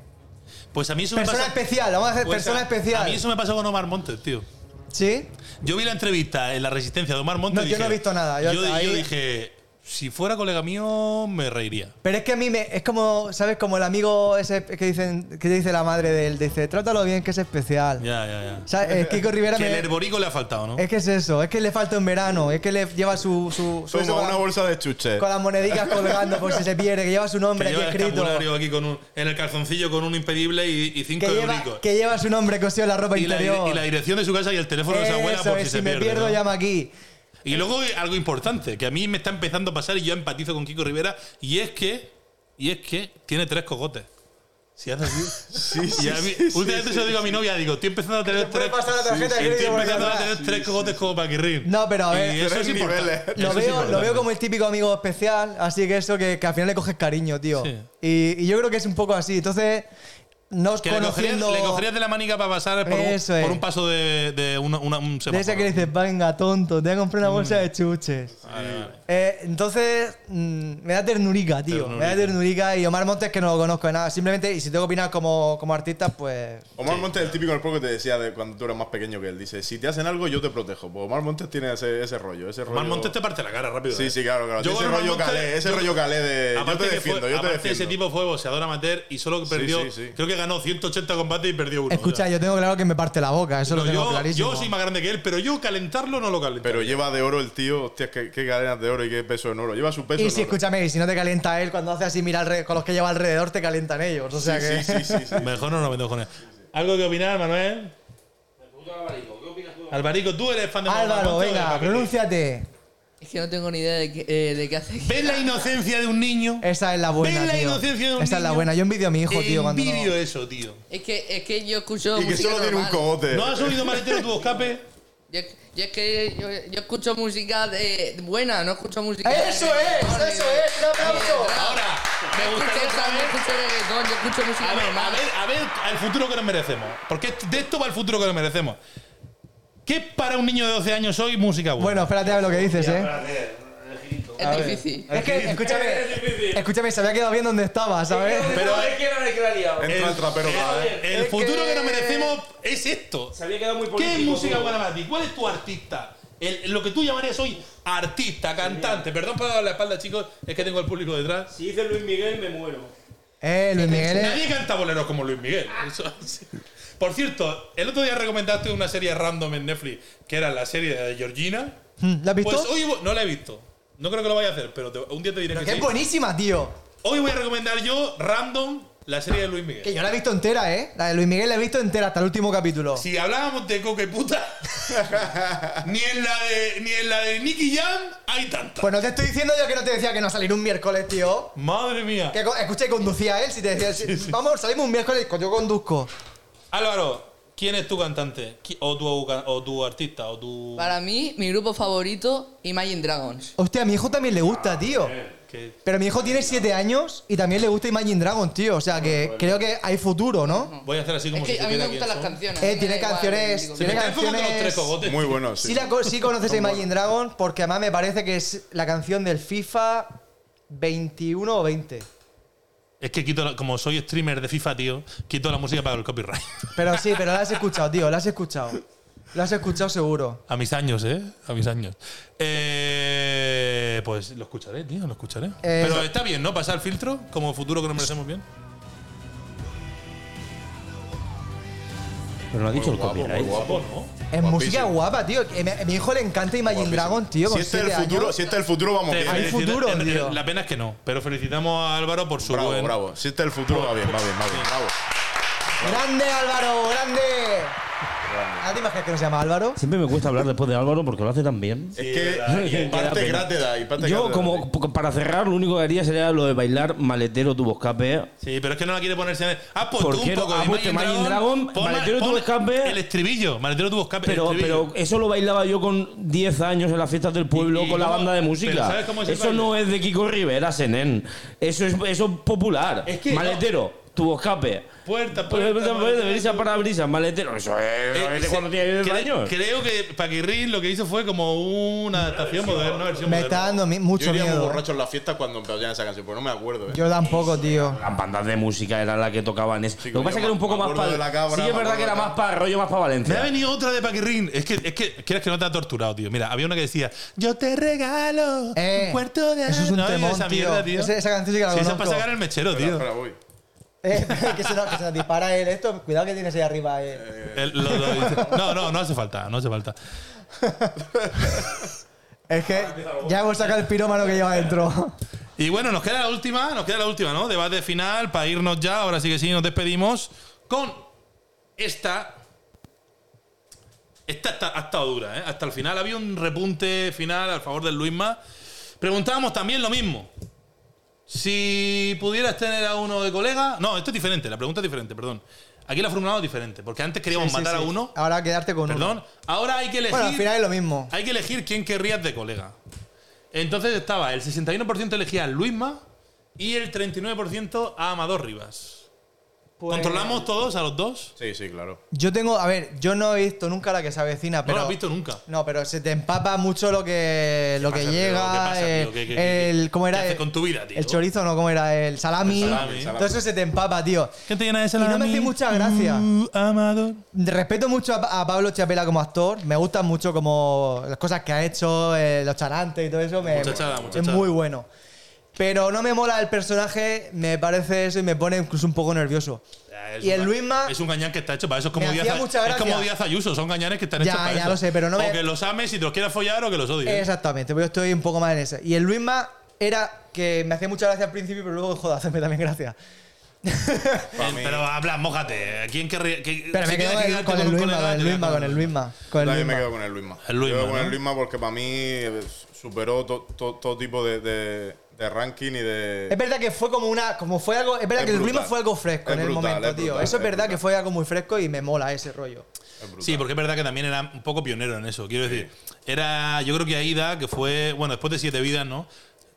S1: Pues a mí eso
S2: Persona
S1: me pasa.
S2: especial, vamos a hacer
S1: pues
S2: persona
S1: a-
S2: especial.
S1: A mí eso me pasó con Omar Montes, tío.
S2: ¿Sí?
S1: Yo vi la entrevista en La Resistencia de Omar Montes.
S2: No,
S1: y
S2: yo
S1: dije-
S2: no he visto nada, yo
S1: Yo, yo
S2: ahí-
S1: dije, si fuera colega mío, me reiría.
S2: Pero es que a mí me, es como, ¿sabes? Como el amigo ese que, dicen, que te dice la madre de él. Dice, trátalo bien, que es especial.
S1: Ya, ya,
S2: O
S1: ya.
S2: sea, eh, Kiko Rivera
S1: Que el
S2: me,
S1: herborico le ha faltado, ¿no?
S2: Es que es eso, es que le falta un verano, es que le lleva su... su, su eso
S3: Toma
S2: con,
S3: una
S2: la-
S3: bolsa de chuches.
S2: con las monedicas colgando por si se pierde, que lleva su nombre
S1: Que
S2: aquí
S1: lleva el
S2: escrito.
S1: escapulario aquí con un, en el calzoncillo con un impedible y, y cinco
S2: Que
S1: euricos.
S2: lleva, que lleva su nombre cosido en la ropa
S1: Y la,
S2: interior.
S1: y la dirección de su casa y el teléfono de su abuela
S2: Eso
S1: por
S2: es,
S1: si
S2: si,
S1: se
S2: me
S1: pierde,
S2: pierdo
S1: ¿no?
S2: llama aquí.
S1: Y luego eh, algo importante, que a mí me está empezando a pasar y yo empatizo con Kiko Rivera, y es que, y es que tiene tres cogotes. Si haces así. sí, sí, Últimamente se lo digo a mi novia, digo, estoy empezando a tener
S2: te puede
S1: tres.
S2: pasar la tarjeta de
S1: estoy
S2: crédito por
S1: empezando a
S2: detrás.
S1: tener tres cogotes como para Kirrin.
S2: No, pero a ver,
S1: Y eso
S3: tres
S1: es importante.
S3: niveles.
S1: Eso
S2: Lo
S1: es
S2: veo, lo
S1: importante.
S2: veo como el típico amigo especial, así que eso que, que al final le coges cariño, tío.
S1: Sí.
S2: Y, y yo creo que es un poco así. Entonces, no os
S1: Que le cogerías,
S2: conociendo
S1: le cogerías de la manica para pasar por, un,
S2: Eso es.
S1: por un paso de, de una, una- un
S2: de ese
S1: semáforo.
S2: que le dices, venga, tonto, te voy a comprar una bolsa de chuches.
S1: Vale, vale.
S2: Eh, entonces, mm, me da ternurica, tío. Me da
S1: Ternurica.
S2: ternurica. Y Omar Montes, que no lo conozco de nada. Simplemente, y si tengo que opinar como, como artista, pues.
S3: Omar Montes es el típico del pueblo que te decía de cuando tú eras más pequeño que él. Dice, si te hacen algo, yo te protejo. Pues Omar Montes tiene ese, ese rollo, ese rollo.
S1: Omar Montes te parte la cara rápido.
S3: Sí,
S1: eh.
S3: sí, claro, claro.
S1: Yo
S3: ese
S1: con Omar
S3: rollo
S1: Montes-
S3: calé, ese
S1: yo-
S3: rollo calé de Eh, yo te
S1: que
S3: defiendo,
S1: fue-
S3: yo te
S1: aparte
S3: defiendo.
S1: ese tipo fue boxeador amateur y solo perdió,
S3: sí, sí.
S1: creo que ganó 180 combates y perdió uno.
S2: Escucha,
S1: o sea.
S2: yo tengo claro que me parte la boca, eso lo
S1: No,
S2: tengo
S1: yo,
S2: clarísimo.
S1: yo soy más grande que él, pero yo calentarlo no lo calento.
S3: Pero lleva de oro el tío, hostia, qué, qué cadenas de oro y qué peso en oro. Lleva su peso
S2: y
S3: en
S2: si,
S3: oro.
S2: escúchame, y si no te calienta él, cuando hace así, mira alre- con los que lleva alrededor, te calientan ellos. O sea que.
S3: Sí, sí, sí, sí.
S1: Mejor no nos metemos con él. ¿Algo que opinar, Manuel?
S4: Me pregunto a Alvarico, ¿qué opinas tú?
S1: Albarico, tú eres fan de Manuel
S2: Álvaro,
S1: Montes o de
S2: venga,
S1: Paquirri?
S2: pronúnciate.
S5: Es que no tengo ni idea de qué, eh, de qué hace. aquí.
S1: ¿Ves la inocencia de un niño?
S2: Esa es la buena.
S1: ¿Ves la
S2: tío.
S1: inocencia de un
S2: Esa es la
S1: niño?
S2: buena. Yo envidio a mi hijo, tío. Cuando no-
S1: Envidio eso, tío.
S5: Es que, es que yo escucho.
S3: Y que
S5: música
S3: solo tiene un
S5: normal.
S3: cogote.
S1: ¿No has oído maletero tu escape?
S5: Yo, yo es que yo, yo escucho música de, buena, no escucho música.
S2: ¡Eso es! ¡Eso es! ¡Un aplauso! ¿eh?
S1: Ahora, me
S5: Me
S1: gustaría
S5: escucho trap, yo
S1: saber.
S5: escucho reggaetón, yo escucho música
S1: A ver, a
S5: normal.
S1: ver, a ver, al futuro que nos merecemos. Porque de esto va el futuro que nos merecemos. ¿Qué para un niño de 12 años hoy música
S2: Bueno,
S1: buena?
S2: espérate a ver lo que dices, eh.
S4: Espérate, el girito.
S5: es difícil.
S2: Es que, escúchame, escúchame, se había quedado bien donde estaba, ¿sabes?
S1: pero-
S4: Pero de izquierda a la izquierda liado.
S3: Entra el trapero. va, eh.
S1: el
S2: es
S1: futuro que...
S2: que-
S1: nos merecemos es esto.
S4: Se había quedado muy
S1: ¿Qué
S4: político.
S1: música
S4: tú.
S1: buena para ti? ¿Cuál es tu artista? el- lo que tú llamarías hoy artista, cantante. Perdón por dar la espalda, chicos, es que tengo el público detrás.
S4: Si dice Luis Miguel, me muero.
S2: Eh, Luis Miguel. es-
S1: Nadie canta boleros como Luis Miguel. Eso sí. Por cierto, el otro día recomendaste una serie random en Netflix, que era la serie de Georgina.
S2: Mm, ¿La has visto?
S1: Pues hoy vo- no la he visto. No creo que lo vaya a hacer, pero te- un día te diré
S2: Pero
S1: que
S2: que es
S1: sí.
S2: buenísima, tío.
S1: Hoy voy a recomendar yo, random, la serie de Luis Miguel.
S2: Que yo la he visto entera, ¿eh? La de Luis Miguel la he visto entera hasta el último capítulo.
S1: Si hablábamos de coca y puta, ni en la de ni en la de Nicky Jam hay tanta.
S2: Pues no te estoy diciendo yo que no te decía que no salir un miércoles, tío.
S1: Madre mía.
S2: Que co- escucha y conducía él si te decía, vamos, salimos un miércoles, yo conduzco.
S1: Álvaro, ¿quién es tu cantante? Qui- O tu, ca- o tu artista, o tu.
S5: Para mí, mi grupo favorito, Imagine Dragons.
S2: Hostia, a mi hijo también le gusta, tío.
S1: que-
S2: Pero mi hijo tiene 7 años y también le gusta Imagine Dragons, tío. O sea que creo que hay futuro, ¿no?
S1: Voy a hacer así como
S5: Es que
S1: si
S5: a mí me
S1: supiera quién
S5: gustan las
S1: son.
S5: canciones.
S2: Eh,
S5: a mí me
S2: tiene
S5: da igual,
S2: canciones,
S5: digo,
S1: Se me
S2: tiene-
S5: pero-
S1: está enfocando los
S2: canciones-
S1: tres cogotes.
S3: Muy bueno, sí.
S2: Sí, la co- sí conoces a
S3: Son
S2: Imagine Dragons porque además me parece que es la canción del FIFA 21 o 20.
S1: Es que quito, la- como soy streamer de FIFA, tío, quito la música para el copyright.
S2: Pero sí, pero la has escuchado, tío, la has escuchado. La has escuchado seguro.
S1: A mis años, ¿eh? A mis años. Eh, pues lo escucharé, tío, lo escucharé.
S2: Eh,
S1: Pero
S2: no-
S1: está bien, ¿no? Pasar el filtro como futuro que nos merecemos bien.
S6: Pero no ha dicho el
S3: guapo, muy
S6: copyright.
S3: guapo.
S1: Pues ¿no?
S2: Es
S3: Guapísimo.
S2: música guapa, tío. Eh, mi- A mi hijo le encanta Imagine Dragons, tío.
S3: Si
S2: con
S3: este es el
S2: siete
S3: futuro,
S2: años.
S3: si este es el futuro, vamos
S1: Te
S3: bien.
S2: Hay
S1: felicita-
S2: futuro,
S1: en- en-
S2: tío.
S1: La pena es que no, pero felicitamos a Álvaro por su
S3: Bravo,
S1: buen.
S3: bravo. Si este es el futuro, va bien, va bien, va bien. Bravo.
S2: ¡Grande, Álvaro! ¡Grande! ¿Ah, te imaginas que nos llama Álvaro?
S6: Siempre me cuesta hablar después de Álvaro porque lo hace tan bien.
S3: Es que
S6: verdad.
S3: parte
S6: Queda pena.
S3: gratis da y parte
S6: Yo,
S3: gratis da.
S6: como p- para cerrar, lo único que haría sería lo de bailar maletero tubo escape.
S1: Sí, pero es que no la quiere ponerse. Ah, pues
S6: ¿Por
S1: tú
S6: qué
S1: un
S6: no?
S1: poco
S6: Ha
S1: de
S6: puesto Imagine Dragon,
S1: ma-
S6: Maletero tuvo escape.
S1: El estribillo, maletero tuvo escape. el
S6: Pero,
S1: estribillo.
S6: pero eso lo bailaba yo con 10 años en las fiestas del pueblo
S1: ¿Y- y
S6: con la
S1: cómo?
S6: banda de música.
S1: ¿Pero sabes cómo es el
S6: eso
S1: baile?
S6: no es de Kiko Rivera, Senén. Eso es, eso es popular.
S1: Es que
S6: maletero, tubo escape.
S1: Puerta, puerta,
S6: Puerta, puerta,
S1: maletero,
S6: brisa para brisa, maletero. Eso es
S1: Eh,
S6: de
S1: se-
S6: cuando tiene 10
S1: cre-
S6: años.
S1: Creo que Paquirrin lo que hizo fue como una adaptación moderna, una versión
S2: Me está
S1: moderna.
S2: dando mi-
S3: Yo
S2: mucho
S3: iría muy
S2: miedo. ¿eh?
S3: borracho en la fiesta cuando empezaban esa canción, pues no me acuerdo. eh.
S2: Yo tampoco, tío.
S6: Las bandas de música eran las que tocaban eso.
S3: Sí,
S6: lo que pasa
S3: yo
S6: es que era un
S3: me-
S6: poco
S3: me
S6: más
S3: acuerdo de la
S6: para.
S3: cabra,
S6: Sí,
S3: me
S6: es verdad
S3: acuerdo
S6: que era
S3: de la
S6: más para rollo, más para
S1: Me ha
S6: Valencia.
S1: venido otra de Paquirrin. Es que, es que, quieras que no te ha torturado, tío. Mira, había una que decía, yo te regalo
S2: Eh,
S1: un cuarto de...
S2: eso es un
S1: No,
S2: temón,
S1: esa
S2: tío.
S1: mierda, tío.
S2: Ese- esa canción sí que la
S1: Sí, esa es
S2: conozco.
S1: para sacar el mechero,
S3: Espera,
S1: tío.
S3: espera, voy.
S2: Eh, que, se nos, que se nos dispara él esto. Cuidado que tienes ahí arriba. Eh.
S1: El- lo- lo dice. no, no, no hace falta, no hace falta.
S2: Es que ya hemos sacado el pirómano que lleva dentro.
S1: Y bueno, nos queda la última, nos queda la última, ¿no? Debate final para irnos ya. Ahora sí que sí, nos despedimos con esta. Esta está- ha estado dura, ¿eh? Hasta el final había un repunte final al favor del Luisma. Preguntábamos también lo mismo. Si pudieras tener a uno de colega. No, esto es diferente, la pregunta es diferente, perdón. Aquí la he formulado diferente, porque antes queríamos
S2: Sí, sí,
S1: matar
S2: sí.
S1: a uno.
S2: Ahora quedarte con
S1: Perdón.
S2: uno.
S1: Ahora hay que elegir.
S2: Bueno, al final es lo mismo.
S1: Hay que elegir quién querrías de colega. Entonces estaba el 61% elegía a Luisma y el 39% a Amador Rivas.
S2: Pues-
S1: ¿Controlamos todos a los dos?
S3: Sí, sí, claro.
S2: Yo tengo, a ver, yo no he visto nunca la que se avecina,
S1: No
S2: pero.
S1: lo has visto nunca.
S2: No, pero se te empapa mucho lo que, lo que
S1: pasa, tío?
S2: llega.
S1: ¿Qué pasa,
S2: eh,
S1: tío? ¿Qué- qué- qué-
S2: el, ¿Cómo
S1: qué
S2: era?
S1: haces
S2: El-
S1: con tu vida, tío?
S2: El chorizo, ¿no? ¿Cómo era? El salami.
S1: El salami.
S2: Todo eso se te empapa, tío.
S1: ¿Qué te llena de Uh,
S2: no me salami? hace mucha gracia.
S1: Amador.
S2: Respeto mucho a, a Pablo Chapela como actor. Me gustan mucho como las cosas que ha hecho, eh, los charantes y todo eso. Me,
S1: Muchachada,
S2: es
S1: muchachada.
S2: muy bueno. Pero no me mola el personaje, me parece eso y me pone incluso un poco nervioso. Y el Luisma-
S1: Es un gañán que está hecho para eso. Es como,
S2: Me
S1: Díaz,
S2: hacía
S1: Ay-
S2: mucha
S1: es como
S2: gracia.
S1: Díaz Ayuso. Son gañanes que están
S2: Ya,
S1: hechos para
S2: ya
S1: eso.
S2: lo sé, pero no
S1: o
S2: me-
S1: que los ames si te los quieras follar o que los odies.
S2: Exactamente, pero yo estoy un poco más en ese. Y el Luisma era que me hacía mucha gracia al principio, pero luego joder, hacerme también gracia.
S1: Eh, pero habla, mójate. ¿Quién querría.? qué-
S2: Pero
S1: si
S2: me
S1: quieres
S2: quedo
S1: quedarte
S2: con el Luisma,
S1: colega,
S2: con el
S1: te quedas
S2: Luisma, con el Luisma. Con el
S3: Yo me quedo
S2: Luisma.
S3: con el Luisma.
S1: El Luisma,
S3: Yo con
S1: ¿no?
S3: el Luisma porque para mí eh, superó to- to- todo tipo de, de- de ranking y de.
S2: Es verdad que fue como una. Como fue algo, es verdad que
S3: Es
S2: el Luisma
S3: brutal.
S2: fue algo fresco
S3: Es
S2: en el
S3: brutal,
S2: momento,
S3: es
S2: tío.
S3: brutal,
S2: Eso es
S3: es
S2: verdad
S3: brutal.
S2: que fue algo muy fresco y me mola ese rollo.
S3: es brutal.
S1: Sí, porque es verdad que también era un poco pionero en eso. Quiero decir, era, yo creo que Aida, que fue, bueno, después de Siete Vidas, ¿no?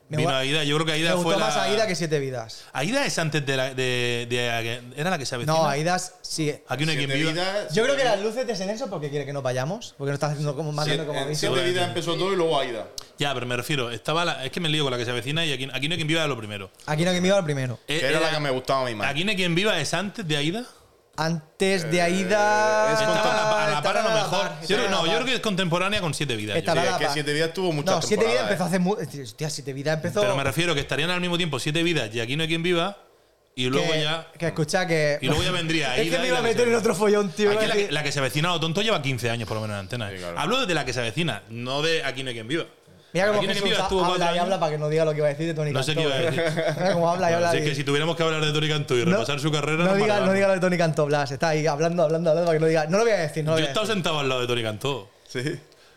S2: Me
S1: Vino
S2: gua-
S1: Aida, yo creo que Aida
S2: me
S1: fue
S2: gustó
S1: la.
S2: más Aida que Siete Vidas.
S1: Aida es antes de la. De, de- era la que se avecina.
S2: No, Aida sí.
S1: Aquí no hay quien
S3: Siete
S1: viva.
S3: vidas.
S2: Yo creo que las luces de Senenso porque quiere que nos vayamos. Porque nos estás haciendo como más
S3: Siete,
S2: como a
S3: en
S2: mí.
S3: siete vidas empezó todo y luego Aida.
S1: Ya, pero me refiero, estaba la, es que me lío con la que se avecina y aquí, aquí no hay quien viva de lo primero.
S2: Aquí no que me iba el primero.
S1: Eh,
S3: Que era
S1: era-
S3: la que me gustaba a mí más.
S1: Aquí no hay quien viva es antes de Aida.
S2: antes de Aida.
S3: es
S2: estaba-
S1: Estaba a la, a la par a
S2: Ah, estaba
S1: lo
S2: a la
S1: mejor.
S2: par,
S1: Yo creo,
S2: estaba a
S1: no, yo
S2: la par.
S1: creo que es contemporánea con siete vidas.
S2: Estará
S1: yo
S2: a
S1: diría.
S2: la
S3: Es que
S2: par.
S3: Siete Vidas tuvo muchas
S2: No, Siete Vidas
S3: temporadas,
S2: empezó
S3: ¿eh?
S2: hace mucho. Hostia, Siete Vidas empezó.
S1: Pero me refiero que estarían al mismo tiempo siete vidas y aquí no hay quien viva y luego
S2: que,
S1: ya.
S2: Que escucha que.
S1: Y luego ya vendría
S2: Es que
S1: Aida
S2: me
S1: y la
S2: iba a
S1: que se
S2: meter en
S1: avecina.
S2: otro follón, tío.
S1: Aquí
S2: iba
S1: la,
S2: a
S1: que-
S2: decir-
S1: la que se avecina a lo tonto lleva 15 años por lo menos en antena.
S3: Sí, claro.
S1: Hablo de la que se avecina, no de Aquí no hay quien viva.
S2: Mira cómo
S1: Aquí no hay quien
S2: Jesús
S1: viva estuvo cuatro
S2: habla y
S1: años.
S2: habla para que no diga lo que iba a decir de Tony
S1: No sé qué
S2: Cantó.
S1: iba a decir.
S2: Mira cómo habla y habla.
S1: Así que
S2: y-
S1: si tuviéramos que hablar de Tony Cantú y repasar su carrera,
S2: No
S1: nos
S2: diga, no
S1: matábamos.
S2: diga lo de Tony Cantó, Blas. Está ahí hablando, hablando, hablando para que no diga. No lo voy a decir, no lo
S1: Yo
S2: voy
S1: he
S2: a
S1: estado
S2: decir.
S1: sentado al lado de Tony Cantó.
S3: Sí.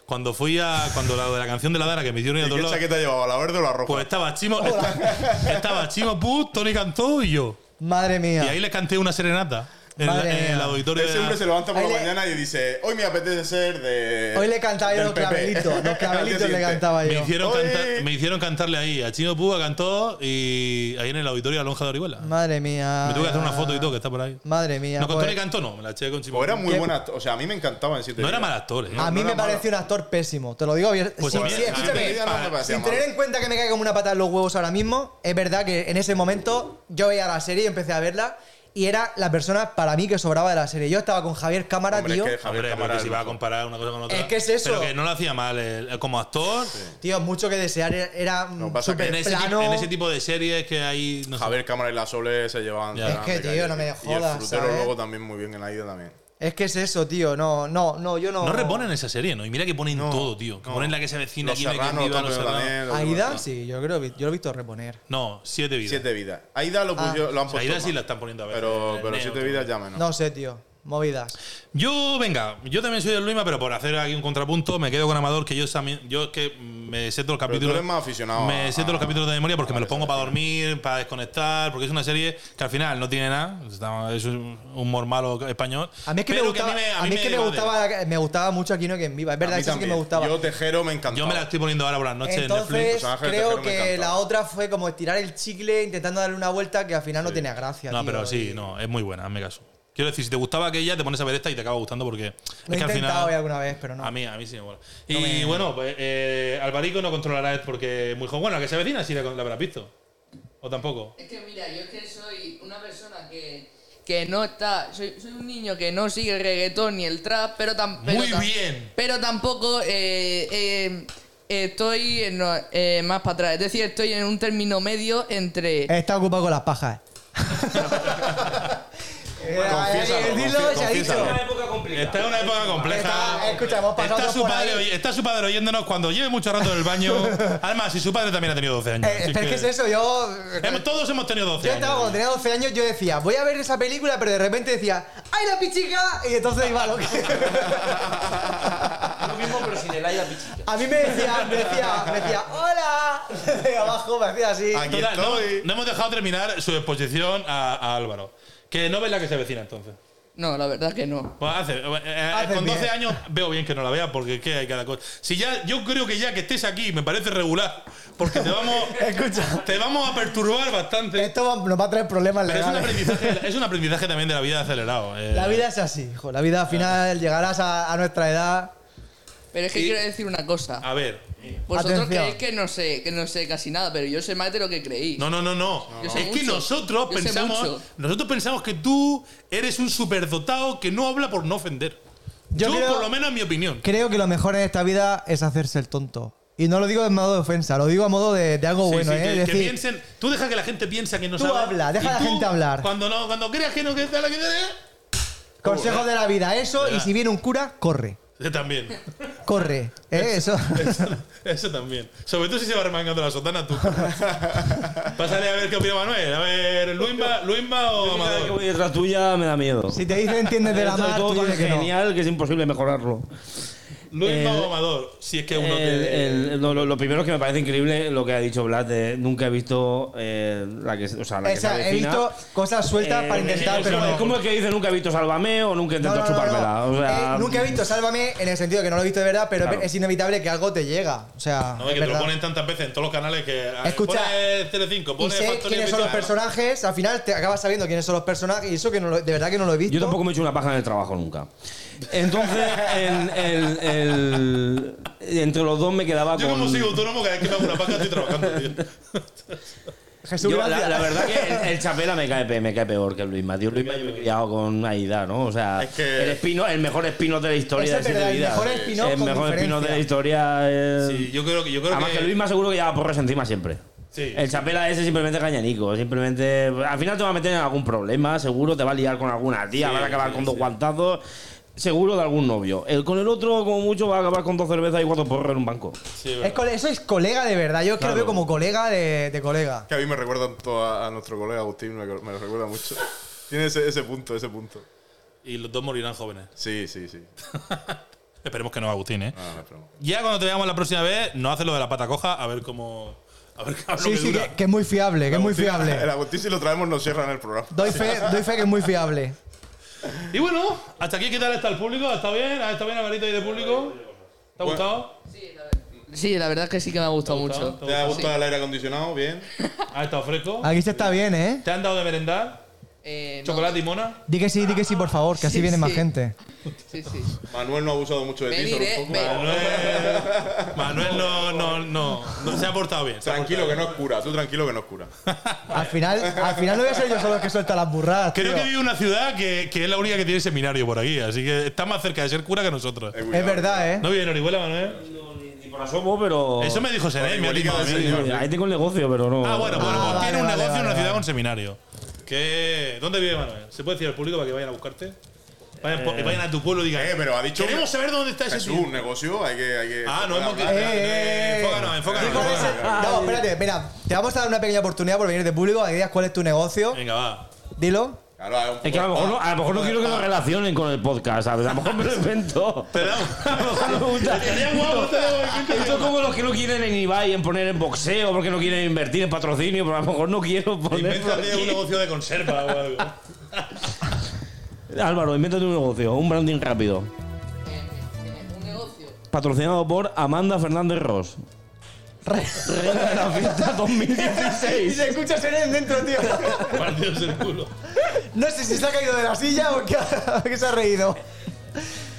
S1: Cuando fui a. Cuando la de la canción de la Dana que me hicieron ir a
S3: ¿Y
S1: todos
S3: qué
S1: lados.
S3: chaqueta llevaba? ¿La verde o la roja?
S1: Pues estaba Chimo. Estaba Chimo Puth, Tony Cantó y yo.
S2: Madre mía.
S1: Y ahí les canté una serenata. En, la-
S2: Madre
S1: en el
S2: mía.
S1: auditorio
S3: Él
S1: de la-
S3: siempre se levanta por
S2: Ahí
S3: la
S2: le-
S3: mañana y dice, hoy me apetece ser de...
S2: Hoy le cantaba yo
S3: del
S2: los
S3: PP".
S2: clavelitos. Los
S3: Al día
S2: clavelitos le
S3: siguiente.
S2: cantaba
S1: me
S2: yo.
S1: hicieron,
S3: Oye.
S1: cantar- me hicieron cantarle ahí a Chimo Puth, a Cantó y ahí en el auditorio de la Lonja de Orihuela.
S2: Madre mía.
S1: me tuve que hacer una foto y todo que está por ahí.
S2: Madre mía.
S1: no, con
S2: pues,
S1: Tony Cantó no, me la eché con Chimo
S3: O Pues era muy Ah,
S2: ¿Qué?
S3: buena... O sea, a mí me encantaba en Siete
S1: No era
S3: Vidas.
S1: mal actor, ¿eh?
S2: a mí
S3: no
S2: me
S3: era malo.
S2: parece un actor pésimo, te lo digo bien.
S1: Pues
S2: Sí,
S1: a mí-
S2: sí,
S1: a mí
S2: escúchame.
S1: me-
S3: Siete Vidas no me parecía
S2: Sin
S3: malo.
S2: tener en cuenta que me cae como una pata en los huevos ahora mismo, es verdad que en ese momento yo veía la serie y empecé a verla y era la persona para mí que sobraba de la serie. Yo estaba con Javier Cámara,
S3: Hombre, es
S2: tío.
S3: que Javier
S1: Hombre, pero
S3: Cámara
S1: que si
S3: era
S1: va a
S3: mejor.
S1: comparar una cosa con otra.
S2: Es que es eso.
S1: Pero que no lo hacía mal eh, como actor.
S2: Tío, mucho que desear. e-, Era mm, un
S3: pasa que
S2: super
S1: En, ese
S2: plano.
S1: tipo, en ese tipo de series que hay. No sé.
S3: Javier Cámara y la Sole se llevaban...
S1: Ya.
S3: tan
S1: Es
S2: que,
S3: de
S2: tío,
S3: calle.
S2: no me
S3: Y
S2: jodas,
S3: el frutero
S2: ¿sabes?
S3: luego también muy bien en la ida también.
S2: Es que es eso, tío. No, no, no, yo no.
S1: No reponen esa serie, ¿no? Y mira que ponen
S3: No,
S1: todo, tío. Que
S3: no.
S1: ponen la que se vecina
S3: Los
S1: aquí, no hay quien
S3: Serrano
S1: viva,
S3: también,
S1: Los Serrano.
S3: también, los-
S2: Aida, sí, yo creo yo lo he visto reponer.
S1: No, siete vidas.
S3: Siete Vidas. Aida lo,
S2: Ah.
S3: pusio- lo han
S1: O sea,
S3: puesto
S1: Aida sí
S3: mal.
S1: la están poniendo a veces.
S3: Pero,
S1: en
S3: pero
S1: Neo,
S3: Siete
S1: todo.
S3: Vidas ya menos.
S2: No sé, tío. Movidas.
S1: Yo, venga, yo también soy del Luima, pero por hacer aquí un contrapunto, me quedo con Amador, que yo, también- yo es que me sé todos los
S3: Pero tú
S1: capítulos.
S3: eres más aficionado
S1: Me
S3: a-
S1: sé todos los
S3: a-
S1: capítulos de memoria porque me los
S3: vale,
S1: pongo
S3: vale.
S1: para dormir, para desconectar, porque es una serie que al final no tiene nada. Está- Es un humor malo español.
S2: A mí es que
S1: pero
S2: me gustaba,
S1: a mí me, a
S2: a mí
S1: mí
S2: es que me
S1: evade.
S2: gustaba, la- me gustaba mucho Aquino que en Viva. Es verdad,
S3: A mí
S2: eso sí que me
S3: también.
S2: gustaba.
S3: Yo Tejero me encantaba.
S1: Yo me la estoy poniendo ahora por las noches en
S2: Entonces,
S1: Netflix.
S3: Personaje de
S2: creo
S3: Tejero me
S2: que
S3: encantaba.
S2: la otra fue como estirar el chicle intentando darle una vuelta que al final no tenía gracia.
S1: No,
S2: tío,
S1: pero sí,
S2: y-
S1: no, es muy buena, hazme caso. Quiero decir, si te gustaba aquella, te pones a ver esta y te acaba gustando porque
S2: Lo he
S1: es que al
S2: intentado
S1: final.
S2: hoy alguna vez, pero no.
S1: A mí, a mí sí me mola. y
S2: No me-
S1: bueno, pues eh, Albarico no controlará porque es muy joven. Bueno, la que se avecina sí la, la habrás visto. O tampoco.
S5: Es que mira, yo es que soy una persona que, que no está. Soy, soy un niño que no sigue el reggaetón ni el trap, pero tampoco.
S1: Muy bien.
S5: Pero tampoco eh, eh, estoy en- no, eh, más para atrás. Es decir, estoy en un término medio entre.
S2: Está ocupado con las pajas. Eh,
S3: Confiésalo,
S2: hay que decirlo,
S3: confi-
S2: se ha dicho.
S3: confiésalo.
S4: Una época complicada.
S1: Esta es una época compleja.
S2: Está- escucha, hemos pasado
S1: está, su
S2: por
S1: padre,
S2: ahí.
S1: oy- está su padre oyéndonos cuando lleve mucho rato en el baño. Además, si su padre también ha tenido 12 años.
S2: Eh,
S1: así
S2: pero es que es eso, yo.
S1: Hemos- todos hemos tenido 12
S2: Yo
S1: años.
S2: estaba cuando tenía 12 años, yo decía, voy a ver esa película, pero de repente decía, ¡ay, la pichica! Y entonces iba a lo que.
S4: Lo mismo, pero sin el haya pichica.
S2: A mí me decía, me decía, me decía, ¡hola! De abajo me hacía así.
S3: Aquí
S1: Total, no,
S3: estoy.
S1: no hemos dejado terminar su exposición a, a Álvaro. Que no ve la que se avecina entonces.
S5: No, la verdad que no.
S1: Pues hace, eh, eh,
S2: Haces
S1: con 12
S2: bien.
S1: años veo bien que no la vea porque ¿qué hay cada cosa. Si ya, yo creo que ya que estés aquí me parece regular porque te vamos,
S2: Escucha.
S1: te vamos a perturbar bastante.
S2: Esto va- nos va a traer problemas
S1: Pero es un
S2: legales.
S1: aprendizaje, es un aprendizaje también de la vida acelerado. eh.
S2: La vida es así, hijo. La vida al final llegarás a, a nuestra edad.
S5: Pero es que
S1: Y-
S5: quiero decir una cosa.
S1: A ver.
S5: Vosotros
S2: Atención.
S5: creéis que no sé, que no sé casi nada, pero yo sé más de lo que creéis.
S1: No, no, no, no.
S5: Yo sé
S1: Es que
S5: mucho.
S1: nosotros
S5: Yo sé
S1: pensamos,
S5: mucho.
S1: nosotros pensamos que tú eres un superdotado que no habla por no ofender.
S2: Yo
S1: Yo,
S2: creo-
S1: por lo menos en mi opinión.
S2: Creo que lo mejor en esta vida es hacerse el tonto. Y no lo digo en modo de ofensa, lo digo a modo de, de algo
S1: Sí,
S2: bueno,
S1: sí,
S2: ¿eh?
S1: que,
S2: Es
S1: que
S2: decir,
S1: piensen, tú deja que la gente piensa que no
S2: Tú
S1: sabe.
S2: habla, deja
S1: y
S2: a la
S1: tú,
S2: gente hablar.
S1: Cuando no, cuando creas que no que está la que te
S2: consejos de la vida, eso. Y
S1: ¿verdad?
S2: si viene un cura, corre.
S1: Yo también.
S2: Corre. ¿eh? Eso.
S1: Eso también. Sobre todo si se va remangando la sotana tú. Pásale a ver qué opina Manuel. A ver, Luimba, Luimba o
S6: Cada vez que
S1: Amador.
S6: voy detrás tuya me da miedo.
S2: Si te dicen entiendes de la
S6: Esto es
S2: mar,
S6: todo
S2: tú
S6: tan
S2: dices que no.
S6: genial que es imposible mejorarlo.
S1: Luimba
S6: El-
S1: o Amador. Si es que Eh, uno
S6: El-
S1: te.
S6: el- lo, lo- lo primero que me parece increíble lo que ha dicho Vlad, de nunca he visto eh, la que, o sea, la que
S2: Esa,
S6: se
S2: he
S6: avecina.
S2: visto cosas sueltas
S6: Eh,
S2: para
S6: es-
S2: intentar,
S6: es
S2: pero
S6: como-
S2: no.
S6: Es como el que dice nunca he visto Sálvame o nunca intento chupármela.
S2: no.
S6: o sea,
S2: Eh, nunca he visto Sálvame en el sentido de que no lo he visto de verdad, pero
S6: Claro.
S2: es inevitable que algo te llega. O sea,
S1: No,
S2: es
S1: es que te lo
S2: verdad.
S1: ponen tantas veces en todos los canales que.
S2: Escucha,
S1: Pone Tele5,
S2: y
S1: pone
S2: sé
S1: Factory
S2: quiénes son los
S1: Vital.
S2: personajes, al final te acabas sabiendo quiénes son los personajes y eso que no lo- de verdad que no lo he visto.
S6: Yo tampoco me he hecho una paja en el trabajo nunca. Entonces, el- el- el- entre los dos me quedaba
S1: Yo,
S6: con.
S1: como soy autónomo, cada vez que me hago una paja estoy trabajando, tío.
S2: Jesús,
S6: Yo, la,
S2: gracias.
S6: la verdad que el, el Chapela me cae, pe- me cae peor que el Luisma. Tío, Luisma yo me he criado con Aida, ¿no? O sea,
S3: Es que-
S6: el espino, el mejor espino de la historia
S2: Ese
S6: de
S2: es
S6: Siete
S2: verdad, el
S6: Vidas.
S2: mejor spin-off
S6: El
S2: con
S6: mejor espino de la
S2: diferencia.
S6: historia. es-
S1: Sí, yo creo que. Yo creo
S6: Además que, Luisma seguro que lleva porras encima siempre.
S1: Sí.
S6: El Chapela ese simplemente cañanico, simplemente al final te va a meter en algún problema, seguro te va a liar con alguna tía, vas a acabar con dos guantazos, seguro de algún novio. El con el otro como mucho va a acabar con dos cervezas y cuatro porros en un banco.
S1: Sí,
S2: Es
S1: verdad.
S2: cole- eso es colega de verdad. Yo es que lo
S6: Claro.
S2: veo como colega de, de colega.
S3: Que a mí me recuerda tanto a, a nuestro colega Agustín, me, me lo recuerda mucho. Tiene ese, ese punto, ese punto.
S1: Y los dos morirán jóvenes.
S3: Sí, sí, sí.
S1: Esperemos que no, Agustín, ¿eh?
S3: Ah, no, pero-
S1: Ya cuando te veamos la próxima vez, no haces lo de la pata coja, a ver cómo. A ver qué
S2: Sí, sí, que, que es muy fiable, que es muy
S3: Agustín- El
S2: fiable.
S3: Agustín, si lo traemos, nos cierran el programa.
S2: Doy fe, doy fe que es muy fiable.
S1: Y bueno, hasta aquí, ¿qué tal está el público? ¿Está bien? ¿Ha estado bien Alvarito ahí de público? ¿Te ha gustado?
S5: Sí, la verdad es que sí que me ha gustado mucho.
S1: ¿Te
S3: ¿Te ha
S1: ha
S3: gustado el aire acondicionado? Bien.
S1: ¿Ha estado fresco?
S2: Aquí se está bien, ¿eh?
S1: ¿Te han dado de merendar?
S5: Eh, no.
S1: ¿Chocolate y mona?
S2: Di que sí, di que sí, por favor, que así
S5: Sí,
S2: viene más
S5: sí.
S2: gente.
S5: Sí, sí.
S3: Manuel no ha abusado mucho de ti.
S5: Venid,
S3: solo un
S5: eh,
S3: poco.
S5: venid.
S1: Manuel, Manuel no, no, no, no se ha portado bien.
S3: Tranquilo, que no es cura. Tú tranquilo, que no es cura.
S2: Al final, al final no voy a ser yo solo el que suelta las burradas.
S1: Creo
S2: tío.
S1: que vive en una ciudad que, que es la única que tiene seminario por aquí, así que está más cerca de ser cura que nosotros.
S3: Eh,
S2: Es
S3: cuidado.
S2: verdad, ¿eh?
S1: ¿No vive en Orihuela, Manuel?
S6: Por asomo, pero... eh,
S1: Eso me dijo Seré, me ha dicho.
S3: Orihuela del Señor.
S6: Ahí tengo un negocio, pero no...
S1: Ah, bueno, bueno,
S2: Ah,
S1: pues
S2: vale,
S1: tiene un
S2: vale,
S1: negocio en
S2: vale,
S1: una ciudad
S2: vale.
S1: con seminario. ¿Qué? ¿Dónde vive Manuel? ¿Se puede decir al público para que vayan a buscarte? Vayan, por- vayan a tu pueblo y digan.
S3: Eh, pero eh, ha dicho
S1: Queremos
S3: que-
S1: saber dónde está ese
S3: Es
S1: tío.
S3: un negocio, hay que. Hay que
S1: Ah, no hemos
S3: hablar.
S1: quedado. Eh, Enfócanos, enfócanos.
S2: ¿Cuál es el- No, espérate, mira, te vamos a dar una pequeña oportunidad por venir de público, a que digas cuál es tu negocio.
S1: Venga, va.
S2: Dilo.
S3: Claro, hay un poco Este
S6: Es que a lo mejor
S3: de
S6: no, a lo mejor no quiero que lo relacionen con el podcast, ¿sabes? A lo mejor me lo invento.
S1: Te damos.
S6: A lo mejor no me gusta.
S1: Estaría guapo, estaría guapo.
S6: Esto es como los que no quieren en Ibai en poner en boxeo porque no quieren invertir en patrocinio, pero a lo mejor no quiero poner.
S1: Invéntate un negocio de conserva o algo.
S6: Álvaro, invéntate un negocio, un branding rápido.
S5: un negocio.
S6: Patrocinado por Amanda Fernández Ross. Reina de la fiesta 2016.
S2: se escucha ser dentro, tío.
S1: Partidos el culo.
S2: No sé si se ha caído de la silla o qué, que se ha reído.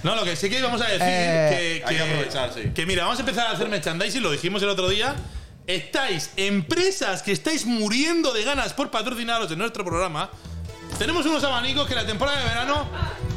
S1: No, lo que sí que íbamos a decir
S2: Eh,
S1: que,
S3: hay que aprovechar, sí.
S1: que mira, vamos a empezar a hacer merchandising, lo dijimos el otro día. Estáis, empresas que estáis muriendo de ganas por patrocinaros en nuestro programa. Tenemos unos abanicos que la temporada de verano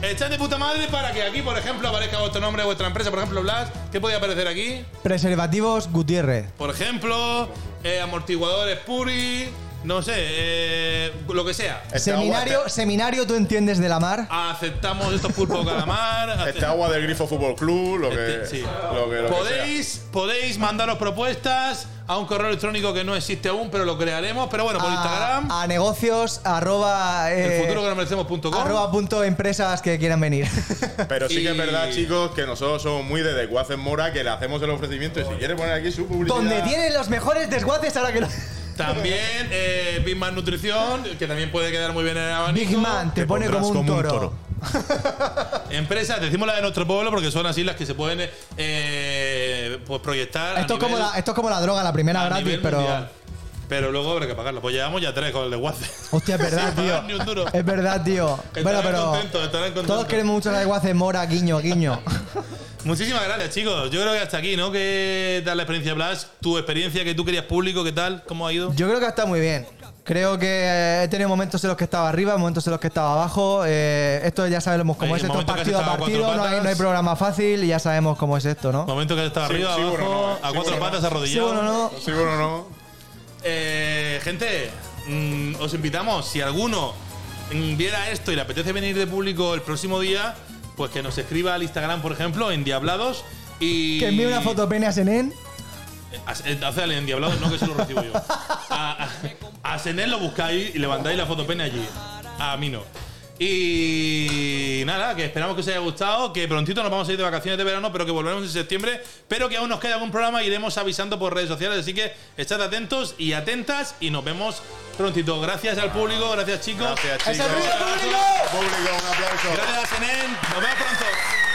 S1: están de puta madre para que aquí, por ejemplo, aparezca vuestro nombre, vuestra empresa. Por ejemplo, Blas, ¿qué podía aparecer aquí?
S2: Preservativos Gutiérrez.
S1: Por ejemplo, eh, amortiguadores Puri, no sé, eh, lo que sea.
S3: Este
S2: seminario,
S3: agua-
S2: seminario, tú entiendes de la mar.
S1: Aceptamos estos pulpos calamar.
S3: Este,
S1: aceptamos-
S3: agua del Grifo Fútbol Club, lo que.
S1: Este, sí.
S3: Lo que, lo que sea.
S1: Podéis, podéis mandaros propuestas a un correo electrónico que no existe aún, pero lo crearemos. Pero bueno, por Instagram,
S2: A, a negocios arroba, Ah, eh,
S1: el futuro que nos merecemos.com.
S2: arroba punto empresas que quieran venir.
S3: Pero sí que es
S1: Y-
S3: verdad, chicos, que nosotros somos muy de Desguaces Mora, que le hacemos el ofrecimiento y si quiere poner aquí su publicidad.
S2: Donde tienen los mejores desguaces ahora que lo.
S1: También eh, Big Man Nutrición, que también puede quedar muy bien en el abanico.
S2: Big Man te,
S3: te
S2: pone
S3: pondrás
S2: como un,
S3: como un
S2: toro.
S3: toro.
S1: Empresas, decimos las de nuestro pueblo porque son así las que se pueden eh, pues proyectar. a
S2: Esto, es como
S1: nivel-
S2: la, esto es como la droga, la primera
S1: a
S2: gratis,
S1: nivel
S2: pero.
S1: mundial. Pero luego habrá que pagarla. Pues llevamos ya tres con el de WhatsApp.
S2: Hostia, es verdad,
S1: Sin pagar ni un duro.
S2: tío. Es verdad, tío. Bueno,
S1: Estarán
S2: pero.
S1: contentos, estarán contentos.
S2: Todos queremos mucho la desguaces mora, guiño, guiño.
S1: Muchísimas gracias, chicos. Yo creo que hasta aquí, ¿no? ¿Qué tal la experiencia, Blas? Tu experiencia que tú querías público, ¿qué tal? ¿Cómo ha ido?
S2: Yo creo que ha estado muy bien. Creo que eh, he tenido momentos en los que estaba arriba, momentos en los que estaba abajo. eh, esto ya sabemos cómo
S1: Hay
S2: es, esto es
S1: momentos que has
S2: partido a
S1: estado a cuatro
S2: partido, no hay,
S1: patas.
S2: no hay programa fácil y ya sabemos cómo es esto, ¿no?
S1: Momento que estaba
S3: Sí,
S1: arriba,
S3: sí,
S1: abajo,
S3: bueno, no, eh.
S1: a
S3: Sí,
S1: cuatro
S3: bueno,
S1: patas,
S2: Sí,
S1: arrodillado.
S2: bueno, no.
S3: Sí, bueno, no.
S1: Eh, gente, mm, os invitamos, si alguno mm, viera esto y le apetece venir de público el próximo día, pues que nos escriba al Instagram, por ejemplo, en Diablados y...
S2: Que envíe una foto pene a Senen.
S1: eh, Hace al endiablado, no que se lo recibo yo. A, a, a Senel lo buscáis y levantáis la fotopena allí. A mí no. Y nada, que esperamos que os haya gustado, que prontito nos vamos a ir de vacaciones de verano, pero que volveremos en septiembre, pero que aún nos queda algún programa y iremos avisando por redes sociales, así que estad atentos y atentas y nos vemos prontito. Gracias al público, gracias chicos.
S3: Gracias,
S2: ¡Ese
S3: chicos.
S2: ruido, público!
S3: Público, un aplauso.
S1: Gracias a Senel, nos vemos pronto.